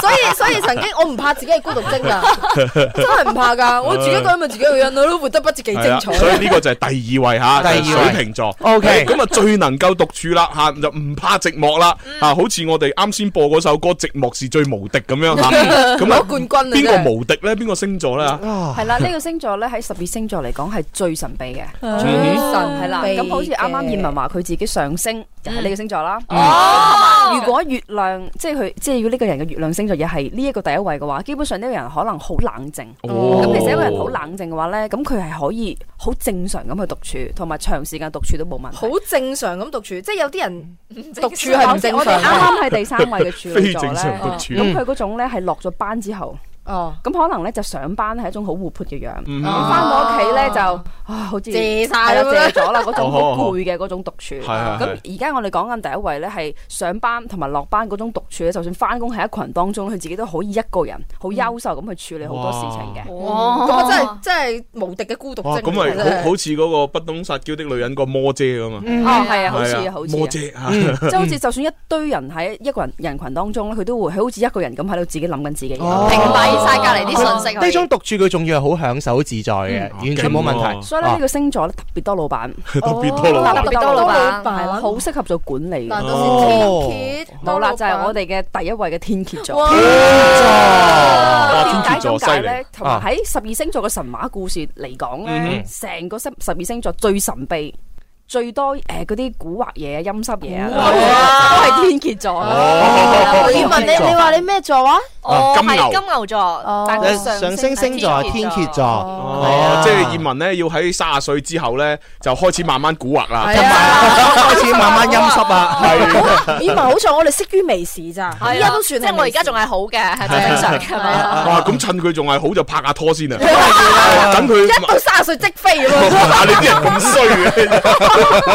[SPEAKER 1] 所以所以所以曾經我唔怕自己係孤獨症㗎，真係唔怕 㗎。我自己一個人咪自己一個人咯，活得不知幾
[SPEAKER 3] 係啦
[SPEAKER 1] 精
[SPEAKER 2] 啊
[SPEAKER 1] 彩。
[SPEAKER 3] 所以呢個就係第二位吓，
[SPEAKER 2] 第二位
[SPEAKER 3] 就係水瓶座。
[SPEAKER 2] OK
[SPEAKER 3] 咁啊最能夠獨處啦吓，就唔怕寂寞啦
[SPEAKER 1] 嗯
[SPEAKER 3] 吓，好似我哋啱先播嗰首歌《寂寞是最無敵》咁樣吓。咁啊，
[SPEAKER 1] 攞冠軍啊
[SPEAKER 3] 邊
[SPEAKER 1] 真
[SPEAKER 3] 個
[SPEAKER 1] 係嗯
[SPEAKER 3] 無敵咧？邊個星座咧？
[SPEAKER 10] 係啦，呢個星座咧喺十二星座嚟講係最神秘嘅，最
[SPEAKER 3] 嗯
[SPEAKER 10] 神係啦。
[SPEAKER 1] 秘
[SPEAKER 10] 咁好似啱啱
[SPEAKER 1] 嘅
[SPEAKER 10] 燕文話佢自己上升就係呢個星座啦。嗯
[SPEAKER 4] 哦
[SPEAKER 10] 如果月亮即係佢，即係如果呢個人嘅月亮星座又係呢一個第一位嘅話，基本上呢個人可能好冷靜。
[SPEAKER 4] 哦
[SPEAKER 10] 咁其實一個人好冷靜嘅話咧，咁佢係可以好正常咁去獨處，同埋長時間獨處都冇問題。
[SPEAKER 1] 好正常咁獨處，即係有啲人獨處
[SPEAKER 10] 我
[SPEAKER 1] 係唔
[SPEAKER 10] 哋
[SPEAKER 1] 正
[SPEAKER 10] 我哋
[SPEAKER 1] 常。
[SPEAKER 10] 啱
[SPEAKER 1] 啊
[SPEAKER 10] 啱係第三位嘅處女座
[SPEAKER 1] 非正
[SPEAKER 10] 咧，
[SPEAKER 1] 常獨處
[SPEAKER 10] 咁佢嗰種咧係落咗班之後。
[SPEAKER 1] 哦，
[SPEAKER 10] 咁可能咧就上班係一種好活潑嘅樣，
[SPEAKER 1] 嗯
[SPEAKER 10] 咁翻到屋企咧就啊好似
[SPEAKER 1] 謝哦晒
[SPEAKER 10] 係啦
[SPEAKER 1] 咁樣
[SPEAKER 10] 謝咗啦嗰種好
[SPEAKER 1] 哦
[SPEAKER 10] 攰嘅嗰種獨處。
[SPEAKER 1] 係啊係係
[SPEAKER 10] 咁而家我哋講緊第一位咧係上班同埋落班嗰種獨處咧，就算翻工喺一群當中，佢自己都可以一個人好優秀咁去處理好多事情嘅。
[SPEAKER 1] 哇咁啊真係真係無敵嘅孤獨
[SPEAKER 3] 哇，咁
[SPEAKER 1] 症。
[SPEAKER 3] 咪
[SPEAKER 1] 真係
[SPEAKER 3] 好好似嗰個不懂撒嬌的女人個魔姐咁啊！
[SPEAKER 10] 嗯哦係啊好似啊
[SPEAKER 3] 係
[SPEAKER 10] 好似啊
[SPEAKER 3] 魔姐啊，
[SPEAKER 1] 嗯
[SPEAKER 10] 即係好似就算一堆人喺一個人人群當中咧，佢都會佢好似一個人咁喺度自己諗緊自己嘅嘢，
[SPEAKER 4] 屏蔽晒隔離啲信息可以
[SPEAKER 2] 呢種獨處佢仲要係好享受自在嘅，
[SPEAKER 3] 嗯
[SPEAKER 2] 完全冇問題。
[SPEAKER 10] 所以咧呢個星座咧特別多老闆，特
[SPEAKER 3] 別多老闆
[SPEAKER 10] 特別多老闆
[SPEAKER 1] 特別多老闆
[SPEAKER 10] 係啦，好適合做管理嘅。
[SPEAKER 1] 但
[SPEAKER 2] 到時天蠍
[SPEAKER 10] 冇啦，就係我哋嘅第一位嘅天蠍座。
[SPEAKER 3] 哇
[SPEAKER 10] 咁
[SPEAKER 3] 天蠍
[SPEAKER 10] 點解
[SPEAKER 3] 座
[SPEAKER 10] 咁
[SPEAKER 3] 犀
[SPEAKER 10] 解
[SPEAKER 3] 利
[SPEAKER 10] 咧？同埋喺十二星座嘅神話故事嚟講咧
[SPEAKER 3] 嗯，
[SPEAKER 10] 成個十十二星座最神秘。最多誒嗰啲古惑嘢啊、陰濕嘢啊，都係天蠍座。
[SPEAKER 2] 哦
[SPEAKER 1] 葉文，你你話你咩座啊？哦
[SPEAKER 4] 我
[SPEAKER 3] 金牛
[SPEAKER 4] 係金牛座，但係
[SPEAKER 2] 誒
[SPEAKER 10] 啊
[SPEAKER 2] 上升星座係天蠍座，啊
[SPEAKER 3] 哦，即係葉文咧要喺卅歲之後咧就開始慢慢蠱惑啦，
[SPEAKER 2] 開始慢慢陰濕啊，
[SPEAKER 1] 以文好在我哋識於微時咋，
[SPEAKER 4] 啊
[SPEAKER 1] 依家都算
[SPEAKER 4] 即係我而家仲係好嘅，
[SPEAKER 10] 啊
[SPEAKER 4] 係正常嘅係啊嘛。
[SPEAKER 3] 哇！咁趁佢仲係好就拍下 拖先啊，等佢
[SPEAKER 1] 一到三十歲即飛咁
[SPEAKER 3] 哇！
[SPEAKER 1] 樣。
[SPEAKER 3] 你啲人咁衰嘅，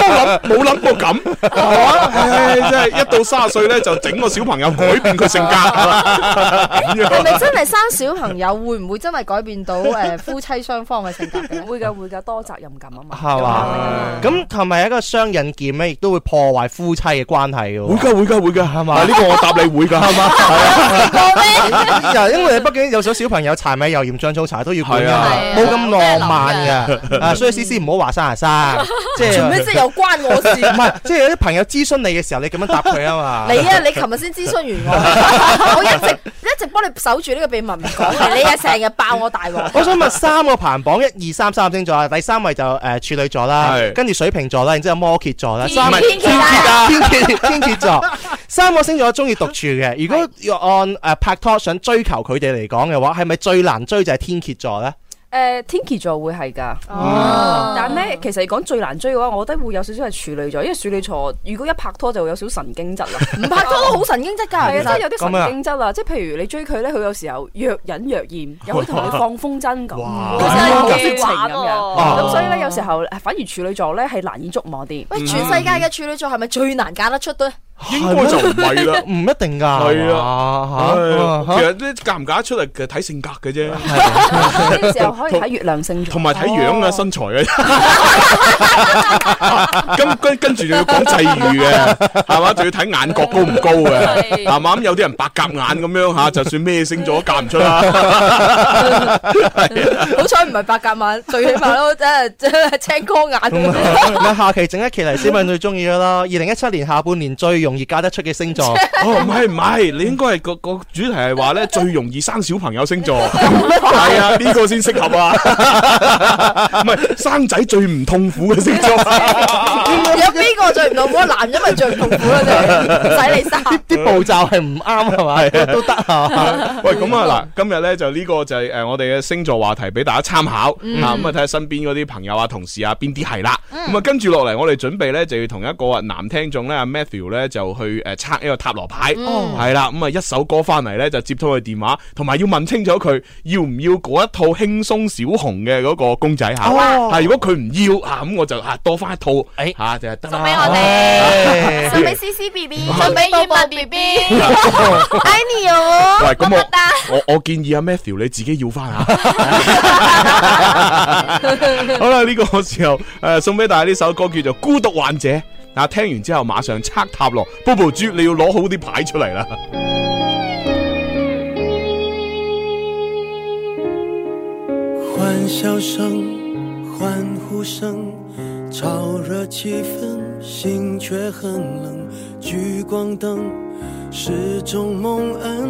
[SPEAKER 3] 諗冇諗過咁，係嘛？唉真係一到卅歲咧，就整個小朋友改變佢性格。啊
[SPEAKER 1] 係咪真係生小朋友會唔會真係改變到誒夫妻雙方嘅性格嘅？
[SPEAKER 10] 會㗎會㗎，多責任感啊嘛。
[SPEAKER 2] 係嘛？咁同埋一個雙刃劍咧，亦都會破壞夫妻嘅關係嘅喎。
[SPEAKER 3] 會㗎會㗎會㗎，係嘛？呢個我答你會㗎，係 嘛？
[SPEAKER 1] 啊
[SPEAKER 2] 又啊因為你畢竟有咗小朋友，柴米油鹽醬醋茶都要管㗎
[SPEAKER 3] 係
[SPEAKER 2] 嘛
[SPEAKER 3] 啊，
[SPEAKER 2] 冇咁浪漫嘅。啊，所以思思唔好話生係生，即係
[SPEAKER 1] 做咩即係又關我事
[SPEAKER 2] 唔係，即係有啲朋友諮詢你嘅時候，你咁樣答佢啊嘛。
[SPEAKER 1] 你啊，你琴日先諮詢完我，我一直一直幫你守住呢個秘密唔講嘅，你啊成日爆我大鑊。
[SPEAKER 2] 我想問三個排行榜，一二三三星座啦，第三位就誒處女座啦，跟住水瓶座啦，然之後摩羯座啦，
[SPEAKER 1] 天
[SPEAKER 2] 三
[SPEAKER 1] 天蠍
[SPEAKER 2] 啊
[SPEAKER 1] 啊
[SPEAKER 2] 天蠍天蠍座，三個星座中意獨處嘅。如果要按誒拍拖想追求佢哋嚟講嘅話，係咪最難追就係天蠍座咧？
[SPEAKER 10] 誒呃天蠍座會係㗎，
[SPEAKER 1] 哦
[SPEAKER 10] 但咧其實講最難追嘅話，我覺得會有少少係處女座，因為處女座如果一拍拖就會有少少神經質 啦，唔
[SPEAKER 1] 拍拖都好神經質㗎
[SPEAKER 10] 係啊，
[SPEAKER 1] 其
[SPEAKER 10] 即
[SPEAKER 1] 實啊
[SPEAKER 10] 係有啲神經質啦，即係譬如你追佢咧，佢有時候若隱若 現，又會同你放風箏咁，好
[SPEAKER 1] 好
[SPEAKER 10] 似
[SPEAKER 1] 犀利
[SPEAKER 10] 情咁樣，
[SPEAKER 1] 喎
[SPEAKER 10] 咁所以咧有時候反而處女座咧係難以捉摸
[SPEAKER 2] 嗯
[SPEAKER 10] 啲。
[SPEAKER 1] 喂，全世界嘅處女座係咪最難嫁得出咧？
[SPEAKER 3] 應該就 唔係啦，
[SPEAKER 2] 唔一定㗎。
[SPEAKER 3] 係啊，
[SPEAKER 2] 嚇
[SPEAKER 3] 唉其實呢嫁唔嫁得出嚟，其實睇性格嘅啫。
[SPEAKER 10] 呢時候可以睇月亮星座，
[SPEAKER 3] 同埋睇樣啊、 身材啊，跟跟跟住仲要講際遇嘅，係嘛？仲要睇眼角高唔高嘅，係嘛？咁有啲人白鴿眼咁樣嚇，就算咩星座都夾唔出啦。
[SPEAKER 1] 好彩唔係白鴿眼， 最起碼都真係真係青光眼。
[SPEAKER 2] 咁啊下期整一期嚟先問最中意嘅啦。二零一七年下半年最容易嫁得出嘅星座，
[SPEAKER 3] 哦，唔係唔係，你應該係個個主題係話咧最容易生小朋友星座，係啊，呢個先適合啊， 唔係生仔最唔痛苦嘅星 座，
[SPEAKER 1] 有邊個最唔痛苦？男人咪最唔痛苦啦，就係唔 使你生。
[SPEAKER 2] 啲步驟係唔啱係嘛？都得係嘛？
[SPEAKER 3] 啊
[SPEAKER 2] 嗯
[SPEAKER 3] 喂，咁啊嗱，今日咧就呢個就係誒我哋嘅星座話題俾大家參考
[SPEAKER 2] 嗯
[SPEAKER 3] 啊，咁啊睇下身邊嗰啲朋友啊、同事啊邊啲係啦。咁啊跟住落嚟，我哋準備咧就要同一個啊男聽眾咧阿 Matthew 咧就去誒測一個塔羅牌，
[SPEAKER 2] 嗯
[SPEAKER 3] 係啦，咁啊一首歌翻嚟咧就接通佢電話，同埋要問清楚佢要唔要嗰一套輕鬆小熊嘅嗰個公仔嚇。
[SPEAKER 2] 哦
[SPEAKER 3] 啊，如果佢唔要啊，咁我就啊多翻一套嚇就係得啦。送哎俾哋
[SPEAKER 4] 我送俾 C C B B，送俾葉問 B B，愛你
[SPEAKER 3] 喂，
[SPEAKER 4] 哦，
[SPEAKER 3] 咁我我我建議阿 Matthew 你自己要翻啊 下。
[SPEAKER 11] à?
[SPEAKER 3] 好啦，呢、個時候诶、誒送俾大家呢首歌叫做《孤獨患者》。啊，聽完之後馬上測塔羅，Bobo 豬你要攞好啲牌出嚟啦。
[SPEAKER 13] 欢笑声、欢呼声，炒热气氛，心却很冷。聚光灯是种蒙恩，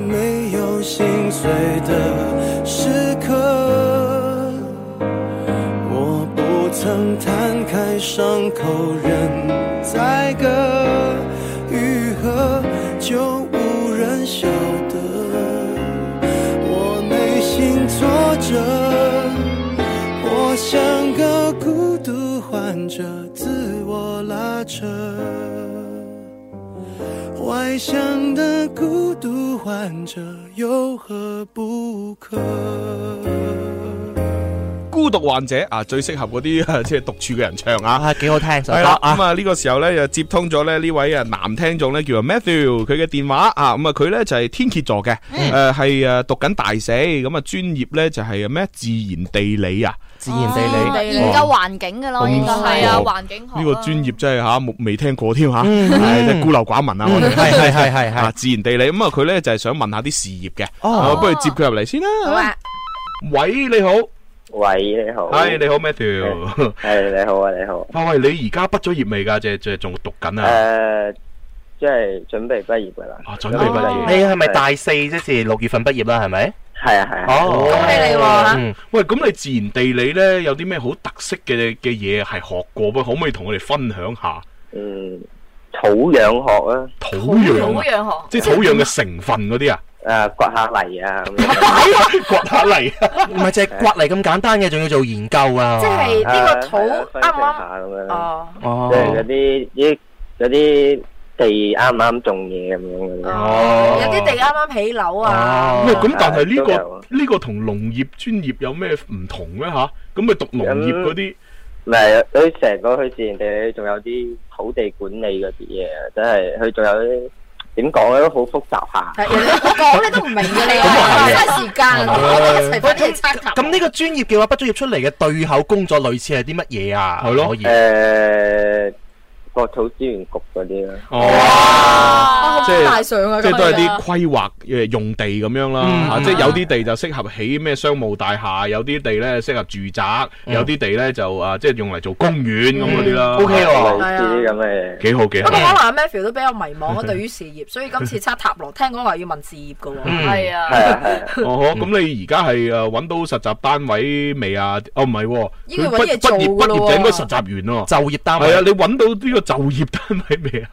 [SPEAKER 13] 没有心碎的时刻。我不曾摊开伤口任宰割，愈合就无人晓得。我内心挫折。我像个孤独患者，自我拉扯。外向的孤独患者有何不可？
[SPEAKER 3] 孤獨患者啊，最適合嗰啲啊即係獨處嘅人唱啊。
[SPEAKER 2] 啊，幾好聽首
[SPEAKER 3] 係
[SPEAKER 2] 歌
[SPEAKER 3] 啦，
[SPEAKER 2] 啊
[SPEAKER 3] 咁！啊呢個時候咧就接通咗咧呢位啊男聽眾咧叫做 Matthew，佢嘅電話啊，咁啊佢咧就係天蝎座嘅，誒
[SPEAKER 2] 嗯
[SPEAKER 3] 係誒讀緊大四，咁啊專業咧就係咩自然地理啊，
[SPEAKER 2] 自然
[SPEAKER 4] 哦研究環境嘅咯，應該係啊，環境學
[SPEAKER 3] 呢個專業真係嚇冇未聽過添嚇，
[SPEAKER 2] 嗯
[SPEAKER 3] 係真係孤陋寡聞啊！我哋
[SPEAKER 2] 嗯係係係係係
[SPEAKER 3] 啊自然地理咁啊，佢咧就係想問下啲事業嘅，
[SPEAKER 2] 哦
[SPEAKER 3] 啊不如接佢入嚟先啦。
[SPEAKER 1] 好啊，
[SPEAKER 3] 喂，你好，
[SPEAKER 14] 喂，你好，
[SPEAKER 3] 係你好 Matthew，
[SPEAKER 14] 係你好啊，你好，
[SPEAKER 3] 啊喂，你而家畢咗業未㗎？即係即係仲讀緊啊？
[SPEAKER 14] 诶，即係準備畢業噶啦，
[SPEAKER 3] 啊，準備畢業。
[SPEAKER 2] 你係咪大四即是六月份畢業啦？係咪？
[SPEAKER 14] 係啊係啊，
[SPEAKER 2] 哦，恭喜
[SPEAKER 1] 你喎
[SPEAKER 3] 嗯喂，咁你自然地理咧有啲咩好特色嘅嘅嘢係學過，不可唔可以同我哋分享下？
[SPEAKER 14] 嗯，土壤學啊，
[SPEAKER 3] 土壤啊土壤
[SPEAKER 14] 學
[SPEAKER 3] 即係土壤嘅成分嗰啲啊，
[SPEAKER 14] 诶，掘下泥啊，咁樣
[SPEAKER 3] 掘下泥，
[SPEAKER 2] 唔係淨係掘泥咁簡單嘅，仲要做研究啊！
[SPEAKER 1] 即係呢個土啱唔
[SPEAKER 14] 下咁樣
[SPEAKER 1] 啱？
[SPEAKER 14] 啦，
[SPEAKER 1] 哦，
[SPEAKER 2] 哦
[SPEAKER 14] 即係嗰啲啲嗰啲地啱唔啱種嘢咁樣嘅。哦
[SPEAKER 1] 有啲地啱啱起樓啊，
[SPEAKER 3] 喂，咁但係呢
[SPEAKER 14] 都有
[SPEAKER 3] 個呢個同農業專業有咩唔同咩吓？咁咪讀農業嗰啲，
[SPEAKER 14] 唔係，佢成個佢自然地，仲有啲土地管理嗰啲嘢，真係佢仲有啲點講咧，都好複雜下。
[SPEAKER 1] 講你都唔明嘅你，嘥時間，
[SPEAKER 2] Ờ.
[SPEAKER 1] 我哋一齊幫你測頭。
[SPEAKER 2] 咁呢個專業嘅話，畢咗業出嚟嘅對口工作類似係啲乜嘢啊？係咯，可以。
[SPEAKER 14] 誒，國土資源局嗰啲啦。
[SPEAKER 1] 哇，
[SPEAKER 3] 哦即係
[SPEAKER 1] 好大上啊！
[SPEAKER 3] 即係都係啲
[SPEAKER 1] 咁樣
[SPEAKER 3] 規劃誒用地咁樣啦，
[SPEAKER 2] 嗯
[SPEAKER 3] 嚇
[SPEAKER 2] 嗯
[SPEAKER 3] 即係有啲地就適合起咩商務大廈，有啲地咧適合住宅，有啲地咧就啊即係用嚟做公園咁嗰啲啦。
[SPEAKER 2] 嗯 OK 喎
[SPEAKER 14] 類似啲咁嘅嘢。
[SPEAKER 3] 幾好幾
[SPEAKER 1] 不過
[SPEAKER 3] 好。
[SPEAKER 1] 可能阿 Matthew 都比較迷茫啊，對於事業，所以今次測塔羅，聽講話要問事業嘅
[SPEAKER 3] Ừ.
[SPEAKER 1] 喎。
[SPEAKER 5] 係
[SPEAKER 3] à.
[SPEAKER 5] 啊
[SPEAKER 14] 係啊係啊。
[SPEAKER 3] 哦，咁你而家係誒揾到實習單位未啊？哦，唔係喎，
[SPEAKER 1] 依個
[SPEAKER 3] 佢
[SPEAKER 1] 揾
[SPEAKER 3] 畢畢
[SPEAKER 1] 嘢
[SPEAKER 3] 業
[SPEAKER 1] 做㗎
[SPEAKER 3] 畢
[SPEAKER 1] 咯
[SPEAKER 3] 業就
[SPEAKER 1] 喎
[SPEAKER 3] 應該實習完喎。
[SPEAKER 2] 就業單位
[SPEAKER 3] 係啊，你揾到呢個就業單位未啊？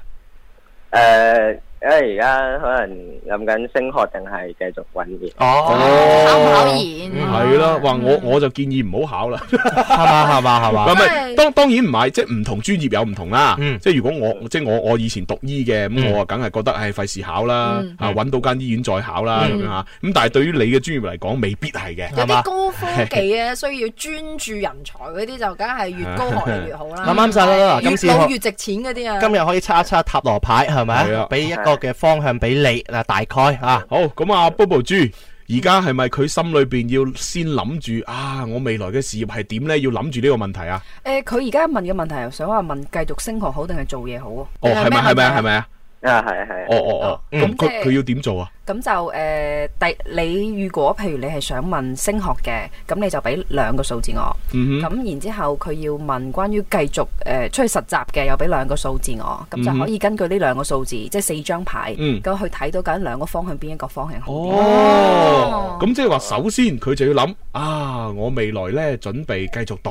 [SPEAKER 14] 誒，因為而家可能諗緊升學定係繼續揾嘢。
[SPEAKER 3] 哦，
[SPEAKER 14] 考唔考
[SPEAKER 1] 嗯
[SPEAKER 3] 研？係
[SPEAKER 14] 嗯
[SPEAKER 3] 啦，話我我就建議唔好考啦。
[SPEAKER 2] 係嘛係嘛
[SPEAKER 3] 唔係
[SPEAKER 2] 係嘛
[SPEAKER 3] 唔。係，當當然唔係，即係唔同專業有唔同啦。
[SPEAKER 2] 嗯
[SPEAKER 3] 即係如果我即係我我以前讀醫嘅，咁
[SPEAKER 2] 嗯
[SPEAKER 3] 我啊梗係覺得唉費事考啦
[SPEAKER 1] 嗯，
[SPEAKER 3] 啊揾到間醫院再考啦咁
[SPEAKER 1] 嗯
[SPEAKER 3] 樣嚇。咁但係對於你嘅專業嚟講，未必係嘅，
[SPEAKER 1] 有
[SPEAKER 3] 係嘛
[SPEAKER 1] 啲？高科技咧，需要專注人才嗰啲，就梗係越高學 歷越好啦。
[SPEAKER 2] 啱啱晒啦嗱今次
[SPEAKER 1] 越老
[SPEAKER 2] 學
[SPEAKER 1] 越值錢嗰啲啊。
[SPEAKER 2] 今日可以測一測塔羅牌係
[SPEAKER 3] 係啊
[SPEAKER 2] 咪？俾一個嘅方向俾你嗱，大概啊。
[SPEAKER 3] 好，咁啊，Bobo 豬。而家係咪佢心裏邊要先諗住啊？我未來嘅事業係點呢？要諗住呢個問題啊？
[SPEAKER 10] 誒，呃佢而家問嘅問題係想話問繼續升學好定係做嘢好啊？
[SPEAKER 3] 哦，係咪係咪係咪啊？
[SPEAKER 14] 啊，係啊係啊。
[SPEAKER 3] 哦哦哦，咁
[SPEAKER 10] 即
[SPEAKER 3] 佢
[SPEAKER 10] 係
[SPEAKER 3] 佢要點做啊？
[SPEAKER 10] 咁就誒、呃第你如果譬如你係想問升學嘅，咁你就俾兩個數字我。
[SPEAKER 3] 嗯
[SPEAKER 10] 咁、然之後佢要問關於繼續誒、呃出去實習嘅，又俾兩個數字我。咁
[SPEAKER 3] 嗯哼
[SPEAKER 10] 就可以根據呢兩個數字，即係四張牌，咁、
[SPEAKER 3] 嗯
[SPEAKER 10] 去睇到究竟兩個方向邊一個方向好啲。
[SPEAKER 3] 哦，咁即係話首先佢就要諗啊，我未來呢準備繼續讀，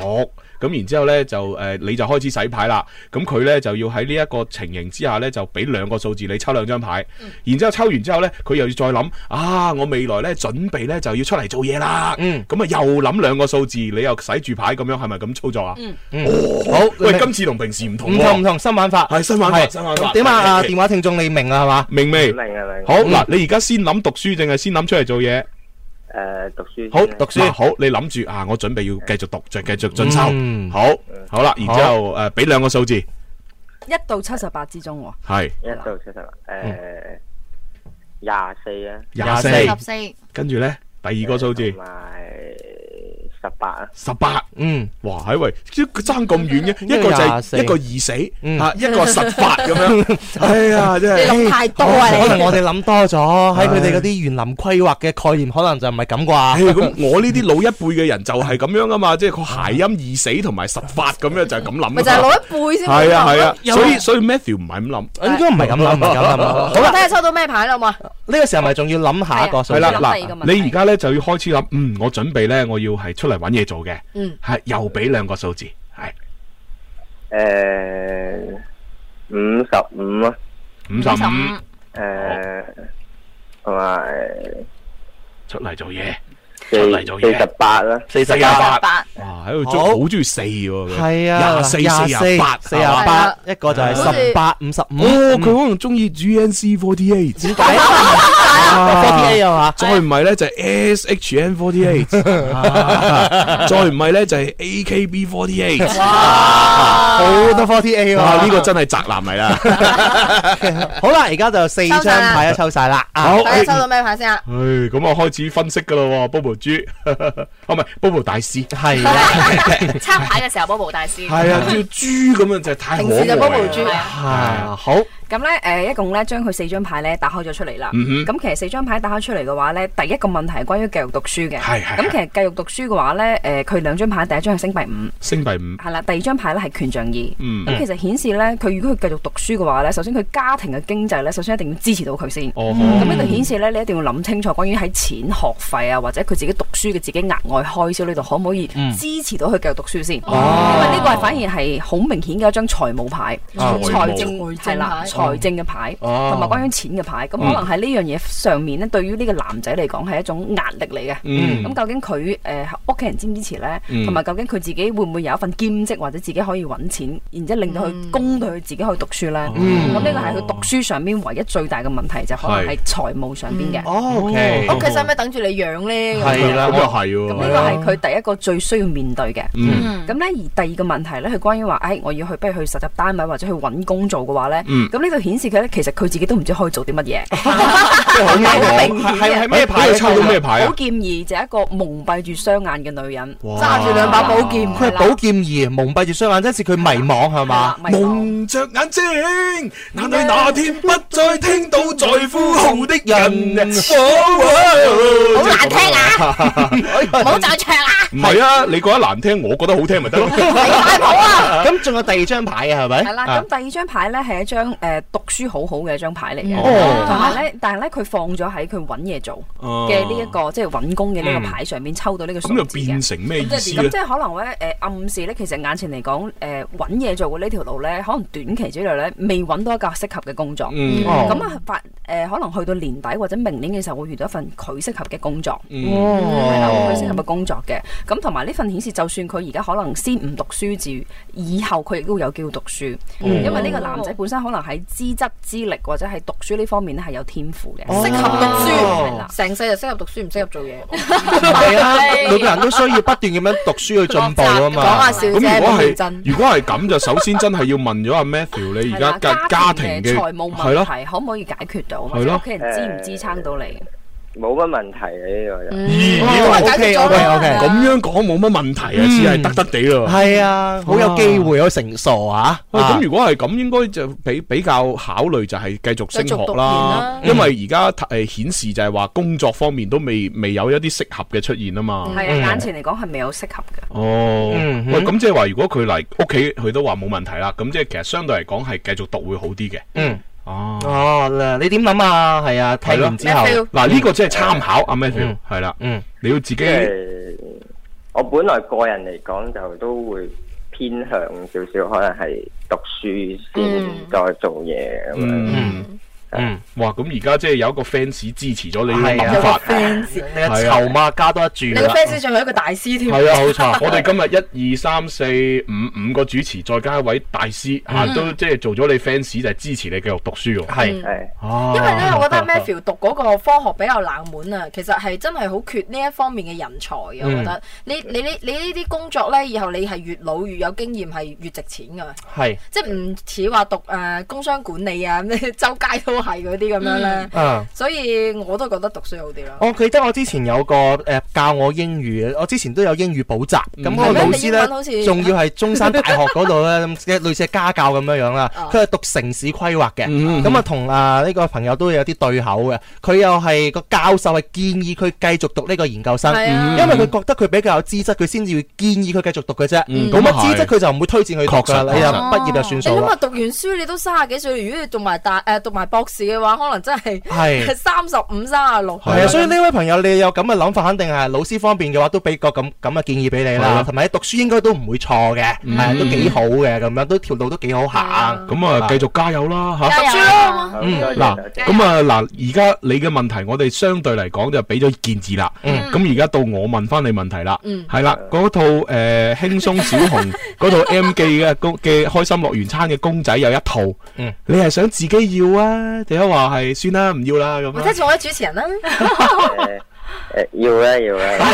[SPEAKER 3] 咁然之後呢，就誒、呃你就開始洗牌啦。咁佢呢就要喺呢一個情形之下呢，就俾兩個數字你抽兩張牌，
[SPEAKER 2] 嗯
[SPEAKER 3] 然之後抽完之後呢，佢又要再諗啊，我未來呢準備呢就要出嚟做嘢啦。
[SPEAKER 2] 嗯
[SPEAKER 3] 咁啊又諗兩個數字，你又洗住牌咁樣係咪咁操作啊？
[SPEAKER 1] 嗯
[SPEAKER 2] 嗯，好。
[SPEAKER 3] 喂，今次同平時唔同
[SPEAKER 2] 唔同唔
[SPEAKER 3] 喎。
[SPEAKER 2] 同，新玩法
[SPEAKER 3] 係新玩法
[SPEAKER 2] 係
[SPEAKER 3] 新玩法
[SPEAKER 2] 點啊？啊，
[SPEAKER 3] OK，OK
[SPEAKER 2] 電話聽眾你明啦係嘛？
[SPEAKER 3] 明未？
[SPEAKER 14] 明啊明。
[SPEAKER 3] 好嗱，你而家先諗讀書定係先諗出嚟做嘢？
[SPEAKER 14] 誒，讀書。
[SPEAKER 3] 好讀書。好，你諗住啊，我準備要繼續讀，再繼續進修。
[SPEAKER 2] 嗯
[SPEAKER 3] 好，好啦，然之後誒，俾兩個數字，
[SPEAKER 10] 一到七十八之中喎。
[SPEAKER 3] 係
[SPEAKER 14] 一到七十啦，誒廿四啊，
[SPEAKER 3] 嗯廿四
[SPEAKER 4] 十四，
[SPEAKER 3] 跟住呢，第二個數字
[SPEAKER 14] 同埋十八啊，
[SPEAKER 3] 十八。
[SPEAKER 2] 嗯，
[SPEAKER 3] 哇，係喂，即係爭咁遠嘅，一個就
[SPEAKER 2] 廿四
[SPEAKER 3] 係一個易死
[SPEAKER 2] 嗯
[SPEAKER 3] 啊，一個實發咁 樣。 哎呀，真係。
[SPEAKER 1] 你諗太多啊！
[SPEAKER 2] 可能
[SPEAKER 1] 你
[SPEAKER 2] 我哋諗多咗，喺佢哋嗰啲園林規劃嘅概念，可能就唔係咁
[SPEAKER 3] 哎
[SPEAKER 2] 啩。
[SPEAKER 3] 咁我呢啲老一輩嘅人就係咁樣啊嘛，即係個諧音易死同埋實發咁樣就係咁諗㗎嘛。
[SPEAKER 1] 咪就係老一輩先會
[SPEAKER 3] 係啊係啊，
[SPEAKER 2] 有
[SPEAKER 3] 所
[SPEAKER 1] Dạ.
[SPEAKER 3] 以所以 Matthew 唔係咁諗。
[SPEAKER 2] 應該唔係咁諗，唔係咁諗。 好啦
[SPEAKER 1] 睇，下抽到咩牌啦，好嘛？
[SPEAKER 2] 呢個時候咪仲要諗下一個
[SPEAKER 3] 系
[SPEAKER 2] 數
[SPEAKER 3] 啦，
[SPEAKER 2] 字。
[SPEAKER 10] 第二個
[SPEAKER 3] 嗱，
[SPEAKER 10] 問題
[SPEAKER 3] 你而家咧就要開始諗，嗯，我準備咧，我要係出嚟揾嘢做嘅，
[SPEAKER 1] 嗯，
[SPEAKER 3] 係又俾兩個數字，係
[SPEAKER 14] 誒五十五啊，
[SPEAKER 3] 五十五
[SPEAKER 14] 誒同埋
[SPEAKER 3] 出嚟做嘢，
[SPEAKER 14] 四四十八啦，
[SPEAKER 2] 四
[SPEAKER 3] 四
[SPEAKER 2] 十
[SPEAKER 3] 十
[SPEAKER 2] 八，
[SPEAKER 3] 八，哇，喺度中
[SPEAKER 2] 好
[SPEAKER 3] 好中意四喎，
[SPEAKER 2] 係啊，
[SPEAKER 3] 廿四四廿八，
[SPEAKER 2] 四
[SPEAKER 3] 係
[SPEAKER 2] 廿
[SPEAKER 3] 嘛
[SPEAKER 2] 八，一個就係
[SPEAKER 1] 好似
[SPEAKER 2] 十八五十五。
[SPEAKER 3] 哦，佢可能中意 G N C forty eight，
[SPEAKER 2] 點解啊？forty eight 啊嘛，
[SPEAKER 3] 再唔係咧就係 S H N forty eight，啊再唔係咧就係 A K B forty eight，
[SPEAKER 2] 好多 forty eight
[SPEAKER 3] 哇，
[SPEAKER 2] 啊！
[SPEAKER 3] 呢個真係宅男嚟啦，
[SPEAKER 2] 好啦，而家就四張牌都抽晒啦。啊
[SPEAKER 3] 好，
[SPEAKER 1] 睇
[SPEAKER 3] 哎
[SPEAKER 1] 下抽到咩牌先啊？
[SPEAKER 3] 唉，咁我開始分析噶啦喎，Bobo 豬， 哦唔係 Bobo 大師，
[SPEAKER 2] 係啦，
[SPEAKER 5] 測牌嘅時候，波波大 師
[SPEAKER 3] 係啊，叫豬咁樣就係太可
[SPEAKER 1] 平時就
[SPEAKER 3] 愛
[SPEAKER 1] Bobo 豬
[SPEAKER 3] 啦。
[SPEAKER 2] 係啊好，
[SPEAKER 10] 咁咧誒，一共咧將佢四張牌咧打開咗出嚟啦。
[SPEAKER 15] 嗯哼
[SPEAKER 10] 咁其實四張牌打開出嚟嘅話咧，第一個問題係關於繼續讀書嘅。
[SPEAKER 15] 係係
[SPEAKER 10] 咁其實繼續讀書嘅話咧，誒佢兩張牌，第一張係星幣五。
[SPEAKER 3] 星幣
[SPEAKER 15] 嗯
[SPEAKER 3] 五
[SPEAKER 10] 係啦，第二張牌咧係權杖二，咁、
[SPEAKER 3] 嗯
[SPEAKER 10] 其實顯示咧，佢如果佢繼續讀書嘅話咧，首先佢家庭嘅經濟咧，首先一定要支持到佢先。
[SPEAKER 3] 哦
[SPEAKER 10] 咁呢度顯示咧，你一定要諗清楚關於喺錢學費啊，或者佢自己讀書嘅自己額外開銷呢度，可唔可以
[SPEAKER 15] 嗯
[SPEAKER 10] 支持到佢繼續讀書先？
[SPEAKER 15] 哦
[SPEAKER 10] 因為呢個係反而係好明顯嘅一張財務牌，
[SPEAKER 15] 財務
[SPEAKER 10] 財政
[SPEAKER 15] 財
[SPEAKER 10] 係啦，
[SPEAKER 15] 政牌
[SPEAKER 10] 財政嘅牌，
[SPEAKER 15] 哦
[SPEAKER 10] 同埋關於錢嘅牌。咁可
[SPEAKER 15] 嗯
[SPEAKER 10] 能喺呢樣嘢上面咧，對於呢個男仔嚟講係一種壓力嚟嘅。
[SPEAKER 15] 嗯
[SPEAKER 10] 咁究竟佢誒屋企人支唔支持咧？
[SPEAKER 15] 嗯
[SPEAKER 10] 同埋究竟佢自己會唔會有一份兼職或者自己可以揾錢，然之後令到佢供到佢自己可以讀書
[SPEAKER 1] 哦
[SPEAKER 10] 咧？
[SPEAKER 15] 嗯
[SPEAKER 10] 咁呢個係佢讀書上邊唯一最大嘅問題，就可能係財務上邊
[SPEAKER 1] 嗯
[SPEAKER 10] 嘅。
[SPEAKER 2] 哦
[SPEAKER 1] 屋企使唔使等住你養咧？咁樣
[SPEAKER 3] 咁又係喎。
[SPEAKER 10] 咁呢個係佢第一個最需要面對嘅。
[SPEAKER 3] 嗯
[SPEAKER 10] 咁呢，而第二個問題呢，佢關於話，誒，我要去，不如去實習單位或者去揾工做嘅話呢。
[SPEAKER 15] 嗯
[SPEAKER 10] 咁呢度顯示佢呢，其實佢自己都唔知可以做啲 乜嘢。
[SPEAKER 15] 好難講
[SPEAKER 10] 係好明顯嘅
[SPEAKER 15] 係係咩牌啊
[SPEAKER 10] 係
[SPEAKER 15] 抽到咩牌啊
[SPEAKER 10] 寶劍二就係一個蒙蔽住雙眼嘅女人，
[SPEAKER 2] 哇
[SPEAKER 10] 揸住兩把寶劍。
[SPEAKER 2] 佢係寶劍二蒙蔽住雙眼，即是佢迷惘係嘛？
[SPEAKER 10] 啊
[SPEAKER 12] 蒙着眼睛，眼裏那天不再聽到在呼號的
[SPEAKER 3] 嗯
[SPEAKER 12] 人。
[SPEAKER 3] 好
[SPEAKER 12] 難聽啊！
[SPEAKER 4] 唔好再唱啊！
[SPEAKER 3] 唔係啊，你覺得難聽，我覺得好聽 咪得咯。
[SPEAKER 10] 啊
[SPEAKER 2] 咁仲有第二張牌啊，係咪？
[SPEAKER 10] 係啦，咁第二張牌咧係一張誒讀書好好嘅一張牌嚟嘅，
[SPEAKER 2] 嗯哦
[SPEAKER 10] 同埋咧，但係咧佢放咗喺佢揾嘢做嘅呢一個即係揾工嘅
[SPEAKER 2] 嗯
[SPEAKER 10] 呢個牌上面抽到呢個數
[SPEAKER 3] 哦咁又
[SPEAKER 10] 字
[SPEAKER 3] 變成咩意
[SPEAKER 10] 咁
[SPEAKER 3] 思啊
[SPEAKER 10] 即
[SPEAKER 3] 咧？
[SPEAKER 10] 係可能咧誒暗示咧，其實眼前嚟講誒揾嘢做嘅呢條路咧，可能短期之內咧未揾到一個適合嘅工作，
[SPEAKER 15] 嗯哦
[SPEAKER 10] 咁啊發誒可能去到年底或者明年嘅時候會遇到一份佢適合嘅工作，
[SPEAKER 15] 嗯
[SPEAKER 10] 係啦，會佢適合嘅工作嘅。咁同埋呢份顯示，就算佢而家可能先唔讀書住，以後佢亦都會有機會讀書，
[SPEAKER 15] 哦
[SPEAKER 10] 因為呢個男仔本身可能喺資質、資歷或者喺讀書呢方面咧係有天賦嘅，
[SPEAKER 1] 適合讀
[SPEAKER 10] 係啦
[SPEAKER 1] 書，哦成世就適合讀書，唔適合做嘢。
[SPEAKER 2] 係啊，每個人都需要不斷咁樣讀書去進步啊嘛。
[SPEAKER 1] 講下笑
[SPEAKER 3] 咁
[SPEAKER 1] 啫，
[SPEAKER 3] 如果
[SPEAKER 1] 冇認
[SPEAKER 3] 係
[SPEAKER 1] 真。
[SPEAKER 3] 如果係咁，就首先真係要問咗阿 Matthew 你而家家家庭嘅
[SPEAKER 10] 財務
[SPEAKER 3] 係
[SPEAKER 10] 問
[SPEAKER 3] 咯，
[SPEAKER 10] 題可唔可以解決到，或
[SPEAKER 3] 係
[SPEAKER 10] 者
[SPEAKER 3] 咯
[SPEAKER 10] 屋企人支唔支撐到你？
[SPEAKER 14] 冇乜問題嘅呢個
[SPEAKER 10] 嗯
[SPEAKER 14] 人。
[SPEAKER 10] 哦
[SPEAKER 3] 咁樣講冇乜問題啊，只係得得地咯。
[SPEAKER 2] 嗯係啊，好有機會，好成傻啊！
[SPEAKER 3] 喂，咁如果係咁，應該就比比較考慮就係繼續升
[SPEAKER 2] 繼續
[SPEAKER 3] 學
[SPEAKER 2] 讀
[SPEAKER 3] 啦，
[SPEAKER 2] 研啦
[SPEAKER 3] 因為而家誒顯示就係話工作方面都未未有一啲適合嘅出現啊嘛。
[SPEAKER 10] 係啊，
[SPEAKER 2] 嗯
[SPEAKER 10] 眼前嚟講係未有適合嘅。
[SPEAKER 3] 哦，
[SPEAKER 10] 嗯哼
[SPEAKER 3] 喂，咁即係話如果佢嚟屋企，佢都話冇問題啦，咁即係其實相對嚟講係繼續讀會好啲嘅。
[SPEAKER 2] 嗯。
[SPEAKER 3] 哦，
[SPEAKER 2] 哦，嗱，你點諗啊？係
[SPEAKER 3] 係
[SPEAKER 2] 啊，聽
[SPEAKER 3] 咯
[SPEAKER 2] 完之後，
[SPEAKER 3] 嗱呢個即係參考阿 Matthew
[SPEAKER 2] 嗯
[SPEAKER 3] 係啦，你要自己
[SPEAKER 14] 即係我本來個人嚟講就都會偏向少少，可能係讀書先再做嘢咁樣。
[SPEAKER 3] 嗯
[SPEAKER 14] 嗯，
[SPEAKER 3] 哇！咁而家即係有一個 fans 支持咗你嘅
[SPEAKER 2] 係啊
[SPEAKER 3] 諗法，
[SPEAKER 1] 有個 fans
[SPEAKER 2] 你嘅籌碼加多一
[SPEAKER 1] 你
[SPEAKER 2] 注啊
[SPEAKER 1] 個
[SPEAKER 2] 啦。
[SPEAKER 1] fans 仲係一個大師添。
[SPEAKER 3] 係啊，冇錯。 我哋今日一二三四五五個主持，再加一位大師嚇，
[SPEAKER 1] 嗯
[SPEAKER 3] 都即係做咗你 fans 就係支持你繼續讀書喎。
[SPEAKER 1] 係
[SPEAKER 14] 係，
[SPEAKER 2] 啊
[SPEAKER 1] 因為咧，我覺得 Matthew 讀嗰個科學比較冷門啊，其實係真係好缺呢一方面嘅人才嘅。我覺
[SPEAKER 2] 嗯
[SPEAKER 1] 得你你呢你呢啲工作咧，以後你係越老越有經驗，係越值錢噶嘛。
[SPEAKER 2] 係
[SPEAKER 1] 即係唔似話讀誒工商管理啊，咁你周街都係嗰啲咁樣咧。
[SPEAKER 2] 啊。
[SPEAKER 1] 所以我都覺得讀書好啲咯。
[SPEAKER 2] 哦我記得我之前有個誒、呃教我英語嘅，我之前都有英語補習，
[SPEAKER 15] 嗯
[SPEAKER 2] 咁嗰、
[SPEAKER 1] 係
[SPEAKER 2] 個
[SPEAKER 1] 咩
[SPEAKER 2] 老
[SPEAKER 1] 你
[SPEAKER 2] 師
[SPEAKER 1] 英文好似
[SPEAKER 2] 咧，仲要係中山大學嗰度 咧，咁嘅類似係家教咁樣樣啦。
[SPEAKER 15] 哦
[SPEAKER 2] 佢係讀城市規劃
[SPEAKER 15] 嗯
[SPEAKER 2] 嘅，咁啊同啊呢個朋友都有啲對口嘅。佢又係個教授係建議佢繼續讀呢個研究生，嗯
[SPEAKER 15] 係啊
[SPEAKER 2] 因為佢覺得佢比較有資質，佢先至會建議佢繼續讀嘅啫。
[SPEAKER 15] 嗯
[SPEAKER 2] 冇乜
[SPEAKER 15] 咁啊係
[SPEAKER 2] 資質佢就唔會推薦佢讀
[SPEAKER 15] 確實
[SPEAKER 2] 㗎，你又
[SPEAKER 15] 確實
[SPEAKER 2] 啊
[SPEAKER 15] 哦
[SPEAKER 2] 畢業就算
[SPEAKER 1] 你
[SPEAKER 2] 數
[SPEAKER 1] 諗下
[SPEAKER 2] 啦。
[SPEAKER 1] 讀完書你都三十幾歲，如果你讀埋大誒讀埋博士嘅話，可能真係
[SPEAKER 2] 係
[SPEAKER 1] 三十五、三十六。
[SPEAKER 2] 係啊，所以呢位朋友你有咁嘅諗法，肯定係老師方面嘅話，都俾個咁咁嘅建議俾你
[SPEAKER 3] 係
[SPEAKER 2] 啦
[SPEAKER 3] 咯。
[SPEAKER 2] 同埋你讀書應該都唔會錯嘅，係啊，都
[SPEAKER 15] 嗯
[SPEAKER 2] 幾好嘅，咁樣都條路都幾好行。
[SPEAKER 3] 咁啊，繼續加油啦嚇！
[SPEAKER 2] 加油
[SPEAKER 1] 啦
[SPEAKER 3] 嗯嗱，咁啊嗱，而家你嘅問題，我哋相對嚟講就俾咗建議啦。
[SPEAKER 15] 嗯
[SPEAKER 3] 咁而家到我問翻你問題啦。
[SPEAKER 15] 嗯
[SPEAKER 3] 係啦，嗰套誒輕鬆小紅嗰套 M 記嘅公嘅開心樂園餐嘅公仔有一套，
[SPEAKER 2] 嗯
[SPEAKER 3] 你係想自己要啊，定係話係算啦，唔要啦咁
[SPEAKER 1] 我
[SPEAKER 3] 啊
[SPEAKER 1] 睇？住我啲主持人啦。
[SPEAKER 14] 誒要啦要啦，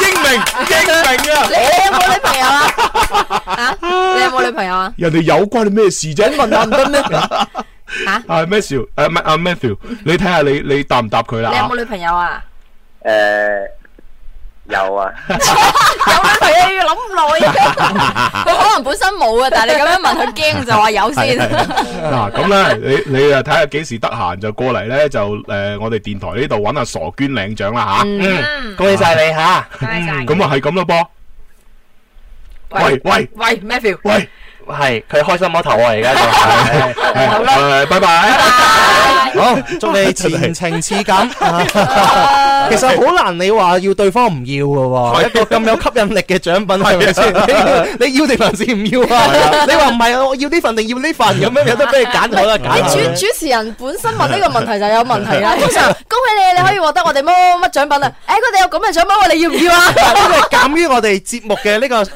[SPEAKER 3] 英明英明啊！
[SPEAKER 1] 你你有冇女朋友啊？啊，你有冇女朋友啊？
[SPEAKER 3] 人哋有關你咩事啫？問
[SPEAKER 1] 下唔 得咩？
[SPEAKER 3] 啊，Matthew，誒唔係啊
[SPEAKER 1] à?
[SPEAKER 3] Matthew，你睇下你你答唔答佢啦
[SPEAKER 1] 你有
[SPEAKER 3] 啊
[SPEAKER 1] 冇女朋友啊？
[SPEAKER 14] 誒有啊，
[SPEAKER 5] 有女朋友要諗咁耐，佢可能本身冇啊，但係你咁樣問佢驚就話 有先。
[SPEAKER 3] 嗱咁咧，你你啊睇下幾時得閒就過嚟咧，就诶我哋電台呢度揾阿傻娟領獎啦吓。
[SPEAKER 2] 嗯恭喜晒你吓
[SPEAKER 3] 嗯咁啊係咁咯噃。喂喂
[SPEAKER 1] 喂，Matthew，
[SPEAKER 3] 喂，
[SPEAKER 2] 系佢開心摸頭啊，而家就係
[SPEAKER 3] 好啦誒拜拜。
[SPEAKER 2] 好，祝你前程似錦。其實好難，你話要對方唔要嘅喎，一個咁有吸引力嘅獎品係咪先？你你要定還是唔要啊？你話唔係啊，我要呢份定要呢份咁樣，有得俾你揀就好啦，
[SPEAKER 5] 你主
[SPEAKER 2] 揀。
[SPEAKER 5] 主持人本身問呢個問題就有問題啦。通常恭喜你，你可以獲得我哋乜乜乜獎品啊！誒，佢哋有咁嘅獎品，我哋要唔要
[SPEAKER 1] à?
[SPEAKER 5] 啊？
[SPEAKER 2] 呢個係鑑於我哋節目嘅呢個誒，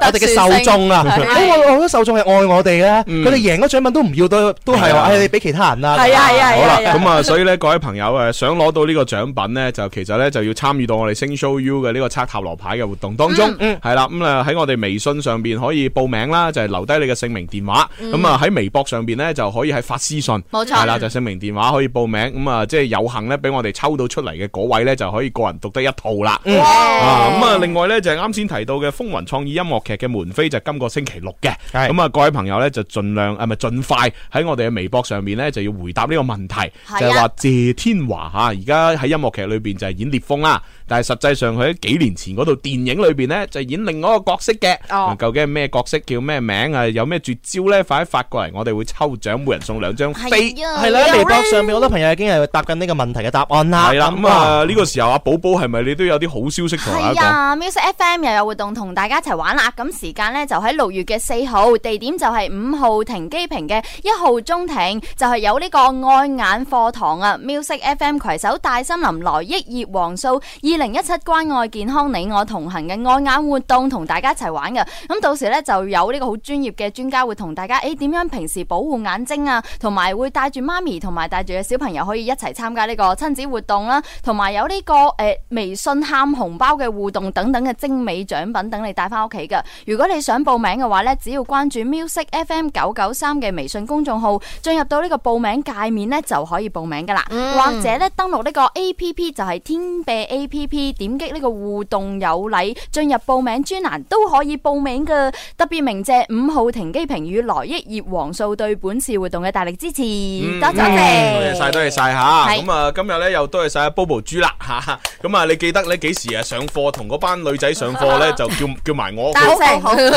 [SPEAKER 2] 我哋嘅受眾啊，
[SPEAKER 5] 特殊性
[SPEAKER 2] 因為我我覺得受眾係愛我哋咧，佢哋贏咗獎品都唔要，都都係話誒你俾其他人啦。
[SPEAKER 5] 係啊係啊係
[SPEAKER 3] 好
[SPEAKER 5] 啊
[SPEAKER 3] 啦，
[SPEAKER 5] 係啊
[SPEAKER 3] 咁啊，所以咧，各位朋友誒，想攞到呢個獎品咧，就其實咧就要參與到我哋星 show U 嘅呢個測塔羅牌嘅活動當
[SPEAKER 5] 嗯
[SPEAKER 3] 中，係啦，咁啊喺我哋微信上邊可以報名啦，就係留低你嘅姓名電話，
[SPEAKER 5] 嗯
[SPEAKER 3] 咁啊喺微博上邊咧就可以喺發私信，
[SPEAKER 5] 冇錯
[SPEAKER 3] 係啦，就姓名電話可以報名，咁啊即係有幸咧俾我哋抽到出嚟嘅嗰位咧就可以個人獨得一套啦，
[SPEAKER 2] 嗯
[SPEAKER 3] 啊咁啊另外咧就係啱先提到嘅風雲創意音樂劇嘅門飛就係今個星期六嘅，咁啊各位朋友咧就盡量啊咪盡快喺我哋嘅微博上面咧就要回答呢個問題。
[SPEAKER 5] 係啊
[SPEAKER 3] 就係話謝天華嚇，啊而家喺音樂劇裏邊就係演烈風啦，但係實際上佢喺幾年前嗰套電影裏邊呢，就演另外一個角色嘅。
[SPEAKER 5] 哦
[SPEAKER 3] 究竟係咩角色叫咩名啊？有咩絕招呢？快啲發過嚟，我哋會抽獎，每人送兩張
[SPEAKER 4] 啊
[SPEAKER 3] 飛。
[SPEAKER 2] 係啦，微博上面好多朋友已經係答緊呢個問題嘅答案啦。
[SPEAKER 3] 係啦，咁啊呢個時候阿寶寶係咪你都有啲好消息同大
[SPEAKER 4] 係
[SPEAKER 3] 家
[SPEAKER 4] 啊，Music FM 又有活動同大家一齊玩啦！咁時間呢，就喺六月嘅四號，地點就係五號停機坪嘅一號中庭，就係、有呢個愛眼課堂啊！Music FM 攜手大森林來益葉黃素二零一七關愛健康你我同行嘅愛眼活動，同大家一齊玩嘅。咁到時呢，就有呢個好專業嘅專家會同大家誒點、樣平時保護眼睛啊，同埋會帶住媽咪同埋帶住嘅小朋友可以一齊參加呢個親子活動啦，同埋有呢、個誒、呃微信喊紅包嘅互動等等嘅精美獎品等你帶翻屋企嘅。如果你想報名嘅話呢，只要關注 music FM 九九三嘅微信公眾號，進入到呢個報名界面呢，就可以報名噶啦。
[SPEAKER 5] 嗯
[SPEAKER 4] 或者呢，登錄呢個 A P P 就係天幣 A P P，點擊呢個互動有禮，進入報名專欄都可以報名嘅。特別鳴謝五號停機坪與來益葉黃素對本次活動嘅大力支持，
[SPEAKER 2] 嗯
[SPEAKER 4] 多謝多謝。
[SPEAKER 3] 嗯多謝晒，多謝晒吓。
[SPEAKER 4] 係
[SPEAKER 3] 咁啊，今日咧又多謝晒阿 Bobo 豬啦吓。咁啊，你記得咧幾時啊上課同嗰班女仔上課 咧，就叫叫埋我。
[SPEAKER 5] 單聲好係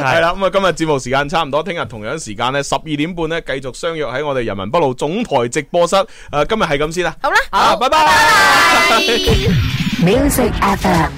[SPEAKER 3] 係啦，咁啊，今日節目時間差唔多，聽日同樣時間咧十二點半咧繼續相約喺我哋人民北路總台直播呃室。誒，今日係咁先啦。啊
[SPEAKER 5] 好啦，
[SPEAKER 3] 好，拜拜。
[SPEAKER 5] Music FM。